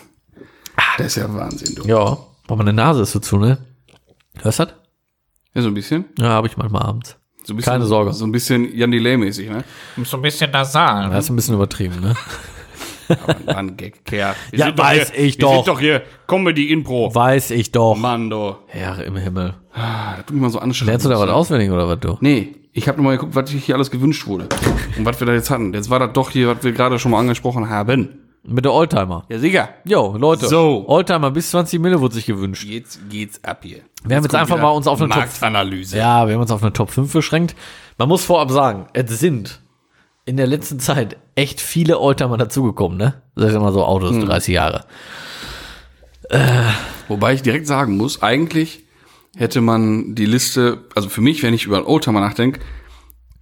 Speaker 2: Ah.
Speaker 1: Das ist ja Wahnsinn, du.
Speaker 2: Ja. Boah, meine Nase ist so zu, ne? Hörst du das?
Speaker 1: Ja, so ein bisschen.
Speaker 2: Ja, habe ich manchmal abends.
Speaker 1: So ein bisschen
Speaker 2: Keine Sorge.
Speaker 1: So ein bisschen Jan Delay-mäßig, ne?
Speaker 3: So ein bisschen nasal.
Speaker 2: Das ist ein bisschen übertrieben, ne?
Speaker 1: Aber war ein Gag, Kerl. Wir
Speaker 2: Ja,
Speaker 1: sind doch
Speaker 2: weiß
Speaker 1: hier,
Speaker 2: ich
Speaker 1: wir
Speaker 2: doch.
Speaker 1: Sind doch hier Comedy-Impro.
Speaker 2: Weiß ich doch.
Speaker 1: Mando.
Speaker 2: Herr im Himmel.
Speaker 1: Ah, das tut mich mal so anschreiben.
Speaker 2: Lernst du da was auswendig oder was du?
Speaker 1: Nee, ich habe nochmal geguckt, was hier alles gewünscht wurde. Und was wir da jetzt hatten. Jetzt war das doch hier, was wir gerade schon mal angesprochen haben.
Speaker 2: Mit der Oldtimer.
Speaker 1: Ja, sicher.
Speaker 2: Jo, Leute.
Speaker 1: So.
Speaker 2: Oldtimer bis 20 Mille wurde sich gewünscht.
Speaker 1: Jetzt geht's ab hier.
Speaker 2: Wir haben jetzt einfach mal uns auf eine Top
Speaker 1: Marktanalyse.
Speaker 2: Ja, wir haben uns auf eine Top 5 beschränkt. Man muss vorab sagen, es sind in der letzten Zeit echt viele Oldtimer dazugekommen, ne? Sag ich mal so, Autos, 30 Jahre.
Speaker 1: Wobei ich direkt sagen muss, eigentlich hätte man die Liste, also für mich, wenn ich über einen Oldtimer nachdenke,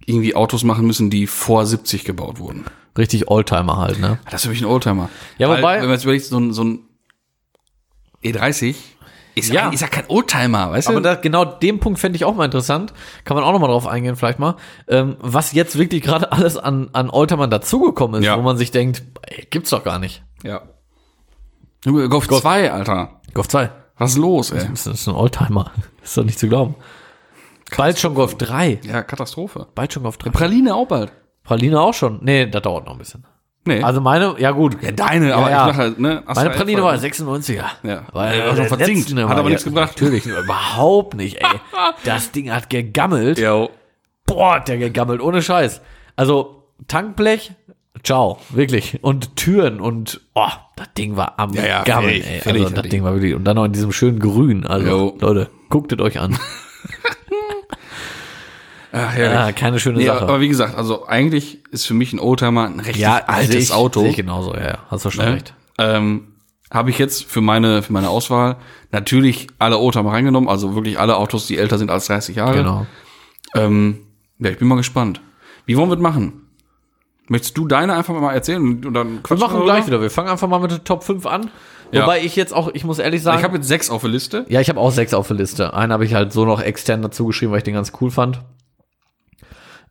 Speaker 1: irgendwie Autos machen müssen, die vor 70 gebaut wurden. Ah,
Speaker 2: Richtig Oldtimer halt, ne?
Speaker 1: Das ist für mich ein Oldtimer.
Speaker 2: Ja,
Speaker 1: Weil,
Speaker 2: wobei-
Speaker 1: Wenn man jetzt überlegt, so ein, so ein E30 ist
Speaker 2: Ja.
Speaker 1: ja, ist ja kein Oldtimer, weißt
Speaker 2: Aber
Speaker 1: du?
Speaker 2: da, genau den Punkt fände ich auch mal interessant. Kann man auch noch mal drauf eingehen, vielleicht mal. Ähm, was jetzt wirklich gerade alles an, an Oldtimern dazugekommen ist,
Speaker 1: Ja.
Speaker 2: wo man sich denkt, ey, gibt's doch gar nicht.
Speaker 1: Ja. Junge, Golf 2, Alter.
Speaker 2: Golf 2.
Speaker 1: Was ist los, ey?
Speaker 2: Das ist ein Oldtimer. Das ist doch nicht zu glauben. Bald schon Golf 3.
Speaker 1: Ja, Katastrophe.
Speaker 2: Bald schon Golf 3.
Speaker 1: Praline auch bald.
Speaker 2: Praline auch schon. Nee, das dauert noch ein bisschen.
Speaker 1: Nee.
Speaker 2: Also meine, ja gut.
Speaker 1: ja, deine, aber
Speaker 2: ja.
Speaker 1: ich mach halt, ne? Astra
Speaker 2: meine Praline war
Speaker 1: F-
Speaker 2: 96er.
Speaker 1: Ja.
Speaker 2: War,
Speaker 1: Ja, war schon
Speaker 2: schon
Speaker 1: verzinkt.
Speaker 2: verzinkt.
Speaker 1: Hat aber nichts gebracht.
Speaker 2: Natürlich, überhaupt nicht, ey. Das Ding hat gegammelt.
Speaker 1: Ja.
Speaker 2: Boah, hat der gegammelt, ohne Scheiß. Also, Tankblech, ciao, wirklich. Und Türen und, oh, das Ding war am
Speaker 1: Ja, ja,
Speaker 2: Gammeln,
Speaker 1: fertig,
Speaker 2: ey.
Speaker 1: fertig,
Speaker 2: also, das
Speaker 1: fertig.
Speaker 2: Ding war wirklich, und dann noch in diesem schönen Grün. Also,
Speaker 1: Jo.
Speaker 2: Leute, guckt es euch an.
Speaker 1: Ach, herrlich.
Speaker 2: Ja, Ah, keine schöne
Speaker 1: Nee,
Speaker 2: Sache.
Speaker 1: aber wie gesagt, also eigentlich ist für mich ein Oldtimer ein richtig altes
Speaker 2: sehe also ich,
Speaker 1: Auto.
Speaker 2: Sehe ich genauso, ja, ja. Hast du schon
Speaker 1: Ne?
Speaker 2: recht.
Speaker 1: Ähm, habe ich jetzt für meine, für meine Auswahl natürlich alle Oldtimer reingenommen, also wirklich alle Autos, die älter sind als 30 Jahre.
Speaker 2: Genau.
Speaker 1: Ähm, ja, ich bin mal gespannt. Wie wollen wir das machen? Möchtest du deine einfach mal erzählen und, und dann
Speaker 2: Wir
Speaker 1: quatschen
Speaker 2: machen
Speaker 1: darüber?
Speaker 2: gleich wieder. Wir fangen einfach mal mit der Top 5 an.
Speaker 1: Ja.
Speaker 2: Wobei ich jetzt auch, ich muss ehrlich sagen,
Speaker 1: Ich habe jetzt sechs auf der Liste.
Speaker 2: Ja, ich habe auch sechs auf der Liste. Einen habe ich halt so noch extern dazu geschrieben, weil ich den ganz cool fand.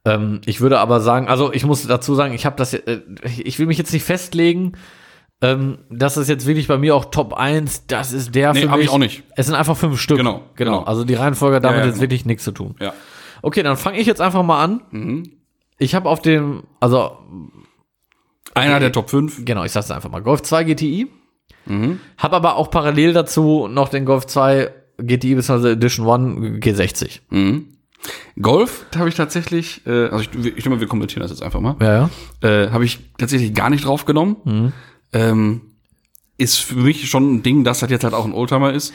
Speaker 2: Ähm, ich würde aber sagen, also ich muss dazu sagen, ich habe das, äh, ich ich will mich jetzt nicht festlegen, ähm, dass es jetzt wirklich bei mir auch Top 1, das ist der
Speaker 1: Nee,
Speaker 2: für
Speaker 1: hab
Speaker 2: mich.
Speaker 1: ich auch nicht.
Speaker 2: Es sind einfach fünf Stück.
Speaker 1: Genau,
Speaker 2: genau.
Speaker 1: genau.
Speaker 2: Also die Reihenfolge hat damit
Speaker 1: Ja, ja,
Speaker 2: jetzt
Speaker 1: genau.
Speaker 2: wirklich nichts zu tun.
Speaker 1: Ja. Mhm.
Speaker 2: Okay, dann fange ich jetzt einfach mal an. Ich habe auf dem, also
Speaker 1: Einer der Top 5.
Speaker 2: Genau, ich sag's einfach mal. Golf 2 GTI.
Speaker 1: Mhm.
Speaker 2: Hab aber auch parallel dazu noch den Golf 2 GTI bzw. Edition 1 G60.
Speaker 1: Mhm. Golf habe ich tatsächlich, äh, also ich, ich denke mal, wir kommentieren das jetzt einfach mal.
Speaker 2: Ja, ja.
Speaker 1: Äh, habe ich tatsächlich gar nicht drauf genommen.
Speaker 2: Mhm.
Speaker 1: Ähm, ist für mich schon ein Ding, dass das jetzt halt auch ein Oldtimer ist.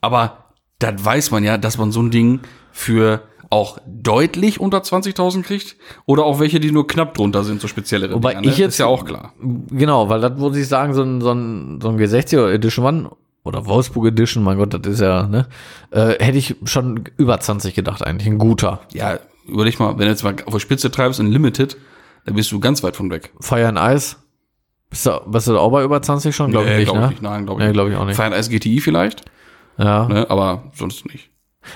Speaker 1: Aber das weiß man ja, dass man so ein Ding für auch deutlich unter 20.000 kriegt oder auch welche, die nur knapp drunter sind, so speziellere
Speaker 2: Wobei
Speaker 1: Dinger, ne?
Speaker 2: ich jetzt-
Speaker 1: ist ja auch klar.
Speaker 2: Genau, weil das muss ich sagen, so ein, so ein, so ein G60 oder Edition 1 oder Wolfsburg Edition, mein Gott, das ist ja, ne? Äh, hätte ich schon über 20 gedacht eigentlich, ein guter.
Speaker 1: Ja, überleg mal, wenn du jetzt mal auf der Spitze treibst in Limited, dann bist du ganz weit von weg.
Speaker 2: Fire and Ice. Bist du, bist du da auch bei über 20 schon? Glaube ich
Speaker 1: Nee,
Speaker 2: nicht,
Speaker 1: glaub
Speaker 2: ne?
Speaker 1: ich nicht, nein, glaube ich,
Speaker 2: Nee,
Speaker 1: nicht.
Speaker 2: glaub ich auch nicht.
Speaker 1: Feiern als GTI E vielleicht,
Speaker 2: Ja,
Speaker 1: ne, aber sonst nicht.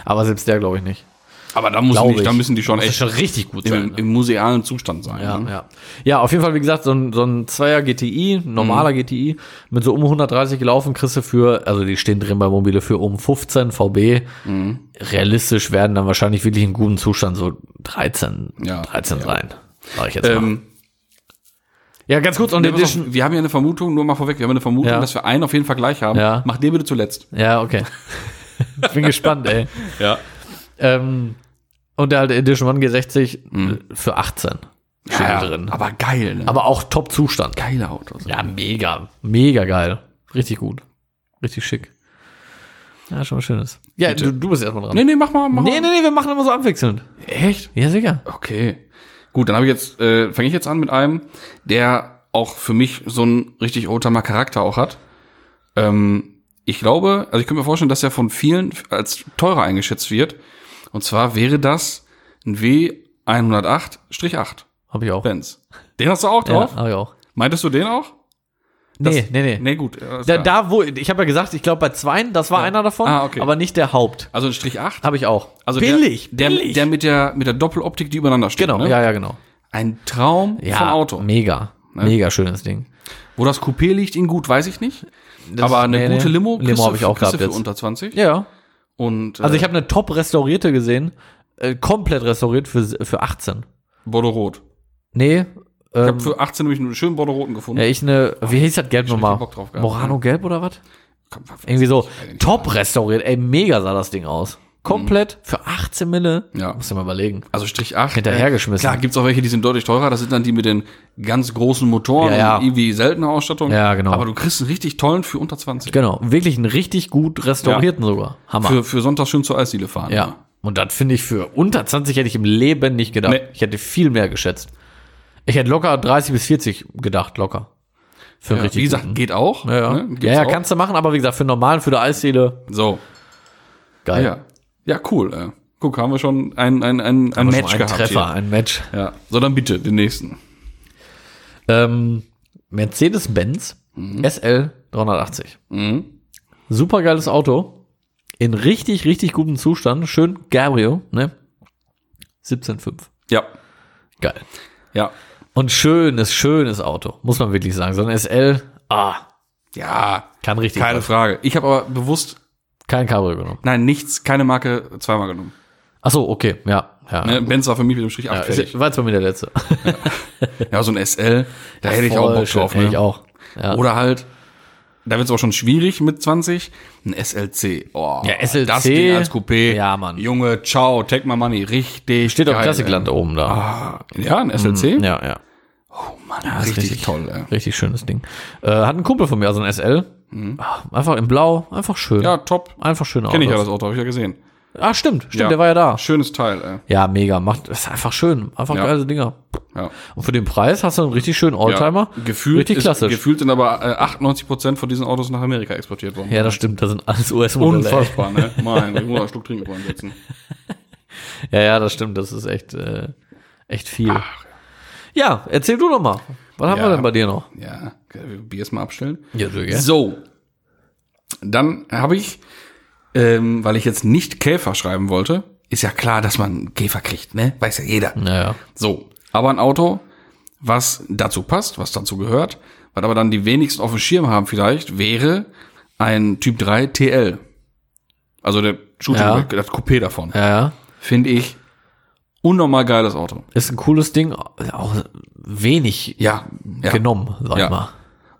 Speaker 2: aber selbst der glaube ich nicht.
Speaker 1: Aber da, muss
Speaker 2: Glaub
Speaker 1: nicht, da
Speaker 2: ich.
Speaker 1: müssen die schon
Speaker 2: Das ist
Speaker 1: echt
Speaker 2: schon richtig gut sein. ne?
Speaker 1: im, im musealen Zustand sein.
Speaker 2: Ja,
Speaker 1: ne?
Speaker 2: ja. Ja, auf jeden Fall, wie gesagt, so ein, so ein Zweier GTI, ein
Speaker 1: Mhm.
Speaker 2: normaler GTI, mit so um 130 gelaufen, kriegst du für, also die stehen drin bei Mobile für um 15 VB.
Speaker 1: Mhm.
Speaker 2: Realistisch werden dann wahrscheinlich wirklich in gutem Zustand so 13,
Speaker 1: Ja,
Speaker 2: 13
Speaker 1: ja.
Speaker 2: sein. Sag ich jetzt mal.
Speaker 1: Ähm,
Speaker 2: Ja, ganz kurz, und
Speaker 1: wir,
Speaker 2: Edition.
Speaker 1: wir haben ja eine Vermutung, nur mal vorweg, wir haben eine Vermutung,
Speaker 2: Ja.
Speaker 1: dass wir einen auf jeden Fall gleich haben.
Speaker 2: Ja.
Speaker 1: Mach den bitte zuletzt.
Speaker 2: Ja, okay. Bin gespannt, ey.
Speaker 1: Ja.
Speaker 2: Ähm, und der alte Edition 1 G60 für 18 steht
Speaker 1: Mhm. ja
Speaker 2: da drin.
Speaker 1: Aber geil, ne?
Speaker 2: Aber auch Top-Zustand.
Speaker 1: geile Autos.
Speaker 2: Ja, mega. Mega geil. Richtig gut. Richtig schick. Ja, schon was Schönes. Ja, du, du bist erstmal dran.
Speaker 1: Nee, nee, mach mal, mach
Speaker 2: nee, nee, wir machen immer so abwechselnd.
Speaker 1: mal. Echt?
Speaker 2: Ja, sicher.
Speaker 1: Okay. Gut, dann habe ich jetzt, äh, fange ich jetzt an mit einem, der auch für mich so einen richtig Oldtimer Charakter auch hat. Ähm, ich glaube, also ich könnte mir vorstellen, dass er von vielen als teurer eingeschätzt wird. Und zwar wäre das ein W108-8
Speaker 2: Hab ich auch.
Speaker 1: Benz. Den hast du auch drauf?
Speaker 2: Ja, hab ich auch.
Speaker 1: Meintest du den auch?
Speaker 2: Nee, nee, nee.
Speaker 1: Nee, gut. alles
Speaker 2: Da,
Speaker 1: klar.
Speaker 2: da wo, ich habe ja gesagt, ich glaube bei zweien, das war einer davon,
Speaker 1: Ah, okay.
Speaker 2: aber nicht der Haupt.
Speaker 1: also ein Strich 8.
Speaker 2: Habe ich auch.
Speaker 1: Also
Speaker 2: billig,
Speaker 1: der, Der,
Speaker 2: billig.
Speaker 1: der mit der mit der Doppeloptik, die übereinander steht.
Speaker 2: genau,
Speaker 1: ne?
Speaker 2: ja, ja, genau. Ne?
Speaker 1: Ein Traum
Speaker 2: Ja,
Speaker 1: von Auto.
Speaker 2: Mega. Mega schönes Ding.
Speaker 1: Wo das Coupé liegt, in gut, weiß ich nicht.
Speaker 2: Das-
Speaker 1: aber eine
Speaker 2: nee, nee.
Speaker 1: gute Limo, kriegst
Speaker 2: Limo
Speaker 1: du-
Speaker 2: habe ich auch
Speaker 1: kriegst du
Speaker 2: gehabt
Speaker 1: für
Speaker 2: jetzt.
Speaker 1: unter 20.
Speaker 2: Ja.
Speaker 1: Und äh,
Speaker 2: Also ich habe eine top restaurierte gesehen, äh, komplett restauriert für, für 18.
Speaker 1: Bordeaux Rot.
Speaker 2: Nee,
Speaker 1: Ich
Speaker 2: ähm,
Speaker 1: habe für 18 nämlich einen schönen Bordeaux Roten gefunden.
Speaker 2: Ja, ich ne,
Speaker 1: Oh,
Speaker 2: wie hieß das Gelb nochmal?
Speaker 1: Bock drauf gehabt,
Speaker 2: Morano Gelb oder was?
Speaker 1: Komm, ver-
Speaker 2: Irgendwie so.
Speaker 1: nicht. Mhm.
Speaker 2: Top restauriert, ey, mega sah das Ding aus. Komplett für 18 Mille.
Speaker 1: Ja.
Speaker 2: Muss ich mal überlegen.
Speaker 1: Also Strich 8.
Speaker 2: Hinterhergeschmissen.
Speaker 1: Klar, gibt's auch welche, die sind deutlich teurer. Das sind dann die mit den ganz großen Motoren
Speaker 2: Ja, ja.
Speaker 1: und irgendwie seltener Ausstattung.
Speaker 2: Ja, genau.
Speaker 1: Aber du kriegst einen richtig tollen für unter 20.
Speaker 2: Genau, wirklich einen richtig gut restaurierten sogar. Hammer.
Speaker 1: Für, für Sonntag schön zur Eisdiele fahren.
Speaker 2: Genau. ja. Und das finde ich für unter 20 hätte ich im Leben nicht gedacht.
Speaker 1: Nee.
Speaker 2: Ich hätte viel mehr geschätzt. Ich hätte locker 30 bis 40 gedacht, locker. Für einen
Speaker 1: Ja,
Speaker 2: richtig
Speaker 1: wie gesagt,
Speaker 2: guten.
Speaker 1: geht auch.
Speaker 2: Ja, ja.
Speaker 1: Ne? Gibt's
Speaker 2: ja, ja
Speaker 1: auch.
Speaker 2: kannst du machen, aber wie gesagt, für einen normalen, für die Eisseele,
Speaker 1: So,
Speaker 2: geil.
Speaker 1: ja. Ja, cool. Äh. Guck, haben wir schon ein, ein, ein, ein
Speaker 2: Aber schon
Speaker 1: Match
Speaker 2: ein
Speaker 1: gehabt.
Speaker 2: Treffer, ein Match.
Speaker 1: Hier. Ja. So, dann bitte, den nächsten.
Speaker 2: Ähm, Mercedes-Benz SL 380.
Speaker 1: Mhm.
Speaker 2: Super geiles Auto. In richtig, richtig gutem Zustand. Schön Gabriel, ne? 17,5.
Speaker 1: Ja,
Speaker 2: Geil.
Speaker 1: ja.
Speaker 2: Und schönes, schönes Auto. Muss man wirklich sagen. So ein SL, ah,
Speaker 1: Ja,
Speaker 2: kann richtig.
Speaker 1: keine
Speaker 2: was.
Speaker 1: Frage. Ich habe aber bewusst,
Speaker 2: Kein Cabrio genommen.
Speaker 1: nein, nichts, keine Marke zweimal genommen.
Speaker 2: Ach so, okay, ja. ja.
Speaker 1: Ne? Benz war für mich mit dem Strich
Speaker 2: Ja,
Speaker 1: 8 fertig.
Speaker 2: ist, war jetzt bei mir der letzte.
Speaker 1: Ja, so ein SL, da hätte ich auch
Speaker 2: Voll
Speaker 1: Bock
Speaker 2: schön,
Speaker 1: drauf.
Speaker 2: hätte
Speaker 1: Ne?
Speaker 2: Ich auch. Ja.
Speaker 1: Oder halt, da wird es auch schon schwierig mit 20, ein SLC. Oh,
Speaker 2: Ja, SLC.
Speaker 1: Das Ding als Coupé.
Speaker 2: Ja, Mann.
Speaker 1: Junge, ciao, take my money. Richtig
Speaker 2: Steht auf
Speaker 1: geil, Ah.
Speaker 2: Klassikland oben da.
Speaker 1: ey. Ja, ein SLC.
Speaker 2: Mhm. Ja, ja.
Speaker 1: Mann, richtig,
Speaker 2: richtig.
Speaker 1: toll. Ey.
Speaker 2: Richtig schönes Ding. Äh, hat ein Kumpel von mir, also ein SL. Ah, Einfach in Blau, einfach schön.
Speaker 1: Mhm. Ja, top.
Speaker 2: Einfach schöne
Speaker 1: Kenne ich ja
Speaker 2: Autos.
Speaker 1: das Auto, habe ich ja gesehen.
Speaker 2: Ah, stimmt, stimmt,
Speaker 1: Ja.
Speaker 2: der war ja da.
Speaker 1: Schönes Teil, ey.
Speaker 2: Ja, mega. Macht, ist einfach schön. Einfach
Speaker 1: Ja.
Speaker 2: geile Dinger.
Speaker 1: Ja.
Speaker 2: Und für den Preis hast du einen richtig schönen Oldtimer.
Speaker 1: Ja, gefühlt,
Speaker 2: richtig
Speaker 1: ist,
Speaker 2: klassisch.
Speaker 1: gefühlt sind aber äh, 98% von diesen Autos nach Amerika exportiert worden.
Speaker 2: ja, das stimmt. Das sind alles US-Modelle. ey.
Speaker 1: Unfassbar, ne? Mein, ich muss noch einen Schluck trinken wollen jetzt.
Speaker 2: Ja, ja, das stimmt. Das ist echt, äh, echt viel. Ja, erzähl du doch mal. Was haben
Speaker 1: Ja.
Speaker 2: wir denn bei dir noch?
Speaker 1: Ja, Bier ist mal abstellen.
Speaker 2: Ja, du, gell?
Speaker 1: So, dann habe ich, ähm, weil ich jetzt nicht Käfer schreiben wollte, ist ja klar, dass man einen Käfer kriegt, ne? Weiß ja jeder.
Speaker 2: Naja.
Speaker 1: So, aber ein Auto, was dazu passt, was dazu gehört, was aber dann die wenigsten auf dem Schirm haben vielleicht, wäre ein Typ 3 TL. Also der Shooting,
Speaker 2: Ja.
Speaker 1: das Coupé davon.
Speaker 2: Ja, ja.
Speaker 1: Finde ich Unnormal geiles Auto.
Speaker 2: Ist ein cooles Ding, auch wenig
Speaker 1: Ja. ja.
Speaker 2: genommen, sag
Speaker 1: Ja.
Speaker 2: ich mal.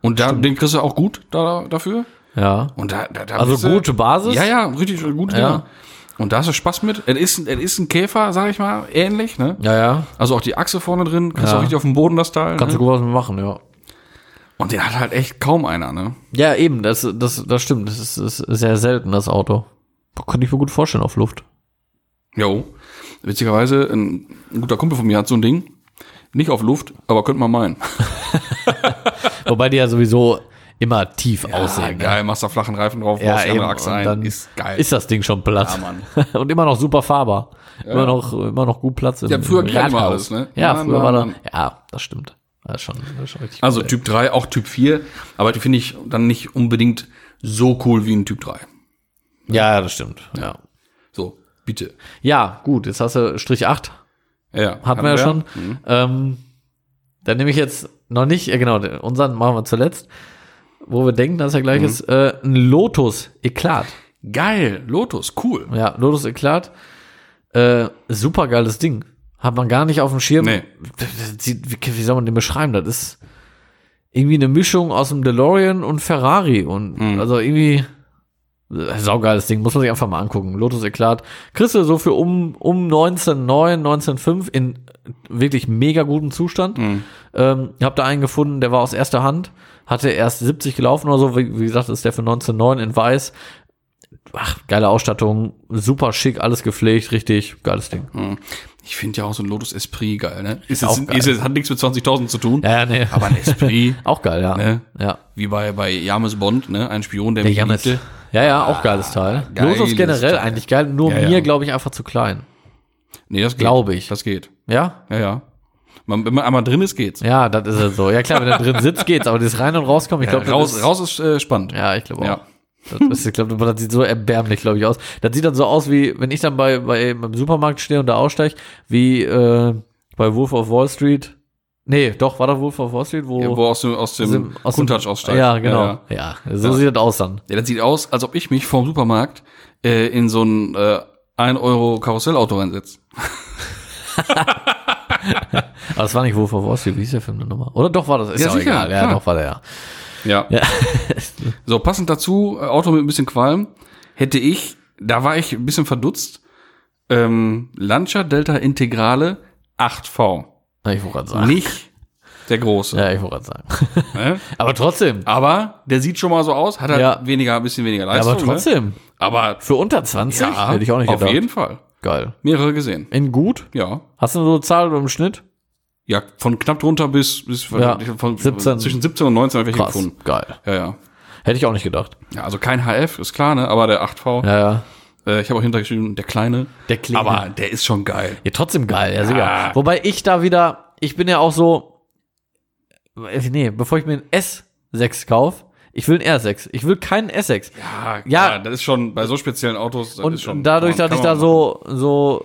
Speaker 1: Und da, den kriegst du auch gut da, dafür.
Speaker 2: Ja.
Speaker 1: Und da, da, da bist
Speaker 2: Also
Speaker 1: du-
Speaker 2: gute Basis.
Speaker 1: äh, Ja, ja, richtig gut.
Speaker 2: Ja.
Speaker 1: Ja. Und da hast du Spaß mit. Er ist, er ist ein Käfer, sag ich mal, ähnlich, ne?
Speaker 2: ja, ja.
Speaker 1: Also auch die Achse vorne drin, kannst
Speaker 2: Ja.
Speaker 1: auch richtig auf dem Boden das Teil.
Speaker 2: Kannst du
Speaker 1: Ne?
Speaker 2: gut was machen, ja.
Speaker 1: Und den hat halt echt kaum einer, ne?
Speaker 2: Ja, eben, das, das, das stimmt. Das ist, das ist sehr selten, das Auto. Könnte ich mir gut vorstellen auf Luft.
Speaker 1: Jo. Witzigerweise, ein, ein guter Kumpel von mir hat so ein Ding. Nicht auf Luft, aber könnte man meinen.
Speaker 2: Wobei die ja sowieso immer tief aussehen. ne?
Speaker 1: Ah, geil, machst da flachen Reifen drauf,
Speaker 2: Ja,
Speaker 1: baust die
Speaker 2: eben.
Speaker 1: andere Achse
Speaker 2: Und
Speaker 1: ein.
Speaker 2: dann
Speaker 1: ist geil.
Speaker 2: Ist das Ding schon platt.
Speaker 1: Ja, Mann.
Speaker 2: Und immer noch super fahrbar. Immer, noch, immer noch gut Platz. Im,
Speaker 1: Ja, früher
Speaker 2: im
Speaker 1: ging ja immer
Speaker 2: Rathaus.
Speaker 1: alles, ne?
Speaker 2: Ja,
Speaker 1: Mann,
Speaker 2: früher
Speaker 1: Mann,
Speaker 2: war da.
Speaker 1: Mann.
Speaker 2: Ja, das stimmt. Das ist schon, das ist schon richtig
Speaker 1: also
Speaker 2: cool,
Speaker 1: Typ 3, auch Typ 4, aber die finde ich dann nicht unbedingt so cool wie ein Typ 3.
Speaker 2: ey. Ja, ja, das stimmt. Ja.
Speaker 1: So, bitte.
Speaker 2: ja, gut, jetzt hast du Strich 8.
Speaker 1: Ja,
Speaker 2: Hatten wir ja schon. Ähm, dann nehme ich jetzt noch nicht, äh, genau, den- unseren machen wir zuletzt, wo wir denken, dass er gleich ist, äh, ein Lotus Eklat.
Speaker 1: Geil, Lotus, cool.
Speaker 2: Ja, Lotus Eklat. Äh, super geiles Ding. Hat man gar nicht auf dem Schirm.
Speaker 1: Nee.
Speaker 2: Sieht- Wie, wie soll man den beschreiben? Das ist irgendwie eine Mischung aus dem DeLorean und Ferrari. Und
Speaker 1: Mhm.
Speaker 2: also irgendwie äh, saugeiles Ding. Muss man sich einfach mal angucken. Lotus Eklat. Kriegst du so für um, um 1909, 1905 in wirklich mega gutem Zustand.
Speaker 1: Mhm.
Speaker 2: Ähm, hab da einen gefunden, der war aus erster Hand. Hatte erst 70 gelaufen oder so. Wie, wie gesagt, ist der für 1909 in weiß ach, geile Ausstattung, super schick, alles gepflegt, richtig, geiles Ding.
Speaker 1: Hm. Ich finde ja auch so ein Lotus Esprit geil, ne? Ist
Speaker 2: auch
Speaker 1: jetzt,
Speaker 2: geil.
Speaker 1: Ist jetzt, hat nichts mit 20.000 zu tun.
Speaker 2: Ja, ja, nee.
Speaker 1: Aber ein Esprit,
Speaker 2: auch geil, ja.
Speaker 1: Ne?
Speaker 2: Ja.
Speaker 1: wie bei, bei James Bond, ne? Ein Spion, der mich
Speaker 2: James.
Speaker 1: liebte.
Speaker 2: Ja, ja, auch geiles Teil.
Speaker 1: Ah, geiles
Speaker 2: Lotus generell
Speaker 1: Teil.
Speaker 2: eigentlich geil, nur
Speaker 1: Ja, ja.
Speaker 2: mir glaube ich einfach zu klein.
Speaker 1: Nee, das geht.
Speaker 2: Glaube ich.
Speaker 1: Das geht.
Speaker 2: Ja?
Speaker 1: Ja, ja. Man, wenn man einmal drin ist, geht's.
Speaker 2: Ja, das ist es so. Ja klar, wenn da drin sitzt, geht's, aber das rein und rauskommen, ich glaube, das
Speaker 1: raus,
Speaker 2: ist-
Speaker 1: raus ist äh, spannend.
Speaker 2: Ja, ich glaube auch.
Speaker 1: Ja.
Speaker 2: Das, ist, ich glaube, das sieht so erbärmlich, glaube ich, aus. Das sieht dann so aus, wie wenn ich dann bei, bei im Supermarkt stehe und da aussteige, wie äh, bei Wolf of Wall Street. Nee, doch, war da Wolf of Wall Street, wo.
Speaker 1: Ja, Wo aus dem, aus dem,
Speaker 2: aus dem-
Speaker 1: Kuntouch aussteigt.
Speaker 2: Also Ja, genau. Ja,
Speaker 1: ja.
Speaker 2: so
Speaker 1: Ja.
Speaker 2: sieht das aus dann.
Speaker 1: Ja, das sieht aus, als ob ich mich vorm Supermarkt äh, in so ein äh, 1 Euro Karussellauto reinsetze.
Speaker 2: Aber das war nicht Wolf of Wall Street, wie hieß der Film denn nochmal? Oder doch war das? Ist
Speaker 1: Ja,
Speaker 2: ja,
Speaker 1: sicher,
Speaker 2: egal. Ja,
Speaker 1: klar.
Speaker 2: doch war der, ja.
Speaker 1: Ja.
Speaker 2: Ja.
Speaker 1: so, passend dazu, äh, Auto mit ein bisschen Qualm, hätte ich, da war ich ein bisschen verdutzt, ähm, Lancia Delta Integrale 8V.
Speaker 2: Ich wollte gerade sagen.
Speaker 1: Nicht der große.
Speaker 2: Ja, ich wollte gerade sagen.
Speaker 1: Ne?
Speaker 2: aber trotzdem.
Speaker 1: Aber der sieht schon mal so aus, hat halt
Speaker 2: Ja.
Speaker 1: weniger, ein bisschen weniger Leistung.
Speaker 2: aber trotzdem.
Speaker 1: Ne? Aber
Speaker 2: Für unter 20
Speaker 1: ja,
Speaker 2: hätte ich auch nicht
Speaker 1: auf
Speaker 2: gedacht.
Speaker 1: jeden Fall.
Speaker 2: Geil.
Speaker 1: Mehrere gesehen.
Speaker 2: In gut?
Speaker 1: Ja.
Speaker 2: Hast du so eine Zahl im Schnitt?
Speaker 1: Ja, von knapp drunter bis, bis
Speaker 2: Ja.
Speaker 1: von
Speaker 2: 17.
Speaker 1: zwischen 17 und 19 habe ich
Speaker 2: Krass.
Speaker 1: gefunden.
Speaker 2: Geil.
Speaker 1: Ja, ja.
Speaker 2: Hätte ich auch nicht gedacht.
Speaker 1: Ja, also kein HF, ist klar, ne? Aber der 8V,
Speaker 2: Ja, ja.
Speaker 1: äh, ich habe auch hintergeschrieben, der kleine.
Speaker 2: Der Kleine.
Speaker 1: Aber der ist schon geil.
Speaker 2: Ja, trotzdem geil, ja, sicher.
Speaker 1: Ja.
Speaker 2: Wobei ich da wieder, ich bin ja auch so, äh, nee, bevor ich mir ein S6 kaufe, ich will ein R6. Ich will keinen S6.
Speaker 1: Ja,
Speaker 2: klar,
Speaker 1: das ist schon bei so speziellen Autos. Das
Speaker 2: Und
Speaker 1: ist schon,
Speaker 2: dadurch,
Speaker 1: kann man-
Speaker 2: dass ich
Speaker 1: kann man
Speaker 2: da so, so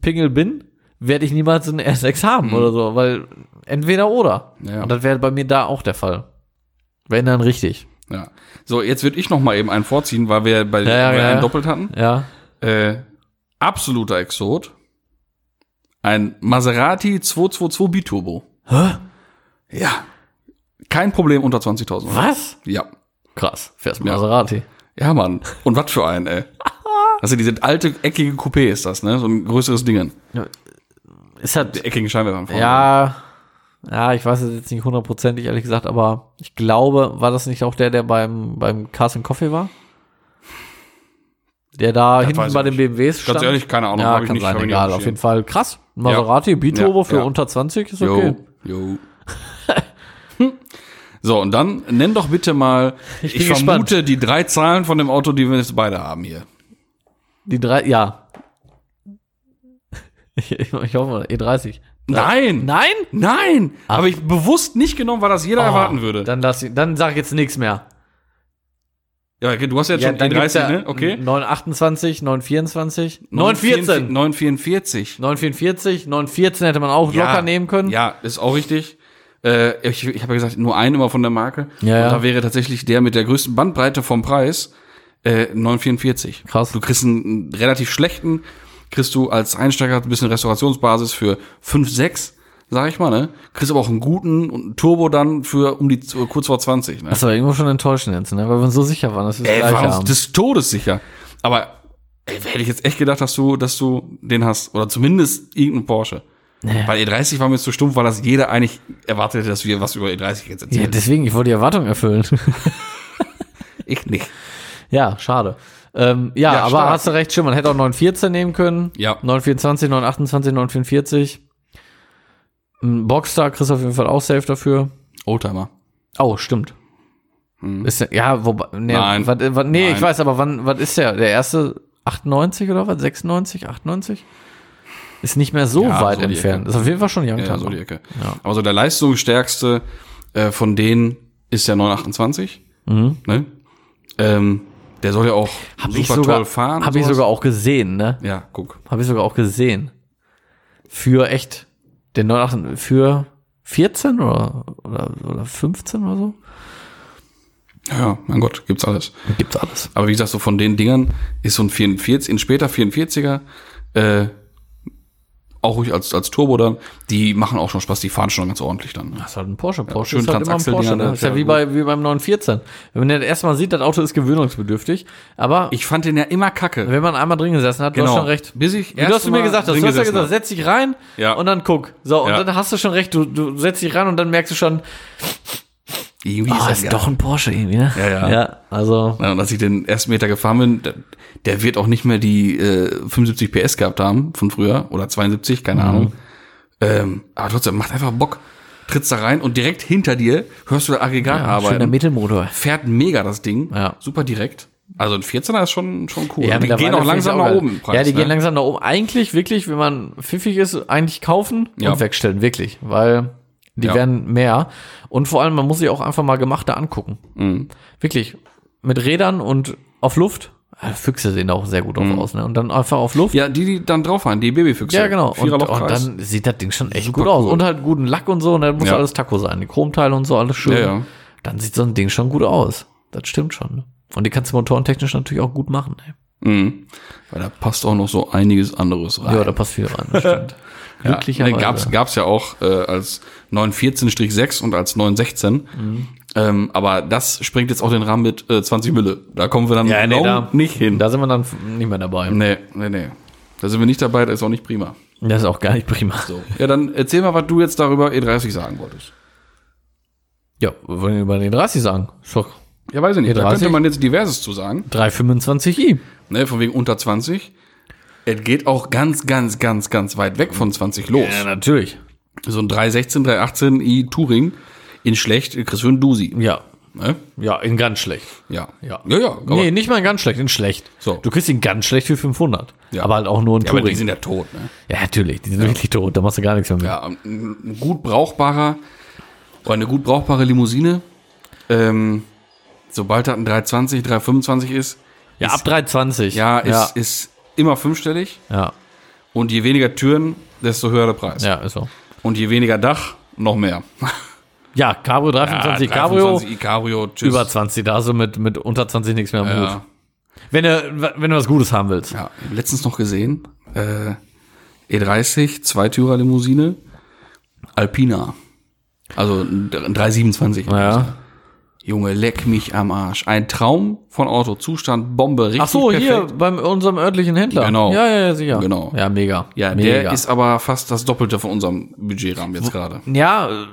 Speaker 2: Pingel bin, werde ich niemals einen R6 haben oder so, weil entweder oder.
Speaker 1: Mhm. Ja.
Speaker 2: Und das wäre bei mir da auch der Fall. Wenn dann richtig.
Speaker 1: machen. Ja. So, jetzt würde ich noch mal eben einen vorziehen, weil wir bei weil
Speaker 2: ja,
Speaker 1: wir
Speaker 2: ja,
Speaker 1: einen
Speaker 2: ja.
Speaker 1: doppelt hatten.
Speaker 2: Ja.
Speaker 1: Äh, absoluter Exot. Ein Maserati 222 Biturbo. Hä? Ja. Kein Problem unter 20.000. Euro.
Speaker 2: Was?
Speaker 1: Ja.
Speaker 2: Krass. Fährst mit Maserati.
Speaker 1: Ja, Mann. Und was für ein, ey. Also diese alte, eckige Coupé ist das, ne? So ein größeres Ding.
Speaker 2: Ist halt,
Speaker 1: Die eckigen Scheinwerfer vorne.
Speaker 2: ja, ja, ich weiß es jetzt nicht hundertprozentig, ehrlich gesagt, aber ich glaube, war das nicht auch der, der beim, beim Carson Coffee war? Der da
Speaker 1: weiß
Speaker 2: hinten
Speaker 1: ich
Speaker 2: bei den BMWs stand?
Speaker 1: Ganz ehrlich, keine Ahnung.
Speaker 2: Ja,
Speaker 1: hab
Speaker 2: kann
Speaker 1: ich nicht,
Speaker 2: sein,
Speaker 1: hab ich nicht
Speaker 2: egal.
Speaker 1: dem
Speaker 2: Auf
Speaker 1: Schirm.
Speaker 2: jeden Fall krass. Maserati, Biturbo
Speaker 1: Ja,
Speaker 2: für
Speaker 1: ja.
Speaker 2: unter 20 ist
Speaker 1: Jo,
Speaker 2: okay.
Speaker 1: jo. Hm. So, und dann nenn doch bitte mal, ich,
Speaker 2: bin
Speaker 1: vermute die drei Zahlen von dem Auto, die wir jetzt beide haben hier.
Speaker 2: Die drei, ja. Ich, ich hoffe mal, E30.
Speaker 1: Nein!
Speaker 2: Nein? Oh.
Speaker 1: Nein! Habe ich bewusst nicht genommen, weil das jeder erwarten würde.
Speaker 2: Dann, lass, ich- dann sag ich jetzt nichts mehr.
Speaker 1: ja, okay, du hast jetzt schon die
Speaker 2: gibt's
Speaker 1: 30, ne? Okay.
Speaker 2: 928, 924,
Speaker 1: 944.
Speaker 2: 914.
Speaker 1: 944.
Speaker 2: 944, 914 hätte man auch locker nehmen können.
Speaker 1: Ja, ist auch richtig. Äh, ich ich habe ja gesagt, nur einen immer von der Marke.
Speaker 2: Ja, ja.
Speaker 1: Und da wäre tatsächlich der mit der größten Bandbreite vom Preis äh, 944.
Speaker 2: Krass.
Speaker 1: Du kriegst einen relativ schlechten kriegst du als Einsteiger ein bisschen Restaurationsbasis für 5, 6, sag ich mal, ne? Kriegst aber auch einen guten und einen Turbo dann für um die kurz vor 20, ne?
Speaker 2: Das war irgendwo schon enttäuschend jetzt, ne? weil wir uns so sicher waren, dass wir es
Speaker 1: Ey,
Speaker 2: gleich
Speaker 1: war uns
Speaker 2: haben.
Speaker 1: des Todes sicher. Aber ey, hätte ich jetzt echt gedacht, dass du, dass du den hast. Oder zumindest irgendeinen Porsche. Weil E30 war mir jetzt zu stumpf, weil das jeder eigentlich erwartete, dass wir was über E30 jetzt
Speaker 2: Ja,
Speaker 1: erzählen.
Speaker 2: deswegen, ich wollte die Erwartung erfüllen.
Speaker 1: ich nicht.
Speaker 2: ja, schade. Ähm, ja,
Speaker 1: Ja,
Speaker 2: aber
Speaker 1: stark.
Speaker 2: hast du recht, stimmt. Man hätte auch 914 nehmen können.
Speaker 1: Ja.
Speaker 2: 924, 928, 944. Ein Boxstar kriegst du auf jeden Fall auch safe dafür.
Speaker 1: Oldtimer.
Speaker 2: Oh, stimmt. Ist der, ja, wobei, nee,
Speaker 1: Hm. Nein.
Speaker 2: Was, was, nee
Speaker 1: Nein.
Speaker 2: ich weiß, aber wann, was ist der? Der erste 98 oder was? 96, 98? Ist nicht mehr so
Speaker 1: Ja,
Speaker 2: weit
Speaker 1: so die
Speaker 2: entfernt.
Speaker 1: Ecke.
Speaker 2: Ist auf jeden Fall schon Youngtimer.
Speaker 1: Ja, so die Ecke.
Speaker 2: Ja.
Speaker 1: Aber so der leistungsstärkste äh, von denen ist der 928. Ne? Ähm, der soll ja auch
Speaker 2: Mhm. Hab
Speaker 1: super
Speaker 2: ich sogar,
Speaker 1: toll fahren. und
Speaker 2: Habe ich
Speaker 1: sowas.
Speaker 2: sogar auch gesehen, ne?
Speaker 1: Ja, guck.
Speaker 2: Habe ich sogar auch gesehen. Für echt den 98, für 14 oder, oder, oder 15 oder so?
Speaker 1: Ja, mein Gott, gibt's alles.
Speaker 2: Gibt's alles.
Speaker 1: Aber wie gesagt, so von den Dingern ist so ein 44, ein später 44er, äh, auch ruhig als, als Turbo dann, die machen auch schon Spaß, die fahren schon ganz ordentlich dann. Ne?
Speaker 2: Das ist halt ein Porsche. Porsche
Speaker 1: schön
Speaker 2: ist halt immer ein
Speaker 1: Transaxel-Dinger,
Speaker 2: Porsche. Ne?
Speaker 1: ne?
Speaker 2: Das ist ja
Speaker 1: Ja,
Speaker 2: wie,
Speaker 1: gut.
Speaker 2: bei, wie beim 914. Wenn man das erste Mal sieht, das Auto ist gewöhnungsbedürftig. Aber
Speaker 1: Ich fand den ja immer kacke. Genau.
Speaker 2: wenn man einmal drin gesessen hat, du hast schon recht.
Speaker 1: Bis ich
Speaker 2: Wie du hast du mir gesagt, hast, du hast ja gesagt, setz dich rein
Speaker 1: Ja.
Speaker 2: und dann guck. So, und
Speaker 1: Ja.
Speaker 2: dann hast du schon recht, du, du setzt dich rein und dann merkst du schon,
Speaker 1: irgendwie
Speaker 2: ah,
Speaker 1: das
Speaker 2: ist
Speaker 1: Oh, ja-
Speaker 2: doch ein Porsche irgendwie, ne?
Speaker 1: Ja, ja.
Speaker 2: ja also,
Speaker 1: Ja, und als ich den ersten Meter gefahren bin, der, der wird auch nicht mehr die äh, 75 PS gehabt haben von früher oder 72, keine
Speaker 2: Mhm.
Speaker 1: Ahnung. Ähm, aber trotzdem, macht einfach Bock. Trittst da rein und direkt hinter dir hörst du das Aggregat
Speaker 2: schöner
Speaker 1: arbeiten.
Speaker 2: Mittelmotor.
Speaker 1: Fährt mega das Ding.
Speaker 2: Ja.
Speaker 1: Super direkt. Also ein 14er ist schon, schon cool. Und die
Speaker 2: mittlerweile
Speaker 1: gehen auch
Speaker 2: finde
Speaker 1: langsam
Speaker 2: ich's
Speaker 1: nach
Speaker 2: geil.
Speaker 1: oben. im Preis,
Speaker 2: ja, die
Speaker 1: ne?
Speaker 2: gehen langsam nach oben. Eigentlich wirklich, wenn man pfiffig ist, eigentlich kaufen
Speaker 1: Ja.
Speaker 2: und wegstellen, wirklich, weil die
Speaker 1: Ja.
Speaker 2: werden mehr. Und vor allem, man muss sich auch einfach mal gemachte angucken.
Speaker 1: Mhm.
Speaker 2: Wirklich. Mit Rädern und auf Luft. Äh, Füchse sehen da auch sehr gut drauf aus, ne? Und dann einfach auf Luft.
Speaker 1: Mhm. Ja, die, die dann drauffahren, die Babyfüchse.
Speaker 2: Ja, genau. Und,
Speaker 1: Vierer
Speaker 2: und
Speaker 1: Lochkreis.
Speaker 2: dann sieht das Ding schon echt gut aus.
Speaker 1: cool.
Speaker 2: Und halt guten Lack und so. Und dann muss
Speaker 1: Ja.
Speaker 2: alles Taco sein. Die Chromteile und so, alles schön.
Speaker 1: Ja, ja.
Speaker 2: Dann sieht so ein Ding schon gut aus. Das stimmt schon. Ne? Und die kannst du motorentechnisch natürlich auch gut machen. Ey.
Speaker 1: Mhm. Weil da passt auch noch so einiges anderes rein.
Speaker 2: Ja, da passt viel rein. Das stimmt. Glücklicherweise.
Speaker 1: Ja, ne, gab's, gab's ja auch äh, als 914-6 und als 916.
Speaker 2: Mhm.
Speaker 1: Ähm, aber das springt jetzt auch den Rahmen mit äh, 20 Mülle. Da kommen wir dann
Speaker 2: Ja, nee,
Speaker 1: genau
Speaker 2: da-
Speaker 1: nicht hin.
Speaker 2: Da sind wir dann f- nicht mehr dabei.
Speaker 1: nee, nee, nee. Da sind wir nicht dabei, das ist auch nicht prima.
Speaker 2: Das ist auch gar nicht prima.
Speaker 1: So. Ja, dann erzähl mal, was du jetzt darüber E30 sagen wolltest.
Speaker 2: Ja, wollen wir über den 30 sagen? Ist doch
Speaker 1: Ja, weiß ich nicht. Da
Speaker 2: E30?
Speaker 1: könnte man jetzt diverses zu sagen.
Speaker 2: 325i.
Speaker 1: Ne, von wegen unter 20. Es geht auch ganz, ganz, ganz, ganz weit weg von 20 los.
Speaker 2: natürlich.
Speaker 1: So ein 316, 318 i Touring in schlecht, kriegst du einen Dusi.
Speaker 2: Ja.
Speaker 1: Ne?
Speaker 2: Ja, in ganz schlecht.
Speaker 1: Ja.
Speaker 2: Ja.
Speaker 1: Ja, ja. aber-
Speaker 2: nee, nicht mal in ganz schlecht, in schlecht.
Speaker 1: So.
Speaker 2: Du kriegst ihn ganz schlecht für 500.
Speaker 1: Ja.
Speaker 2: Aber halt auch nur ein
Speaker 1: Ja,
Speaker 2: Touring.
Speaker 1: aber die sind ja tot, ne?
Speaker 2: Ja, natürlich, die sind wirklich tot, da machst du gar nichts mehr mit.
Speaker 1: Ja, ein- ein gut brauchbarer oder eine gut brauchbare Limousine, ähm, sobald das ein 320, 325 ist,
Speaker 2: Ja, ab 320.
Speaker 1: ja, ist,
Speaker 2: ja.
Speaker 1: ist immer fünfstellig
Speaker 2: ja,
Speaker 1: und je weniger Türen, desto höher der Preis.
Speaker 2: ja, ist so.
Speaker 1: Und je weniger Dach, noch mehr.
Speaker 2: Ja, Cabrio 325 Cabrio
Speaker 1: 325 Cabrio, tschüss.
Speaker 2: über 20, da hast du mit, mit unter 20 nichts mehr am Hut.
Speaker 1: ja,
Speaker 2: Wenn du, wenn du was Gutes haben willst.
Speaker 1: ja, Ich hab letztens noch gesehen, äh, E30, Zweitürer Limousine, Alpina. Also ein 327.
Speaker 2: Ja.
Speaker 1: Junge, leck mich am Arsch. Ein Traum von Auto. Zustand, Bombe, richtig
Speaker 2: Ach so, hier
Speaker 1: perfekt.
Speaker 2: beim unserem örtlichen Händler.
Speaker 1: Genau.
Speaker 2: Ja, ja, ja, sicher.
Speaker 1: Genau.
Speaker 2: Ja, mega.
Speaker 1: Ja,
Speaker 2: mega.
Speaker 1: der ist aber fast das Doppelte von unserem Budgetrahmen jetzt gerade.
Speaker 2: ja, äh,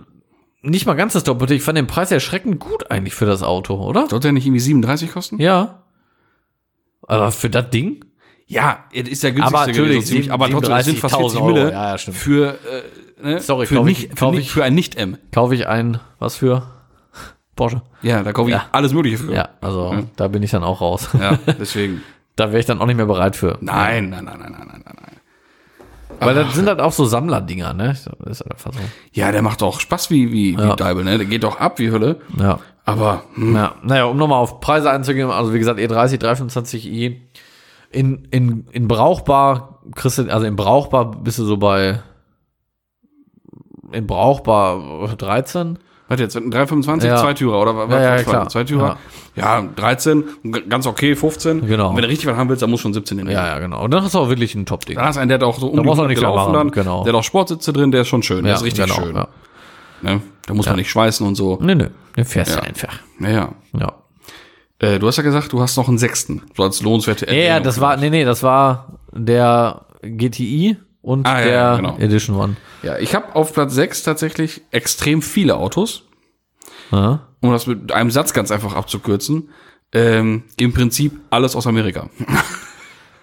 Speaker 2: nicht mal ganz das Doppelte. Ich fand den Preis erschreckend gut eigentlich für das Auto, oder?
Speaker 1: Sollte er nicht irgendwie 37 kosten?
Speaker 2: Ja. Aber für das Ding?
Speaker 1: Ja, es ist der günstigste
Speaker 2: Aber natürlich,
Speaker 1: so ziemlich, aber trotzdem es sind fast
Speaker 2: 37.000
Speaker 1: 40 Mille
Speaker 2: Euro. Ja, ja, stimmt.
Speaker 1: für, äh, ne?
Speaker 2: Sorry,
Speaker 1: für,
Speaker 2: kauf ich-
Speaker 1: nicht, für,
Speaker 2: kauf
Speaker 1: nicht,
Speaker 2: ich-
Speaker 1: für ein Nicht-M.
Speaker 2: Kaufe ich ein, was für? Porsche.
Speaker 1: Ja, da kaufe ich
Speaker 2: Ja.
Speaker 1: alles mögliche für.
Speaker 2: Ja, also da bin ich dann auch raus.
Speaker 1: Ja, deswegen.
Speaker 2: Da wäre ich dann auch nicht mehr bereit für.
Speaker 1: Nein, nein, nein, nein, nein, nein, nein, nein.
Speaker 2: Weil das sind halt auch so Sammlerdinger, ne? Das ist halt einfach so.
Speaker 1: Ja, der macht auch Spaß wie, wie, wie Deibel, ne? Der geht doch ab wie Hölle.
Speaker 2: Ja.
Speaker 1: Aber, hm,
Speaker 2: ja. Naja, um nochmal auf Preise einzugehen, also wie gesagt, E30, 325i. In, in, in brauchbar, kriegst du, also in brauchbar bist du so bei in brauchbar 13.
Speaker 1: Was jetzt? 325,
Speaker 2: Ja.
Speaker 1: Zweitürer oder was?
Speaker 2: Ja, ja,
Speaker 1: was war
Speaker 2: klar.
Speaker 1: das? Zweitürer. Ja. 13, g- ganz okay, 15.
Speaker 2: Genau.
Speaker 1: Und wenn du richtig was haben willst, dann musst du schon 17 nehmen.
Speaker 2: Ja, ja, genau. Und dann hast du auch wirklich ein Top-Ding.
Speaker 1: Da hast du einen, der hat auch so um
Speaker 2: Da brauchst du
Speaker 1: 100
Speaker 2: auch nicht
Speaker 1: gelaufen
Speaker 2: klar machen,
Speaker 1: dann.
Speaker 2: genau.
Speaker 1: Der hat auch Sportsitze drin, der ist schon schön. der ist richtig schön.
Speaker 2: Ja. genau.
Speaker 1: Ne? Da muss man nicht schweißen und so.
Speaker 2: Nö, nö. Den fährst du einfach.
Speaker 1: Naja.
Speaker 2: Ja.
Speaker 1: Äh, du hast ja gesagt, du hast noch einen sechsten. So als lohnenswerte
Speaker 2: Ja, ja,
Speaker 1: Erwähnung.
Speaker 2: das war, nee, nee, das war der GTI und
Speaker 1: Ah, ja,
Speaker 2: der
Speaker 1: ja, genau.
Speaker 2: Edition One.
Speaker 1: Ja, ich habe auf Platz 6 tatsächlich extrem viele Autos.
Speaker 2: Ja.
Speaker 1: Um das mit einem Satz ganz einfach abzukürzen. Ähm, Im Prinzip alles aus Amerika.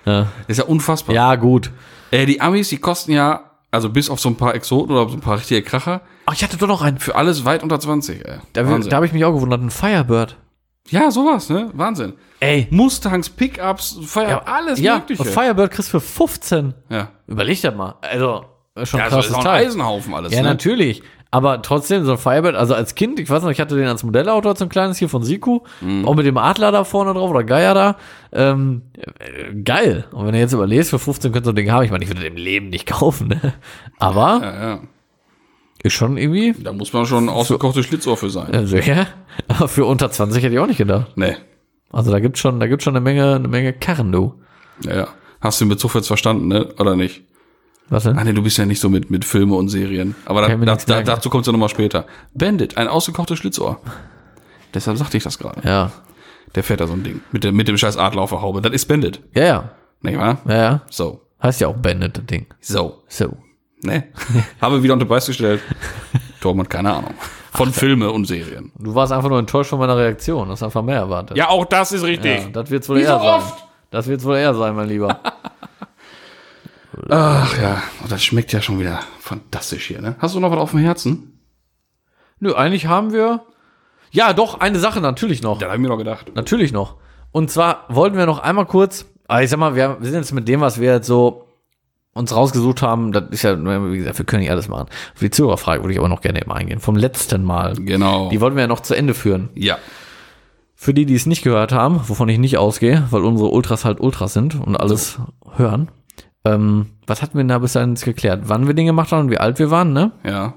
Speaker 2: Ja.
Speaker 1: ist ja unfassbar.
Speaker 2: ja, gut.
Speaker 1: Äh, die Amis, die kosten ja, also bis auf so ein paar Exoten oder so ein paar richtige Kracher,
Speaker 2: Ach, ich hatte doch noch einen.
Speaker 1: für alles weit unter 20. Ey.
Speaker 2: Da,
Speaker 1: Wahnsinn.
Speaker 2: da habe ich mich auch gewundert, ein Firebird.
Speaker 1: ja, sowas, ne? Wahnsinn.
Speaker 2: Ey.
Speaker 1: Mustangs, Pickups, Feuer, alles
Speaker 2: ja,
Speaker 1: Mögliche.
Speaker 2: und Firebird kriegst du für 15.
Speaker 1: ja,
Speaker 2: Überleg das mal. Also, schon
Speaker 1: ja
Speaker 2: ein
Speaker 1: das ist
Speaker 2: krasses
Speaker 1: auch ein
Speaker 2: Teil.
Speaker 1: Eisenhaufen alles.
Speaker 2: Ja,
Speaker 1: ne?
Speaker 2: natürlich. Aber trotzdem, so ein Firebird, also als Kind, ich weiß noch, ich hatte den als Modellauto, als so ein kleines hier von Siku, auch mit dem Adler da vorne drauf oder Geier da. Ähm, äh, geil. Und wenn du jetzt überlegst, für 15 könntest du ein Ding haben, ich meine, ich würde dem Leben nicht kaufen, ne? Aber
Speaker 1: Ja, ja.
Speaker 2: ist schon irgendwie,
Speaker 1: Da muss man schon ein ausgekochtes Schlitzohr für sein.
Speaker 2: also, ja, aber für unter 20 hätte ich auch nicht gedacht.
Speaker 1: Nee.
Speaker 2: Also da gibt's schon, da gibt's schon eine Menge, eine Menge Karren, du.
Speaker 1: Ja, ja. Hast du den Bezug jetzt verstanden, ne? Oder nicht?
Speaker 2: Was denn?
Speaker 1: Ah, nee, du bist ja nicht so mit, mit Filme und Serien. Aber da,
Speaker 2: Kann ich mir
Speaker 1: da,
Speaker 2: nichts
Speaker 1: da,
Speaker 2: merken.
Speaker 1: dazu kommt's ja nochmal später. Bandit, ein ausgekochtes Schlitzohr. Deshalb sagte ich das gerade.
Speaker 2: Ja.
Speaker 1: Der fährt da so ein Ding. Mit dem, mit dem scheiß Adler auf der Haube. Das ist Bandit.
Speaker 2: Ja, ja.
Speaker 1: Nicht wahr?
Speaker 2: Ja, ja.
Speaker 1: So.
Speaker 2: Heißt ja auch Bandit, das Ding.
Speaker 1: So.
Speaker 2: So.
Speaker 1: Ne? Habe wieder unter Beweis gestellt. Tormund, keine Ahnung. Von Filme und Serien.
Speaker 2: Du warst einfach nur enttäuscht von meiner Reaktion. Hast einfach mehr erwartet.
Speaker 1: Ja, auch das ist richtig.
Speaker 2: Ja, das wird's wohl
Speaker 1: Wie so
Speaker 2: eher sein.
Speaker 1: oft.
Speaker 2: Das wird's wohl eher sein, mein Lieber.
Speaker 1: Ach ja, und das schmeckt ja schon wieder fantastisch hier, ne? Hast du noch was auf dem Herzen?
Speaker 2: Nö, eigentlich haben wir. Ja, doch, eine Sache natürlich noch.
Speaker 1: Da habe ich mir noch gedacht.
Speaker 2: Natürlich noch. Und zwar wollten wir noch einmal kurz, aber ich sag mal, wir, wir sind jetzt mit dem, was wir jetzt so uns rausgesucht haben, das ist ja, wie gesagt, wir können nicht alles machen. Auf die Zuhörerfrage würde ich aber noch gerne eben eingehen. Vom letzten Mal.
Speaker 1: Genau.
Speaker 2: Die wollten wir ja noch zu Ende führen.
Speaker 1: ja.
Speaker 2: Für die, die es nicht gehört haben, wovon ich nicht ausgehe, weil unsere Ultras halt Ultras sind und alles hören. Ähm, was hatten wir denn da bis dahin jetzt geklärt? Wann wir Dinge gemacht haben und wie alt wir waren, ne?
Speaker 1: Ja.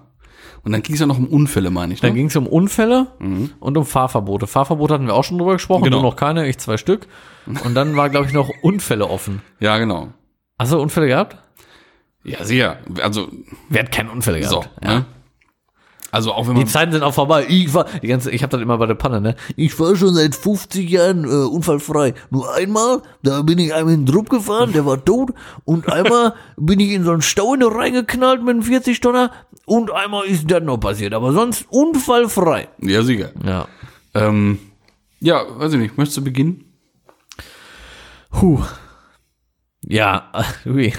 Speaker 1: Und dann ging es ja noch um Unfälle, meine ich.
Speaker 2: Dann
Speaker 1: Ne?
Speaker 2: ging es um Unfälle und um Fahrverbote. Fahrverbote hatten wir auch schon drüber gesprochen,
Speaker 1: Mhm. Genau.
Speaker 2: du noch keine, ich zwei Stück. Und dann war, glaube ich, noch Unfälle offen.
Speaker 1: Ja, genau.
Speaker 2: Hast du Unfälle gehabt?
Speaker 1: Ja, sehr. Also,
Speaker 2: Wer hat keine Unfälle gehabt?
Speaker 1: so. Ne? Also auch wenn
Speaker 2: Die
Speaker 1: man.
Speaker 2: Zeiten sind auch vorbei. Ich war, die ganze, ich habe das immer bei der Panne, ne? Ich war schon seit 50 Jahren äh, unfallfrei. Nur einmal, da bin ich einem in den Druck gefahren, der war tot. Und einmal bin ich in so einen Stau in reingeknallt mit einem 40-Tonner. Und einmal ist das noch passiert. Aber sonst unfallfrei.
Speaker 1: Ja, sicher.
Speaker 2: Ja.
Speaker 1: Ähm, ja, weiß ich nicht. Möchtest du beginnen?
Speaker 2: Puh. Ja, ui.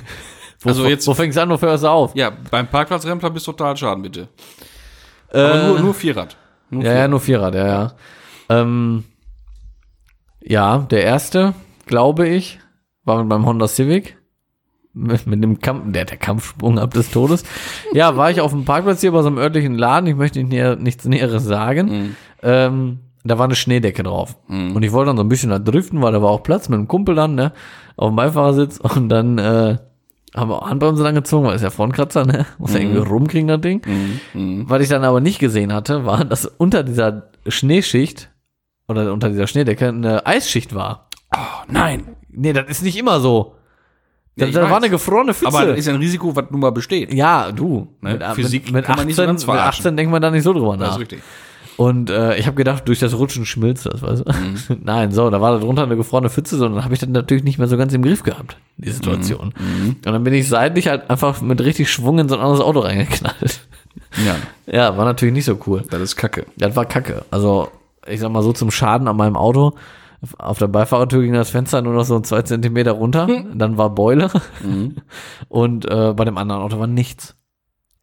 Speaker 2: Wo,
Speaker 1: Also
Speaker 2: also
Speaker 1: jetzt-
Speaker 2: jetzt, wo fängst du an, wo hörst du auf?
Speaker 1: Ja, beim Parkplatzrempler bist du total schaden, bitte. Aber nur, nur Vierrad. Nur
Speaker 2: Ja, ja, nur Vierrad, ja, ja. Ähm, ja, der erste, glaube ich, war mit meinem Honda Civic. Mit, mit dem Kampf, der hat der Kampfsprung ab des Todes. Ja, war ich auf dem Parkplatz hier bei so einem örtlichen Laden. Ich möchte nicht näher, nichts Näheres sagen. Ähm, da war eine Schneedecke drauf. Und ich wollte dann so ein bisschen da driften, weil da war auch Platz mit einem Kumpel dann, ne? Auf dem Beifahrersitz. Und dann äh, haben wir auch Handbremse dann gezogen, weil ist ja Frontkratzer, ne? Muss ja irgendwie rumkriegen, das Ding. Was ich dann aber nicht gesehen hatte, war, dass unter dieser Schneeschicht oder unter dieser Schneedecke eine Eisschicht war.
Speaker 1: Oh, nein.
Speaker 2: Nee, das ist nicht immer so. Da,
Speaker 1: Ja, ich
Speaker 2: da war
Speaker 1: weiß.
Speaker 2: eine gefrorene Pfütze.
Speaker 1: Aber das ist ja ein Risiko, was nun mal besteht.
Speaker 2: ja, du.
Speaker 1: Ne,
Speaker 2: Mit,
Speaker 1: Physik
Speaker 2: mit, mit,
Speaker 1: kann man
Speaker 2: 18,
Speaker 1: nicht so ganz
Speaker 2: mit
Speaker 1: verarschen.
Speaker 2: 18 denkt man da nicht so drüber
Speaker 1: Das
Speaker 2: nach.
Speaker 1: ist richtig.
Speaker 2: Und äh, ich habe gedacht, durch das Rutschen schmilzt das, weißt du?
Speaker 1: Mhm.
Speaker 2: Nein, so, da war da drunter eine gefrorene Pfütze, sondern habe ich dann natürlich nicht mehr so ganz im Griff gehabt, die Situation.
Speaker 1: Mhm.
Speaker 2: Und dann bin ich seitlich halt einfach mit richtig Schwung in so ein anderes Auto reingeknallt.
Speaker 1: Ja,
Speaker 2: Ja, war natürlich nicht so cool.
Speaker 1: das ist Kacke.
Speaker 2: Das war kacke. Also, ich sag mal so zum Schaden an meinem Auto. Auf der Beifahrertür ging das Fenster nur noch so zwei Zentimeter runter. Dann war Beule. Und äh, bei dem anderen Auto war nichts.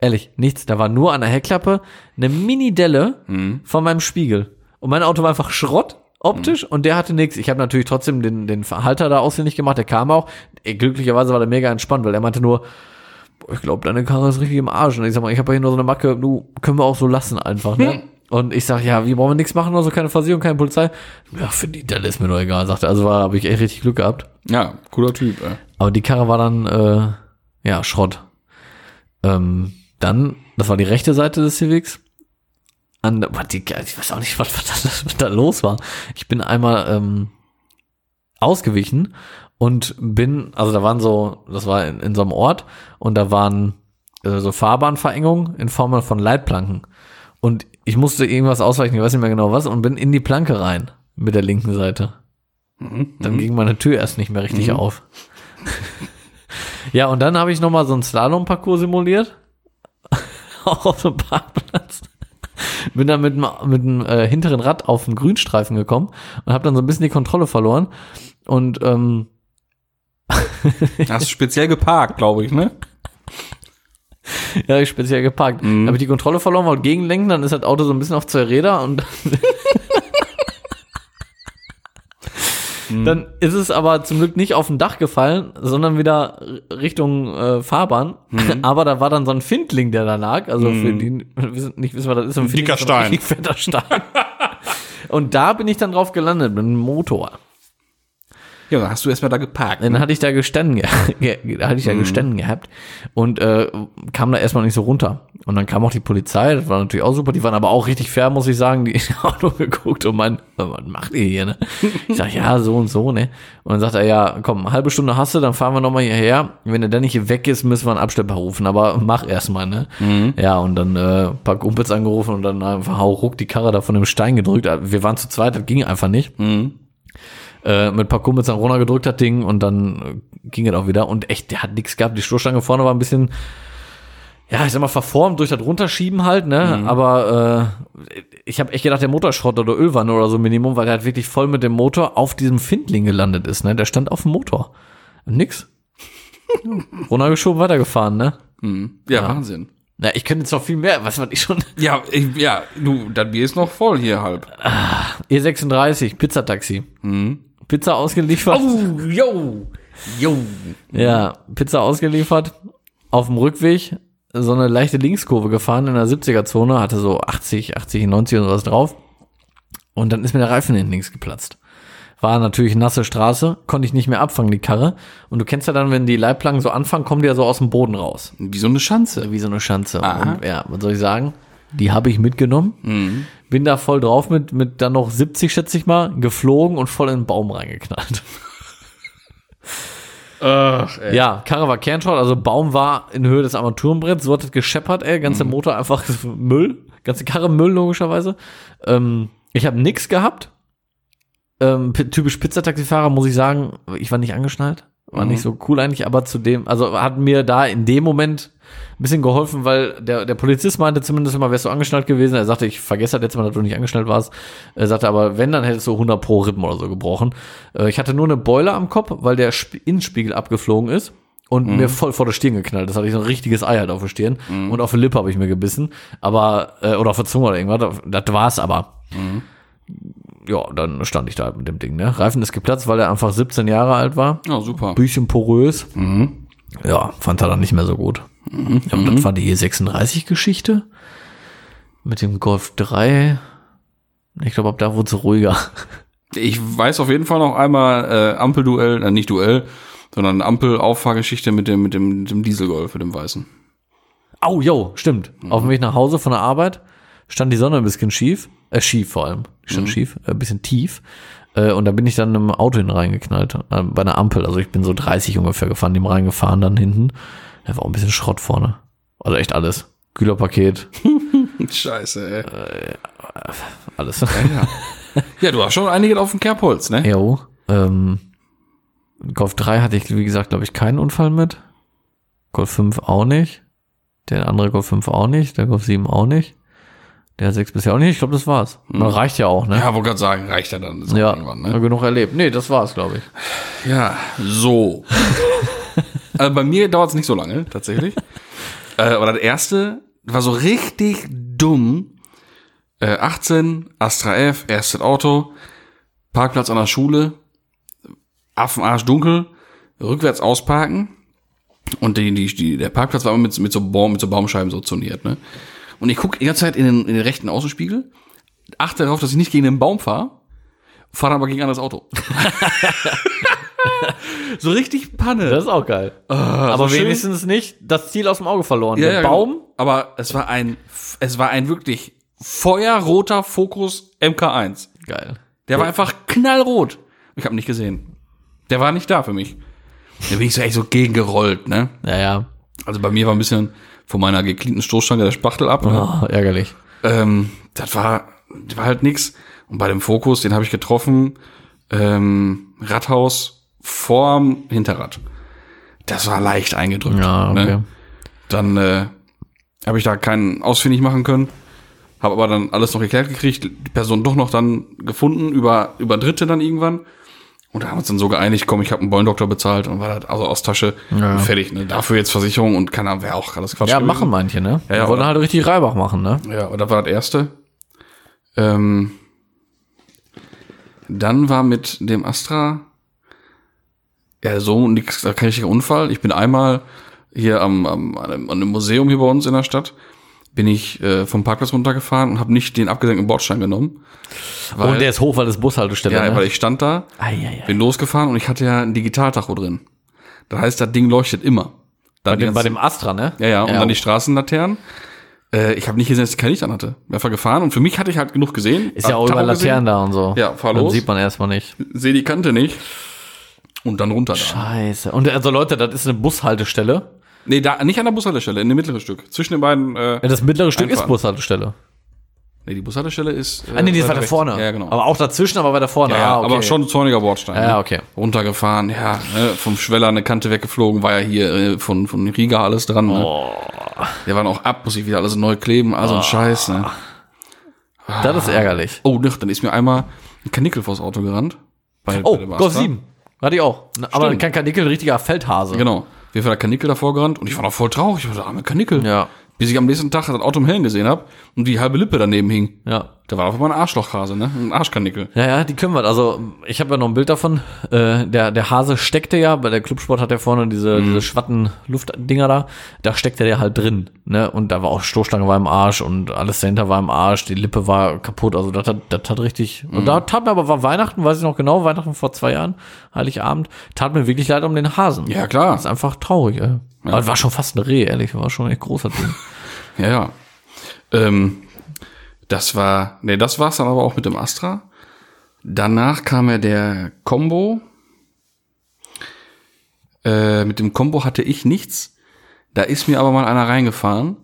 Speaker 2: Ehrlich, nichts. Da war nur an der Heckklappe eine Mini-Delle von meinem Spiegel. Und mein Auto war einfach Schrott optisch und der hatte nichts. Ich habe natürlich trotzdem den, den Halter da ausfindig gemacht. Der kam auch. Äh, Glücklicherweise war der mega entspannt, weil er meinte nur, ich glaube, deine Karre ist richtig im Arsch. Und ich sag mal, ich habe hier nur so eine Macke, du, können wir auch so lassen einfach, ne? Und ich sag, ja, wir brauchen nichts machen oder so, keine Versicherung, keine Polizei. Ja, für die Delle ist mir doch egal, sagte er. Also war, habe ich echt richtig Glück gehabt.
Speaker 1: Ja, cooler Typ. äh. Ey.
Speaker 2: Aber die Karre war dann, äh, ja, Schrott. Ähm, dann, das war die rechte Seite des Civics. an, was die, ich weiß auch nicht, was, was, da, was da los war. Ich bin einmal ähm, ausgewichen und bin, also da waren so, das war in, in so einem Ort und da waren äh, so Fahrbahnverengungen in Form von Leitplanken. Und ich musste irgendwas ausweichen, ich weiß nicht mehr genau was, und bin in die Planke rein mit der linken Seite. Dann ging meine Tür erst nicht mehr richtig auf. ja, und dann habe ich nochmal so einen Slalom-Parcours simuliert. Auch auf dem Parkplatz. Bin dann mit, dem- mit dem äh, hinteren Rad auf den Grünstreifen gekommen und habe dann so ein bisschen die Kontrolle verloren. Und ähm,
Speaker 1: Hast du speziell geparkt, glaube ich, ne?
Speaker 2: Ja, hab ich speziell geparkt.
Speaker 1: Mhm.
Speaker 2: Da habe ich die Kontrolle verloren, wollte gegenlenken, dann ist das Auto so ein bisschen auf zwei Räder und
Speaker 1: Mhm.
Speaker 2: dann ist es aber zum Glück nicht auf dem Dach gefallen, sondern wieder Richtung äh, Fahrbahn.
Speaker 1: Mhm.
Speaker 2: Aber da war dann so ein Findling, der da lag. Also für die wissen- nicht wissen, was das ist. Ein Findling
Speaker 1: dicker
Speaker 2: ist so ein
Speaker 1: Stein.
Speaker 2: richtig fetter Stein. und da bin ich dann drauf gelandet mit dem Motor.
Speaker 1: Ja, dann hast du erstmal da geparkt.
Speaker 2: Dann hatte ich da gestanden, ge ge da hatte ich da gestanden gehabt und äh, kam da erstmal nicht so runter. Und dann kam auch die Polizei, das war natürlich auch super, die waren aber auch richtig fair, muss ich sagen, die haben nur geguckt und meinen, was macht ihr hier, ne? Ich sag, ja, so und so, ne? Und dann sagt er, ja, komm, eine halbe Stunde hast du, dann fahren wir nochmal hierher. Wenn er dann nicht hier weg ist, müssen wir einen Abschlepper rufen, aber mach erstmal, ne? Ja, und dann äh, ein paar Kumpels angerufen und dann einfach hau ruck die Karre da von dem Stein gedrückt. Wir waren zu zweit, das ging einfach nicht äh, mit ein paar Kumpels dann runtergedrückt hat Ding und dann äh, ging er auch wieder und echt, der hat nichts gehabt. Die Stoßstange vorne war ein bisschen, ja, ich sag mal, verformt durch das Runterschieben halt, ne? Aber äh, ich habe echt gedacht, der Motorschrott oder Ölwanne oder so Minimum, weil er halt wirklich voll mit dem Motor auf diesem Findling gelandet ist, ne? Der stand auf dem Motor. Nix. Runtergeschoben, weitergefahren, ne?
Speaker 1: Ja, Wahnsinn.
Speaker 2: Na, ich könnte jetzt noch viel mehr, was war ich schon?
Speaker 1: Ja, ich, ja, du, das Bier ist noch voll hier halb.
Speaker 2: E36, E Pizzataxi. Pizza ausgeliefert.
Speaker 1: Oh, yo, yo.
Speaker 2: Ja, Pizza ausgeliefert, auf dem Rückweg so eine leichte Linkskurve gefahren in der 70er-Zone, hatte so 80, 80, 90 und sowas drauf. Und dann ist mir der Reifen hinten links geplatzt. War natürlich nasse Straße, konnte ich nicht mehr abfangen, die Karre. Und du kennst ja dann, wenn die Leitplanken so anfangen, kommen die ja so aus dem Boden raus.
Speaker 1: Wie so eine Schanze.
Speaker 2: Wie so eine Schanze. Und, ja, was soll ich sagen? Die habe ich mitgenommen.
Speaker 1: Mhm.
Speaker 2: Bin da voll drauf mit, mit dann noch 70, schätze ich mal, geflogen und voll in den Baum reingeknallt.
Speaker 1: Ach, ey.
Speaker 2: Ja, Karre war Kernschrott, also Baum war in Höhe des Armaturenbretts, so hat es gescheppert, ey, ganze
Speaker 1: Mhm.
Speaker 2: Motor einfach Müll, ganze Karre Müll logischerweise. Ähm, ich habe nix gehabt. Ähm, p- typisch Pizzataxifahrer muss ich sagen, ich war nicht angeschnallt, war nicht so cool eigentlich, aber zudem, also hat mir da in dem Moment ein bisschen geholfen, weil der, der Polizist meinte zumindest immer, wärst du angeschnallt gewesen. Er sagte, ich vergesse das jetzt mal, dass du nicht angeschnallt warst. Er sagte aber, wenn, dann hättest du 100 pro Rippen oder so gebrochen. Äh, Ich hatte nur eine Beule am Kopf, weil der Sp- Innenspiegel abgeflogen ist und mir voll vor der Stirn geknallt. Das hatte ich so ein richtiges Ei halt auf der Stirn und auf die Lippe habe ich mir gebissen, aber äh, oder auf der Zunge oder irgendwas. Das war's aber. Ja, dann stand ich da halt mit dem Ding. Ne? Reifen ist geplatzt, weil er einfach 17 Jahre alt war.
Speaker 1: Ja, Ah, super.
Speaker 2: Büchchen porös. Ja, fand er dann nicht mehr so gut. Ja, und dann war die E36-Geschichte mit dem Golf 3. Ich glaube, ab da wurde es ruhiger.
Speaker 1: Ich weiß auf jeden Fall noch einmal äh, Ampelduell, äh, nicht Duell, sondern Ampel-Auffahrgeschichte mit dem, mit dem, mit dem Dieselgolf, mit dem Weißen.
Speaker 2: Au, jo, stimmt. Auf dem Weg nach Hause von der Arbeit stand die Sonne ein bisschen schief. Äh, schief vor allem. Die stand schief, äh, ein bisschen tief. Äh, und da bin ich dann im Auto hin reingeknallt, äh, bei einer Ampel. Also ich bin so 30 ungefähr gefahren, dem reingefahren dann hinten. Da war auch ein bisschen Schrott vorne. Also echt alles. Kühlerpaket,
Speaker 1: Scheiße, ey.
Speaker 2: alles.
Speaker 1: Äh, Ja. ja, du hast schon einiges auf dem Kerbholz, ne?
Speaker 2: Jo. Ähm, Golf 3 hatte ich, wie gesagt, glaube ich, keinen Unfall mit. Golf 5 auch nicht. Der andere Golf 5 auch nicht. Der Golf 7 auch nicht. Der 6 bisher auch nicht. Ich glaube, das war's. Man reicht ja auch, ne?
Speaker 1: Ja, wollte gerade sagen, reicht ja dann so
Speaker 2: Ja,
Speaker 1: irgendwann,
Speaker 2: hab
Speaker 1: ne?
Speaker 2: genug erlebt. Nee, das war's, glaube ich.
Speaker 1: Ja, so. also bei mir dauert es nicht so lange, tatsächlich. äh, aber das erste war so richtig dumm. Äh, 18, Astra F, erstes Auto, Parkplatz an der Schule, Affenarsch dunkel, rückwärts ausparken. Und die, die, die, der Parkplatz war immer mit, mit, so Baum, mit so Baumscheiben so zoniert. Ne? Und ich gucke die ganze Zeit in den, in den rechten Außenspiegel, achte darauf, dass ich nicht gegen den Baum fahre, fahre aber gegen ein anderes Auto. so richtig Panne.
Speaker 2: Das ist auch geil. Aber
Speaker 1: so schön.
Speaker 2: wenigstens nicht das Ziel aus dem Auge verloren.
Speaker 1: Ja,
Speaker 2: der
Speaker 1: ja,
Speaker 2: Baum,
Speaker 1: Genau. Aber es war ein, es war ein wirklich feuerroter Fokus MK1.
Speaker 2: Geil.
Speaker 1: Der war einfach knallrot. Ich habe nicht gesehen. Der war nicht da für mich. Da bin ich so echt so gegengerollt, ne?
Speaker 2: Naja.
Speaker 1: Also bei mir war ein bisschen von meiner geklinten Stoßstange der Spachtel ab. Ne?
Speaker 2: Oh, ärgerlich.
Speaker 1: Ähm, das war, das war halt nix. Und bei dem Fokus, den habe ich getroffen, ähm, Radhaus vorm Hinterrad. Das war leicht eingedrückt.
Speaker 2: Ja, okay.
Speaker 1: ne? Dann äh, habe ich da keinen ausfindig machen können. Habe aber dann alles noch geklärt gekriegt, die Person doch noch dann gefunden, über, über Dritte dann irgendwann. Und da haben wir uns dann so geeinigt, komm, ich habe einen Bollendoktor bezahlt und war das also aus Tasche
Speaker 2: Ja.
Speaker 1: und fertig. Ne? Dafür jetzt Versicherung und keine Ahnung, wäre auch alles Quatsch.
Speaker 2: Ja,
Speaker 1: gewesen.
Speaker 2: machen manche, ne?
Speaker 1: Ja, ja,
Speaker 2: Die wollen
Speaker 1: oder?
Speaker 2: halt richtig Reibach machen, ne?
Speaker 1: Ja, und das war das erste. Ähm, dann war mit dem Astra ja so nix, kein richtiger Unfall. Ich bin einmal hier am, am an einem, an einem Museum hier bei uns in der Stadt bin ich äh, vom Parkplatz runtergefahren und habe nicht den abgesenkten Bordstein genommen. Weil,
Speaker 2: Und Oh, der ist hoch, weil das Bushaltestelle,
Speaker 1: ja,
Speaker 2: ne?
Speaker 1: weil ich stand da,
Speaker 2: Eieiei.
Speaker 1: bin losgefahren und ich hatte ja ein Digitaltacho drin. Das heißt, das Ding leuchtet immer. Dann
Speaker 2: Bei
Speaker 1: die
Speaker 2: dem, bei
Speaker 1: ganze-
Speaker 2: dem Astra, ne?
Speaker 1: ja, ja, und dann die Straßenlaternen. Äh, ich habe nicht gesehen, dass ich kein Licht an hatte. Ich bin Einfach gefahren und für mich hatte ich halt genug gesehen.
Speaker 2: Ist ja
Speaker 1: Hab
Speaker 2: auch über
Speaker 1: Tacho
Speaker 2: Laternen da und so.
Speaker 1: Ja, fahr
Speaker 2: Dann
Speaker 1: los.
Speaker 2: sieht man erstmal nicht.
Speaker 1: gesehen, Sehe die Kante nicht. Und dann runter da.
Speaker 2: Scheiße. Und also Leute, das ist eine Bushaltestelle.
Speaker 1: Nee, da, nicht an der Bushaltestelle, in dem mittleren Stück. Zwischen den beiden. Äh,
Speaker 2: Ja, das mittlere Stück ist
Speaker 1: Einfahren.
Speaker 2: Bushaltestelle.
Speaker 1: nee, die Bushaltestelle ist. Äh,
Speaker 2: Ah, nee, die ist
Speaker 1: weiter
Speaker 2: weiter
Speaker 1: rechts.
Speaker 2: vorne.
Speaker 1: Ja, genau.
Speaker 2: Aber auch dazwischen, aber weiter vorne.
Speaker 1: ja,
Speaker 2: ah,
Speaker 1: ja,
Speaker 2: okay.
Speaker 1: aber schon ein zorniger Bordstein.
Speaker 2: Ja,
Speaker 1: ne?
Speaker 2: okay.
Speaker 1: Runtergefahren, ja, ne, vom Schweller eine Kante weggeflogen, war ja hier äh, von, von Riga alles dran. Ne?
Speaker 2: Oh.
Speaker 1: Der war noch ab, muss ich wieder alles neu kleben, also ein Scheiß. Ne?
Speaker 2: Das ist ärgerlich.
Speaker 1: Oh, ne, dann ist mir einmal ein Kanickel vors Auto gerannt. Bei,
Speaker 2: Oh,
Speaker 1: bei dem
Speaker 2: Golf
Speaker 1: Astra.
Speaker 2: 7. Hatte ich auch. Na, Aber
Speaker 1: Ah. Stimmt.
Speaker 2: kein Kanickel, ein richtiger Feldhase.
Speaker 1: Genau. Wir waren der Kanickel davor gerannt und ich war noch voll traurig. Ich war der arme Kanickel.
Speaker 2: Ja.
Speaker 1: Bis ich am nächsten Tag das Auto im Hellen gesehen hab und die halbe Lippe daneben hing.
Speaker 2: Ja.
Speaker 1: Da war auf einmal ein Arschlochhase, ne? Ein Arschkanickel.
Speaker 2: Ja, ja, die können wir. Also, ich habe ja noch ein Bild davon. Äh, der, der Hase steckte ja, bei der Clubsport hat er vorne
Speaker 1: Mhm.
Speaker 2: diese, diese schwatten Luftdinger da. Da steckte der halt drin. Ne? Und da war auch Stoßstange war im Arsch und alles dahinter war im Arsch, die Lippe war kaputt. Also, das hat, das hat richtig.
Speaker 1: Mhm.
Speaker 2: Und da tat mir aber war Weihnachten, weiß ich noch genau, Weihnachten vor zwei Jahren, Heiligabend, tat mir wirklich leid um den Hasen.
Speaker 1: Ja, klar.
Speaker 2: Das ist einfach traurig, ey. Aber war schon fast ein Reh, ehrlich, war schon echt großer Ding.
Speaker 1: Ja, ja. Ähm, das war, nee, das war's dann aber auch mit dem Astra. Danach kam ja der Combo. Äh, mit dem Combo hatte ich nichts. Da ist mir aber mal einer reingefahren.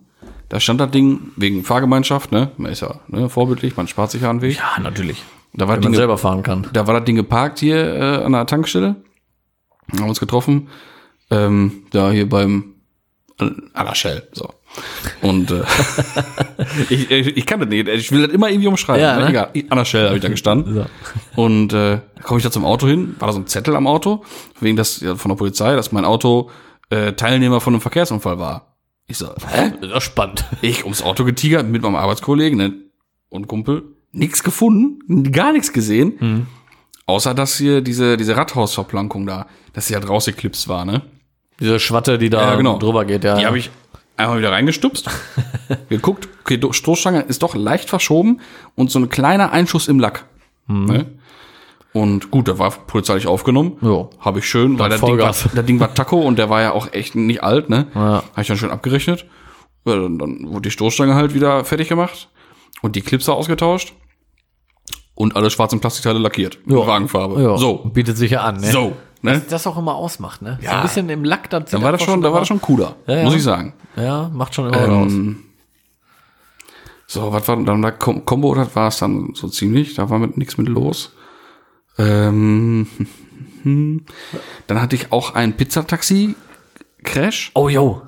Speaker 1: Da stand das Ding wegen Fahrgemeinschaft, ne? Man ist ja ne, vorbildlich, man spart sich ja einen Weg.
Speaker 2: ja, natürlich.
Speaker 1: Da war
Speaker 2: Wenn
Speaker 1: das
Speaker 2: man
Speaker 1: Ding
Speaker 2: selber fahren kann.
Speaker 1: da war das Ding geparkt hier äh, an der Tankstelle. Haben uns getroffen. Ähm, da hier beim an der Shell. So. Und äh, ich, ich, ich kann das nicht. Ich will das immer irgendwie umschreiben.
Speaker 2: Ja,
Speaker 1: ne?
Speaker 2: ne?
Speaker 1: Egal. An der Shell habe ich da gestanden.
Speaker 2: So.
Speaker 1: Und äh, komme ich da zum Auto hin, war da so ein Zettel am Auto, wegen das ja, von der Polizei, dass mein Auto äh, Teilnehmer von einem Verkehrsunfall war. Ich so, hä?
Speaker 2: Das ist spannend.
Speaker 1: Ich ums Auto getigert mit meinem Arbeitskollegen ne? und Kumpel. Nix gefunden, gar nichts gesehen. Außer, dass hier diese, diese Rathausverplankung da, dass sie halt rausgeklipst war, ne?
Speaker 2: Diese Schwatte, die da
Speaker 1: Ja, genau.
Speaker 2: drüber geht, ja.
Speaker 1: Die habe ich einmal wieder reingestupst, geguckt, okay, Do- Stoßstange ist doch leicht verschoben und so ein kleiner Einschuss im Lack.
Speaker 2: Mhm.
Speaker 1: Ne? Und gut, da war polizeilich aufgenommen.
Speaker 2: Jo.
Speaker 1: Habe ich schön, weil das Ding, war,
Speaker 2: Vollgas.
Speaker 1: das Ding war Taco und der war ja auch echt nicht alt, ne?
Speaker 2: Ja.
Speaker 1: Habe ich dann schön abgerechnet. Ja, dann, dann wurde die Stoßstange halt wieder fertig gemacht und die Clipser ausgetauscht und alle schwarzen Plastikteile lackiert. mit Wagenfarbe.
Speaker 2: Ja,
Speaker 1: So.
Speaker 2: Bietet sich ja an, ne?
Speaker 1: So. Ne?
Speaker 2: Das auch immer ausmacht, ne? So ein bisschen im Lack dann.
Speaker 1: Dann war das schon, da war das schon cooler,
Speaker 2: Ja, ja.
Speaker 1: muss ich sagen.
Speaker 2: Ja, macht schon immer was aus.
Speaker 1: Ähm, so, was war dann da Com Combo, das war es dann so ziemlich, da war mit nichts mit los. Ähm, dann hatte ich auch ein Pizzataxi Crash,
Speaker 2: Oh, jo.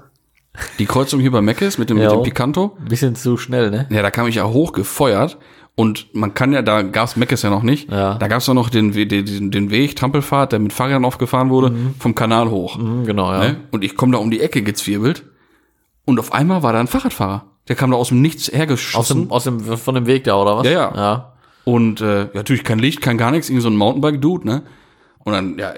Speaker 1: die Kreuzung hier bei Meckes mit dem, mit
Speaker 2: Ja.
Speaker 1: dem Picanto.
Speaker 2: Ein bisschen zu schnell, ne?
Speaker 1: Ja, da kam ich ja hochgefeuert und man kann ja, da gab's Meckes ja noch nicht.
Speaker 2: Ja.
Speaker 1: Da gab's ja noch den, We- den, den Weg, Trampelfahrt, der mit Fahrrädern aufgefahren wurde, vom Kanal hoch.
Speaker 2: Hm, genau, ja.
Speaker 1: Ne? Und ich komme da um die Ecke gezwirbelt und auf einmal war da ein Fahrradfahrer. Der kam da aus dem Nichts hergeschossen.
Speaker 2: Aus dem, aus dem, von dem Weg da, oder was?
Speaker 1: Ja, ja.
Speaker 2: ja.
Speaker 1: Und äh, ja, natürlich kein Licht, kein gar nichts, irgendwie so ein Mountainbike-Dude, ne? Und dann, ja,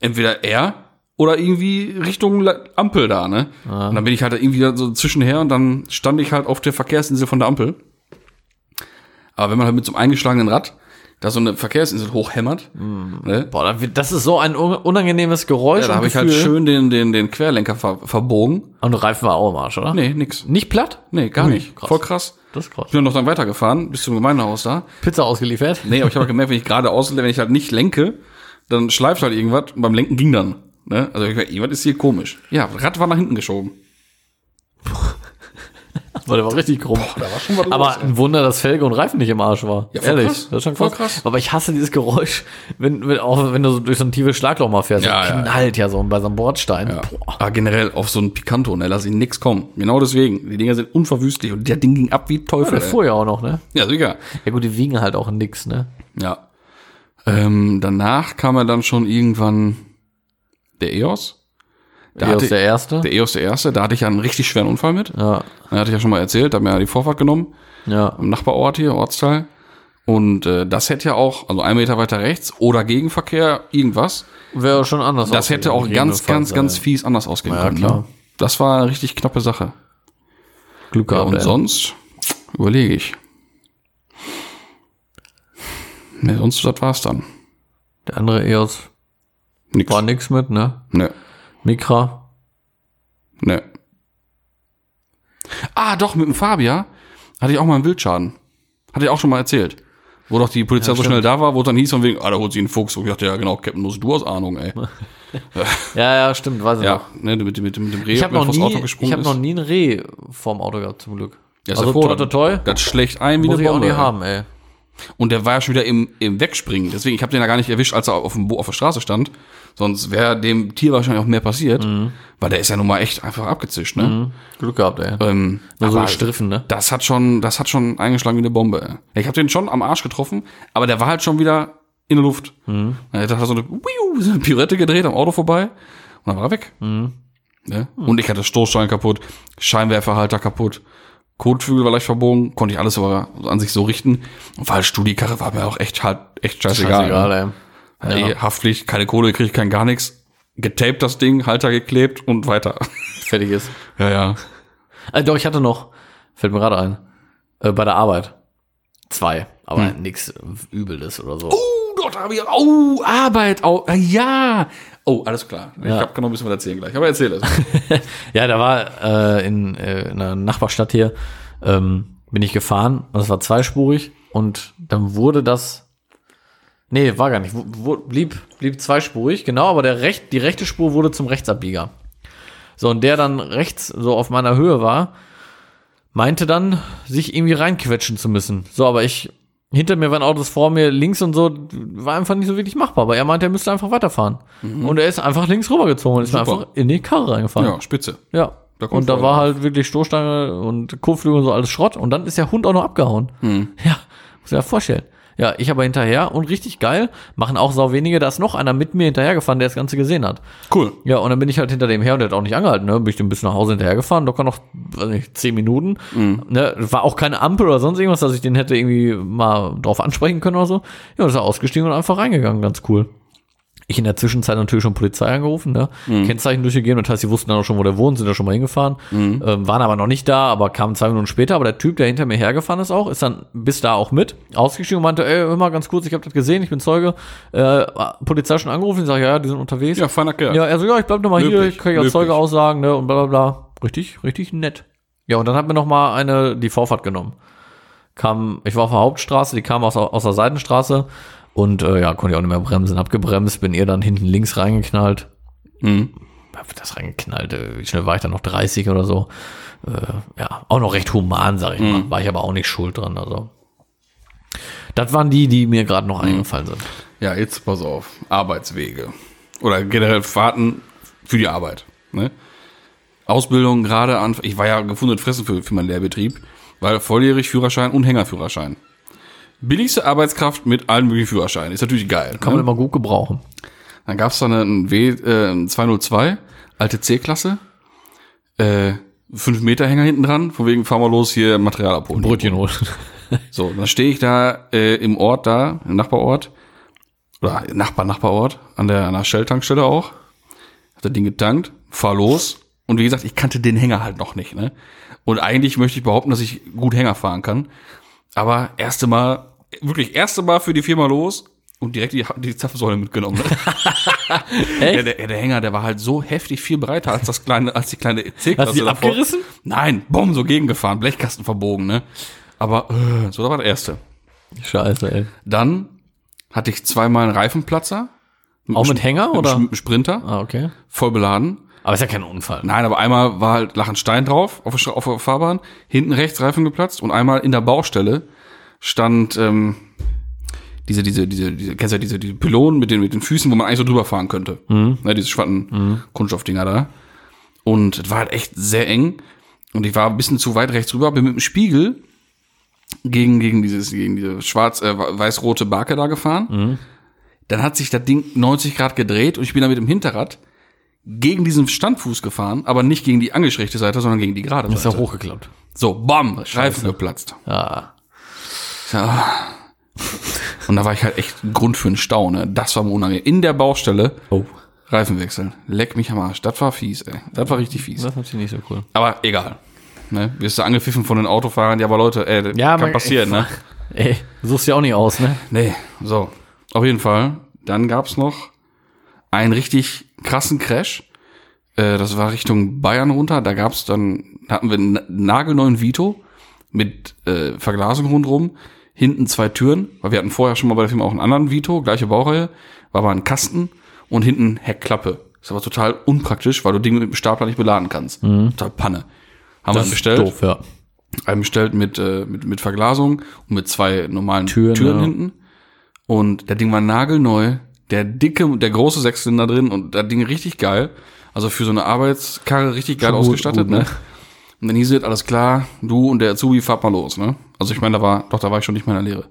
Speaker 1: entweder er oder irgendwie Richtung La- Ampel da, ne? Und dann bin ich halt da irgendwie so zwischenher und dann stand ich halt auf der Verkehrsinsel von der Ampel. Aber wenn man halt mit so einem eingeschlagenen Rad da so eine Verkehrsinsel hochhämmert, ne?
Speaker 2: Boah, das, wird- das ist so ein un- unangenehmes Geräusch.
Speaker 1: Ja, da
Speaker 2: und
Speaker 1: habe ich halt
Speaker 2: Gefühl.
Speaker 1: schön den, den, den Querlenker ver verbogen.
Speaker 2: Und der Reifen war auch im Arsch, oder?
Speaker 1: Nee, nix.
Speaker 2: Nicht platt?
Speaker 1: Nee, gar
Speaker 2: Ui,
Speaker 1: nicht.
Speaker 2: krass.
Speaker 1: Voll krass.
Speaker 2: das ist krass.
Speaker 1: Ich bin dann noch dann weitergefahren, bis zum Gemeindehaus da.
Speaker 2: Pizza ausgeliefert?
Speaker 1: Nee, aber ich habe halt gemerkt, wenn ich gerade außen, wenn ich halt nicht lenke, dann schleift halt irgendwas und beim Lenken ging dann. Ne? Also ich hab gemerkt, irgendwas ist hier komisch. Ja, das Rad war nach hinten geschoben.
Speaker 2: Weil der war richtig krumm.
Speaker 1: Da war schon was
Speaker 2: Aber ein Wunder, dass Felge und Reifen nicht im Arsch war.
Speaker 1: Ja, voll
Speaker 2: Ehrlich,
Speaker 1: krass.
Speaker 2: das ist schon krass.
Speaker 1: Voll krass.
Speaker 2: Aber ich hasse dieses Geräusch, wenn, wenn, auch wenn du so durch so ein tiefes Schlagloch mal fährst.
Speaker 1: Ja,
Speaker 2: das
Speaker 1: ja,
Speaker 2: knallt ja, so bei so einem Bordstein.
Speaker 1: Ja.
Speaker 2: Boah.
Speaker 1: Aber Ah, generell auf so einen Picanto, ne, lass ihn nix kommen. Genau deswegen. Die Dinger sind unverwüstlich und der Ding ging ab wie Teufel.
Speaker 2: Das
Speaker 1: ey.
Speaker 2: fuhr ja auch noch, ne?
Speaker 1: ja sicher.
Speaker 2: Ja gut, die wiegen halt auch nix, ne?
Speaker 1: Ja. Ähm, danach kam er dann schon irgendwann der EOS. Da
Speaker 2: Die
Speaker 1: hatte,
Speaker 2: aus der erste.
Speaker 1: der EOS der erste, da hatte ich ja einen richtig schweren Unfall mit.
Speaker 2: ja,
Speaker 1: Da hatte ich ja schon mal erzählt, da haben wir ja die Vorfahrt genommen,
Speaker 2: ja.
Speaker 1: im Nachbarort hier, Ortsteil. Und äh, das hätte ja auch, also ein Meter weiter rechts oder Gegenverkehr, irgendwas.
Speaker 2: Wäre schon anders.
Speaker 1: Das hätte auch ganz, ganz, ganz
Speaker 2: viel
Speaker 1: fies anders ausgehen
Speaker 2: Ja,
Speaker 1: können.
Speaker 2: klar.
Speaker 1: Ne? Das war eine richtig knappe Sache.
Speaker 2: Glück
Speaker 1: Ja,
Speaker 2: gehabt.
Speaker 1: und
Speaker 2: ey.
Speaker 1: sonst überlege ich. Ne, sonst das war's dann.
Speaker 2: der andere EOS
Speaker 1: Nix.
Speaker 2: war nix mit, ne?
Speaker 1: Ne,
Speaker 2: Mikra.
Speaker 1: ne. Ah, doch, mit dem Fabia hatte ich auch mal einen Wildschaden. Hatte ich auch schon mal erzählt. Wo doch die Polizei so schnell da war, wo es dann hieß von wegen, ah, da holt sie einen Fuchs. Und ich dachte, ja genau, Captain, musst du aus Ahnung, ey.
Speaker 2: Ja, ja, stimmt, weiß ich noch.
Speaker 1: Ja, ne, mit, dem- mit, dem- mit dem Reh,
Speaker 2: Ich habe
Speaker 1: wenn
Speaker 2: noch,
Speaker 1: vors
Speaker 2: nie-
Speaker 1: gesprungen
Speaker 2: ich hab
Speaker 1: ist.
Speaker 2: noch nie ein Reh vorm Auto gehabt, zum Glück.
Speaker 1: Ja, ist
Speaker 2: also
Speaker 1: hervorragend.
Speaker 2: toi, toi, toi.
Speaker 1: Das schlägt ein wie
Speaker 2: Muss
Speaker 1: eine
Speaker 2: ich auch
Speaker 1: Bombe.
Speaker 2: nie
Speaker 1: ey.
Speaker 2: haben, ey.
Speaker 1: Und der war ja schon wieder im, im Wegspringen. Deswegen, ich habe den ja gar nicht erwischt, als er auf, dem, Bo- auf der Straße stand. Sonst wäre dem Tier wahrscheinlich auch mehr passiert.
Speaker 2: Mhm.
Speaker 1: Weil der ist ja nun mal echt einfach abgezischt, ne?
Speaker 2: Glück gehabt, ey.
Speaker 1: Ähm,
Speaker 2: Nur so
Speaker 1: aber
Speaker 2: gestriffen, ne?
Speaker 1: das hat schon, das hat schon eingeschlagen wie eine Bombe. Ey. Ich habe den schon am Arsch getroffen, aber der war halt schon wieder in der Luft. Mhm. Da hat er so eine, wiu, so eine Pirette gedreht am Auto vorbei und dann war er weg. Ne? Und ich hatte Stoßstein kaputt, Scheinwerferhalter kaputt, Kotflügel war leicht verbogen, konnte ich alles aber an sich so richten. Und weil Studi-Karre war mir auch echt halt, echt scheißegal.
Speaker 2: Scheißegal, ey.
Speaker 1: ne? Ey, Haftpflicht, keine Kohle, krieg ich kein gar nichts. Getaped das Ding, Halter geklebt und weiter.
Speaker 2: Fertig ist.
Speaker 1: ja, ja.
Speaker 2: Äh, doch, ich hatte noch, fällt mir gerade ein, äh, bei der Arbeit. Zwei, aber nix Übles oder so.
Speaker 1: Oh, dort habe ich. Oh, Arbeit. Oh, ah, ja. Oh, alles klar. Ich habe genau ein bisschen was erzählen gleich. Aber erzähl es.
Speaker 2: Ja, da war äh, in, äh, in einer Nachbarstadt hier, ähm, bin ich gefahren und es war zweispurig und dann wurde das, nee, war gar nicht, wo, wo, blieb, blieb zweispurig, genau, aber der recht, die rechte Spur wurde zum Rechtsabbieger. So, und der dann rechts so auf meiner Höhe war, meinte dann, sich irgendwie reinquetschen zu müssen. So, aber ich, hinter mir waren Autos vor mir, links und so, war einfach nicht so wirklich machbar, aber er meinte, er müsste einfach weiterfahren. Und er ist einfach links rübergezogen und ist mir
Speaker 1: Mhm. Super.
Speaker 2: einfach in die Karre reingefahren.
Speaker 1: ja, spitze.
Speaker 2: Ja.
Speaker 1: Da kommt
Speaker 2: und da
Speaker 1: Feuer
Speaker 2: war
Speaker 1: drauf.
Speaker 2: halt wirklich Stoßstange und Kotflügel und so alles Schrott. Und dann ist der Hund auch noch abgehauen.
Speaker 1: Hm.
Speaker 2: Ja, muss ich mir vorstellen. Ja, ich aber hinterher und richtig geil. Machen auch sau wenige. Da ist noch einer mit mir hinterhergefahren, der das Ganze gesehen hat.
Speaker 1: Cool.
Speaker 2: Ja, und dann bin ich halt hinter dem her und der hat auch nicht angehalten. Ne? Bin ich dem bis nach Hause hinterhergefahren. Locker noch, weiß nicht, zehn Minuten. Ne? War auch keine Ampel oder sonst irgendwas, dass ich den hätte irgendwie mal drauf ansprechen können oder so. Ja, und ist er ausgestiegen und einfach reingegangen. Ganz cool. Ich in der Zwischenzeit natürlich schon Polizei angerufen, ne? Kennzeichen durchgegeben, das heißt, sie wussten dann auch schon, wo der wohnt, sind da schon mal hingefahren, ähm, waren aber noch nicht da, aber kamen zwei Minuten später. Aber der Typ, der hinter mir hergefahren ist auch, ist dann bis da auch mit ausgestiegen und meinte, ey, hör mal ganz kurz, ich habe das gesehen, ich bin Zeuge, äh, Polizei schon angerufen, ich sage, ja, ja, die sind unterwegs.
Speaker 1: Ja, feiner Kerl.
Speaker 2: Ja, er so, ja, ich bleib nochmal hier,
Speaker 1: Löblich,
Speaker 2: ich kann ja als
Speaker 1: löblich.
Speaker 2: Zeuge aussagen, ne, und bla bla bla. Richtig, richtig nett. Ja, und dann hat mir nochmal eine die Vorfahrt genommen. Kam, ich war auf der Hauptstraße, die kam aus, aus der Seitenstraße und äh, ja, konnte ich auch nicht mehr bremsen, hab gebremst, bin ihr dann hinten links reingeknallt.
Speaker 1: Mhm.
Speaker 2: Hab das reingeknallt, äh, wie schnell war ich dann noch 30 oder so. Äh, ja, auch noch recht human, sag ich mal. War ich aber auch nicht schuld dran, also. Das waren die, die mir gerade noch eingefallen sind.
Speaker 1: Ja, jetzt pass auf. Arbeitswege. Oder generell Fahrten für die Arbeit. Ne? Ausbildung gerade an. Ich war ja gefundet fressen für, für meinen Lehrbetrieb. Weil volljährig Führerschein und Hängerführerschein. Billigste Arbeitskraft mit allen möglichen Führerscheinen. Ist natürlich geil. ne?
Speaker 2: Kann man immer gut gebrauchen.
Speaker 1: Dann gab's da einen W, äh, einen 202, alte C-Klasse, äh, 5 Meter Hänger hinten dran, von wegen fahren wir los hier Material abholen.
Speaker 2: Brötchen holen.
Speaker 1: So, dann stehe ich da äh, im Ort da, im Nachbarort, oder Nachbar, Nachbarort, an der, an der Shell-Tankstelle auch, hab das Ding getankt, fahr los. Und wie gesagt, ich kannte den Hänger halt noch nicht, ne? Und eigentlich möchte ich behaupten, dass ich gut Hänger fahren kann. Aber erste Mal, wirklich erste Mal für die Firma los und direkt die, die Zapfsäule mitgenommen. ne?
Speaker 2: Echt?
Speaker 1: Ja, der, der Hänger, der war halt so heftig viel breiter als das kleine, als die kleine C-Klasse
Speaker 2: Hast du die abgerissen?
Speaker 1: Nein, bumm, so gegengefahren, Blechkasten verbogen, ne? Aber äh, so, das war das Erste.
Speaker 2: Scheiße, ey.
Speaker 1: Dann hatte ich zweimal einen Reifenplatzer.
Speaker 2: Auch mit Hänger,
Speaker 1: Mit
Speaker 2: oder?
Speaker 1: einem Sp- Sprinter,
Speaker 2: Ah, okay.
Speaker 1: voll beladen.
Speaker 2: Aber ist ja kein Unfall.
Speaker 1: Nein, aber einmal war halt lachend Stein drauf auf der, Stra- auf der Fahrbahn, hinten rechts Reifen geplatzt und einmal in der Baustelle stand ähm, diese, diese, diese, diese, kennst du ja diese, diese Pylonen mit den, mit den Füßen, wo man eigentlich so drüber fahren könnte. Ne, diese schwatten Kunststoffdinger da. Und es war halt echt sehr eng. Und ich war ein bisschen zu weit rechts rüber, bin mit dem Spiegel gegen, gegen dieses, gegen diese schwarz, äh, weiß-rote Barke da gefahren. Dann hat sich das Ding 90 Grad gedreht und ich bin dann mit dem Hinterrad gegen diesen Standfuß gefahren, aber nicht gegen die angeschrägte Seite, sondern gegen die gerade
Speaker 2: Ist ja
Speaker 1: Seite.
Speaker 2: hochgeklappt.
Speaker 1: So, bam, Reifen geplatzt.
Speaker 2: Ah.
Speaker 1: Und da war ich halt echt ein Grund für einen Stau, ne? Das war mir unangenehm. In der Baustelle
Speaker 2: Oh.
Speaker 1: Reifen wechseln. Leck mich am Arsch. Das war fies, ey. Das war richtig fies.
Speaker 2: Das ist natürlich nicht so cool.
Speaker 1: Aber egal. Ne? Wirst du angepfiffen von den Autofahrern? Ja, aber Leute, ey, das
Speaker 2: Ja,
Speaker 1: kann
Speaker 2: aber-
Speaker 1: passieren, ne?
Speaker 2: Ey, suchst ja auch nicht aus, ne?
Speaker 1: Nee, so. Auf jeden Fall. Dann gab's noch einen richtig krassen Crash. Äh, das war Richtung Bayern runter. Da gab's dann, da hatten wir einen nagelneuen Vito mit äh, Verglasung rundrum. Hinten zwei Türen, weil wir hatten vorher schon mal bei der Firma auch einen anderen Vito, gleiche Baureihe, war aber ein Kasten und hinten Heckklappe. Ist aber total unpraktisch, weil du Dinge mit dem Stapler nicht beladen kannst. Total Panne. Haben wir einen bestellt.
Speaker 2: Doof, ja.
Speaker 1: Einen bestellt mit, äh, mit, mit Verglasung und mit zwei normalen
Speaker 2: Türen,
Speaker 1: Türen,
Speaker 2: ja.
Speaker 1: hinten. Und der Ding war nagelneu. Der dicke, der große Sechszylinder drin und das Ding richtig geil. Also für so eine Arbeitskarre richtig geil
Speaker 2: Schon gut,
Speaker 1: ausgestattet,
Speaker 2: gut, ne?
Speaker 1: ne? Und dann hieß es, alles klar, du und der Azubi fahrt mal los, ne? Also ich meine, da war, doch, da war ich schon nicht mehr in der Lehre.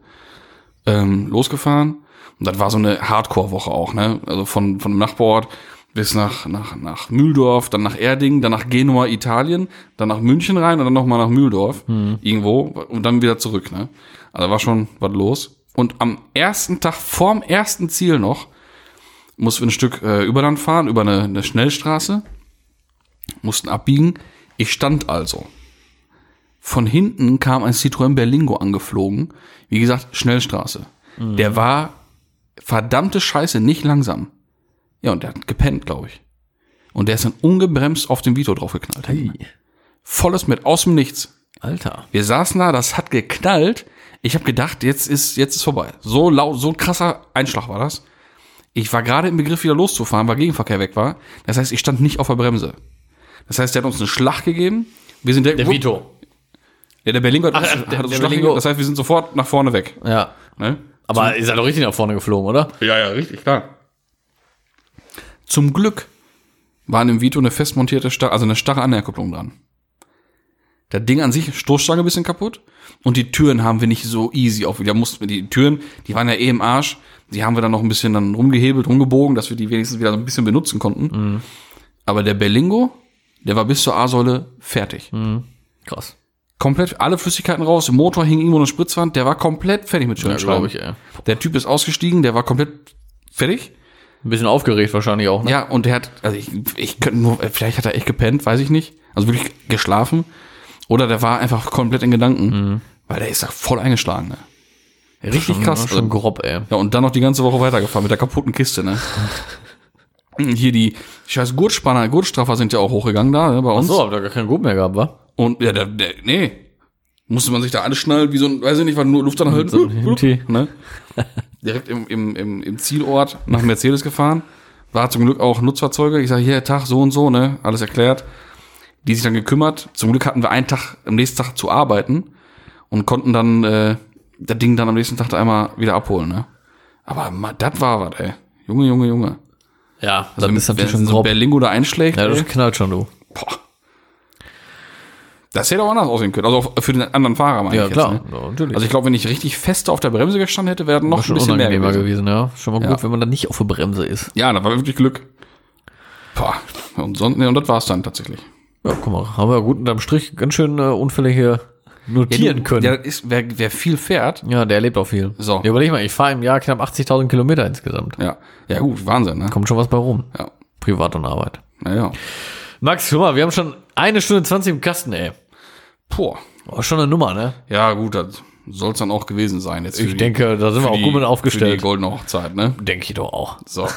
Speaker 1: Ähm, losgefahren. Und das war so eine Hardcore-Woche auch, ne? Also von, von dem Nachbarort bis nach, nach, nach Mühldorf, dann nach Erding, dann nach Genua, Italien, dann nach München rein und dann nochmal nach Mühldorf, irgendwo, und dann wieder zurück, ne? Also war schon was los. Und am ersten Tag, vorm ersten Ziel noch, mussten wir ein Stück äh, Überland fahren, über eine, eine Schnellstraße, mussten abbiegen. Ich stand also. Von hinten kam ein Citroën Berlingo angeflogen. Wie gesagt, Schnellstraße. Der war verdammte Scheiße nicht langsam. Ja, und der hat gepennt, glaube ich. Und der ist dann ungebremst auf den Vito draufgeknallt. Volles mit, aus dem Nichts.
Speaker 2: Alter.
Speaker 1: Wir saßen da, das hat geknallt. Ich habe gedacht, jetzt ist jetzt ist vorbei. So laut, so ein krasser Einschlag war das. Ich war gerade im Begriff wieder loszufahren, weil Gegenverkehr weg war. Das heißt, ich stand nicht auf der Bremse. Das heißt, der hat uns einen Schlag gegeben. Wir sind direkt,
Speaker 2: Vito.
Speaker 1: Ja, der Berlingo hat,
Speaker 2: Ach,
Speaker 1: hat uns
Speaker 2: der-
Speaker 1: einen
Speaker 2: der
Speaker 1: Schlag
Speaker 2: Berlingo.
Speaker 1: gegeben. Das heißt, wir sind sofort nach vorne weg.
Speaker 2: Ja.
Speaker 1: Ne?
Speaker 2: Aber ist er doch richtig nach vorne geflogen, oder?
Speaker 1: Ja, ja, richtig, klar. Zum Glück war an dem Vito eine festmontierte, Star also eine starre Anhängerkupplung dran. Das Ding an sich, Stoßstange ein bisschen kaputt und die Türen haben wir nicht so easy auf. Da mussten wir die Türen, die waren ja eh im Arsch, die haben wir dann noch ein bisschen dann rumgehebelt, rumgebogen, dass wir die wenigstens wieder so ein bisschen benutzen konnten.
Speaker 2: Mhm.
Speaker 1: Aber der Berlingo, der war bis zur A-Säule fertig.
Speaker 2: Mhm. Krass.
Speaker 1: Komplett alle Flüssigkeiten raus, im Motor hing irgendwo eine Spritzwand, der war komplett fertig mit
Speaker 2: Ja,
Speaker 1: Schönschreiben.
Speaker 2: glaube ich, ey.
Speaker 1: Der Typ ist ausgestiegen, der war komplett fertig.
Speaker 2: Ein bisschen aufgeregt wahrscheinlich auch, ne?
Speaker 1: Ja, und der hat, also ich, ich könnte nur, vielleicht hat er echt gepennt, weiß ich nicht. Also wirklich geschlafen. Oder der war einfach komplett in Gedanken. Weil der ist da voll eingeschlagen, ne? Richtig krass.
Speaker 2: Schon grob, ey.
Speaker 1: Ja, und dann noch die ganze Woche weitergefahren mit der kaputten Kiste, ne? Hier die scheiß Gurtspanner, Gurtstraffer sind ja auch hochgegangen da, ne, bei uns.
Speaker 2: So, habt ihr gar keinen Grub mehr gehabt, wa?
Speaker 1: Und ja, der, der, nee. Musste man sich da anschnallen, wie so ein, weiß ich nicht, war nur Luft anhalten.
Speaker 2: So ein
Speaker 1: Blub, blub,
Speaker 2: Hinti.
Speaker 1: ne? Direkt im, im, im, im Zielort nach Mercedes gefahren. War zum Glück auch Nutzfahrzeuge. Ich sage, hier, Tag, so und so, ne? Alles erklärt. Die sich dann gekümmert. Zum Glück hatten wir einen Tag, am nächsten Tag zu arbeiten und konnten dann äh, das Ding dann am nächsten Tag einmal wieder abholen, ne? Aber ma- das war was, ey. Junge, Junge, Junge.
Speaker 2: Ja, dann ist
Speaker 1: Wenn
Speaker 2: Also natürlich schon
Speaker 1: so ein
Speaker 2: grob.
Speaker 1: Berlingo da einschlägt.
Speaker 2: Ja,
Speaker 1: ey.
Speaker 2: das knallt schon, du.
Speaker 1: Boah. Das hätte auch anders aussehen können. Also auch für den anderen Fahrer meine
Speaker 2: Ja,
Speaker 1: ich
Speaker 2: klar.
Speaker 1: jetzt. Ne?
Speaker 2: Ja, natürlich.
Speaker 1: Also ich glaube, wenn ich richtig feste auf der Bremse gestanden hätte, wäre noch ein
Speaker 2: Schon
Speaker 1: bisschen mehr
Speaker 2: unangenehmer
Speaker 1: gewesen.
Speaker 2: gewesen. ja. Schon mal gut,
Speaker 1: Ja.
Speaker 2: wenn man dann nicht auf der Bremse ist.
Speaker 1: Ja, da war wirklich Glück. Boah. Und, sonst, ne, und das war es dann tatsächlich.
Speaker 2: Ja, guck mal, haben wir gut unterm Strich ganz schön äh, Unfälle hier notieren können.
Speaker 1: Ja,
Speaker 2: Ja,
Speaker 1: das ist, wer, wer viel fährt,
Speaker 2: der erlebt auch viel.
Speaker 1: So.
Speaker 2: Ja, überleg mal, ich fahre im Jahr knapp 80.000 Kilometer insgesamt.
Speaker 1: ja. Ja gut, Wahnsinn, ne?
Speaker 2: Kommt schon was bei rum.
Speaker 1: Ja.
Speaker 2: Privat und Arbeit.
Speaker 1: Naja.
Speaker 2: Max, guck mal, wir haben schon eine Stunde 20 im Kasten, ey.
Speaker 1: Boah.
Speaker 2: Oh, schon eine Nummer, ne?
Speaker 1: Ja gut, das soll es dann auch gewesen sein. Jetzt
Speaker 2: Ich denke, da sind wir auch gut mit
Speaker 1: Für die
Speaker 2: aufgestellt.
Speaker 1: goldene Hochzeit, ne?
Speaker 2: Denke ich doch auch.
Speaker 1: So.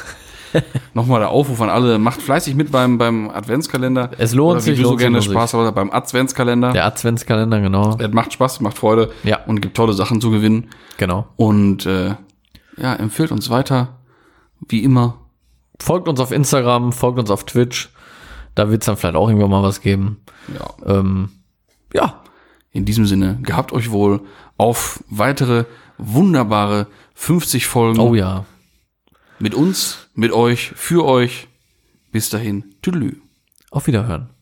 Speaker 1: Nochmal der Aufruf an alle, macht fleißig mit beim, beim Adventskalender.
Speaker 2: Es lohnt
Speaker 1: Oder wie
Speaker 2: sich,
Speaker 1: du so
Speaker 2: lohnt sich,
Speaker 1: gerne
Speaker 2: lohnt sich.
Speaker 1: Spaß hast, beim Adventskalender.
Speaker 2: Der Adventskalender, genau.
Speaker 1: Es macht Spaß, macht Freude
Speaker 2: Ja.
Speaker 1: und gibt tolle Sachen zu gewinnen.
Speaker 2: Genau.
Speaker 1: Und äh, ja, empfiehlt uns weiter, wie immer.
Speaker 2: Folgt uns auf Instagram, folgt uns auf Twitch. Da wird es dann vielleicht auch irgendwann mal was geben.
Speaker 1: Ja.
Speaker 2: Ähm, ja,
Speaker 1: In diesem Sinne, gehabt euch wohl auf weitere wunderbare 50 Folgen
Speaker 2: oh ja.
Speaker 1: mit uns, mit euch, für euch. Bis dahin, tüdelü.
Speaker 2: Auf Wiederhören.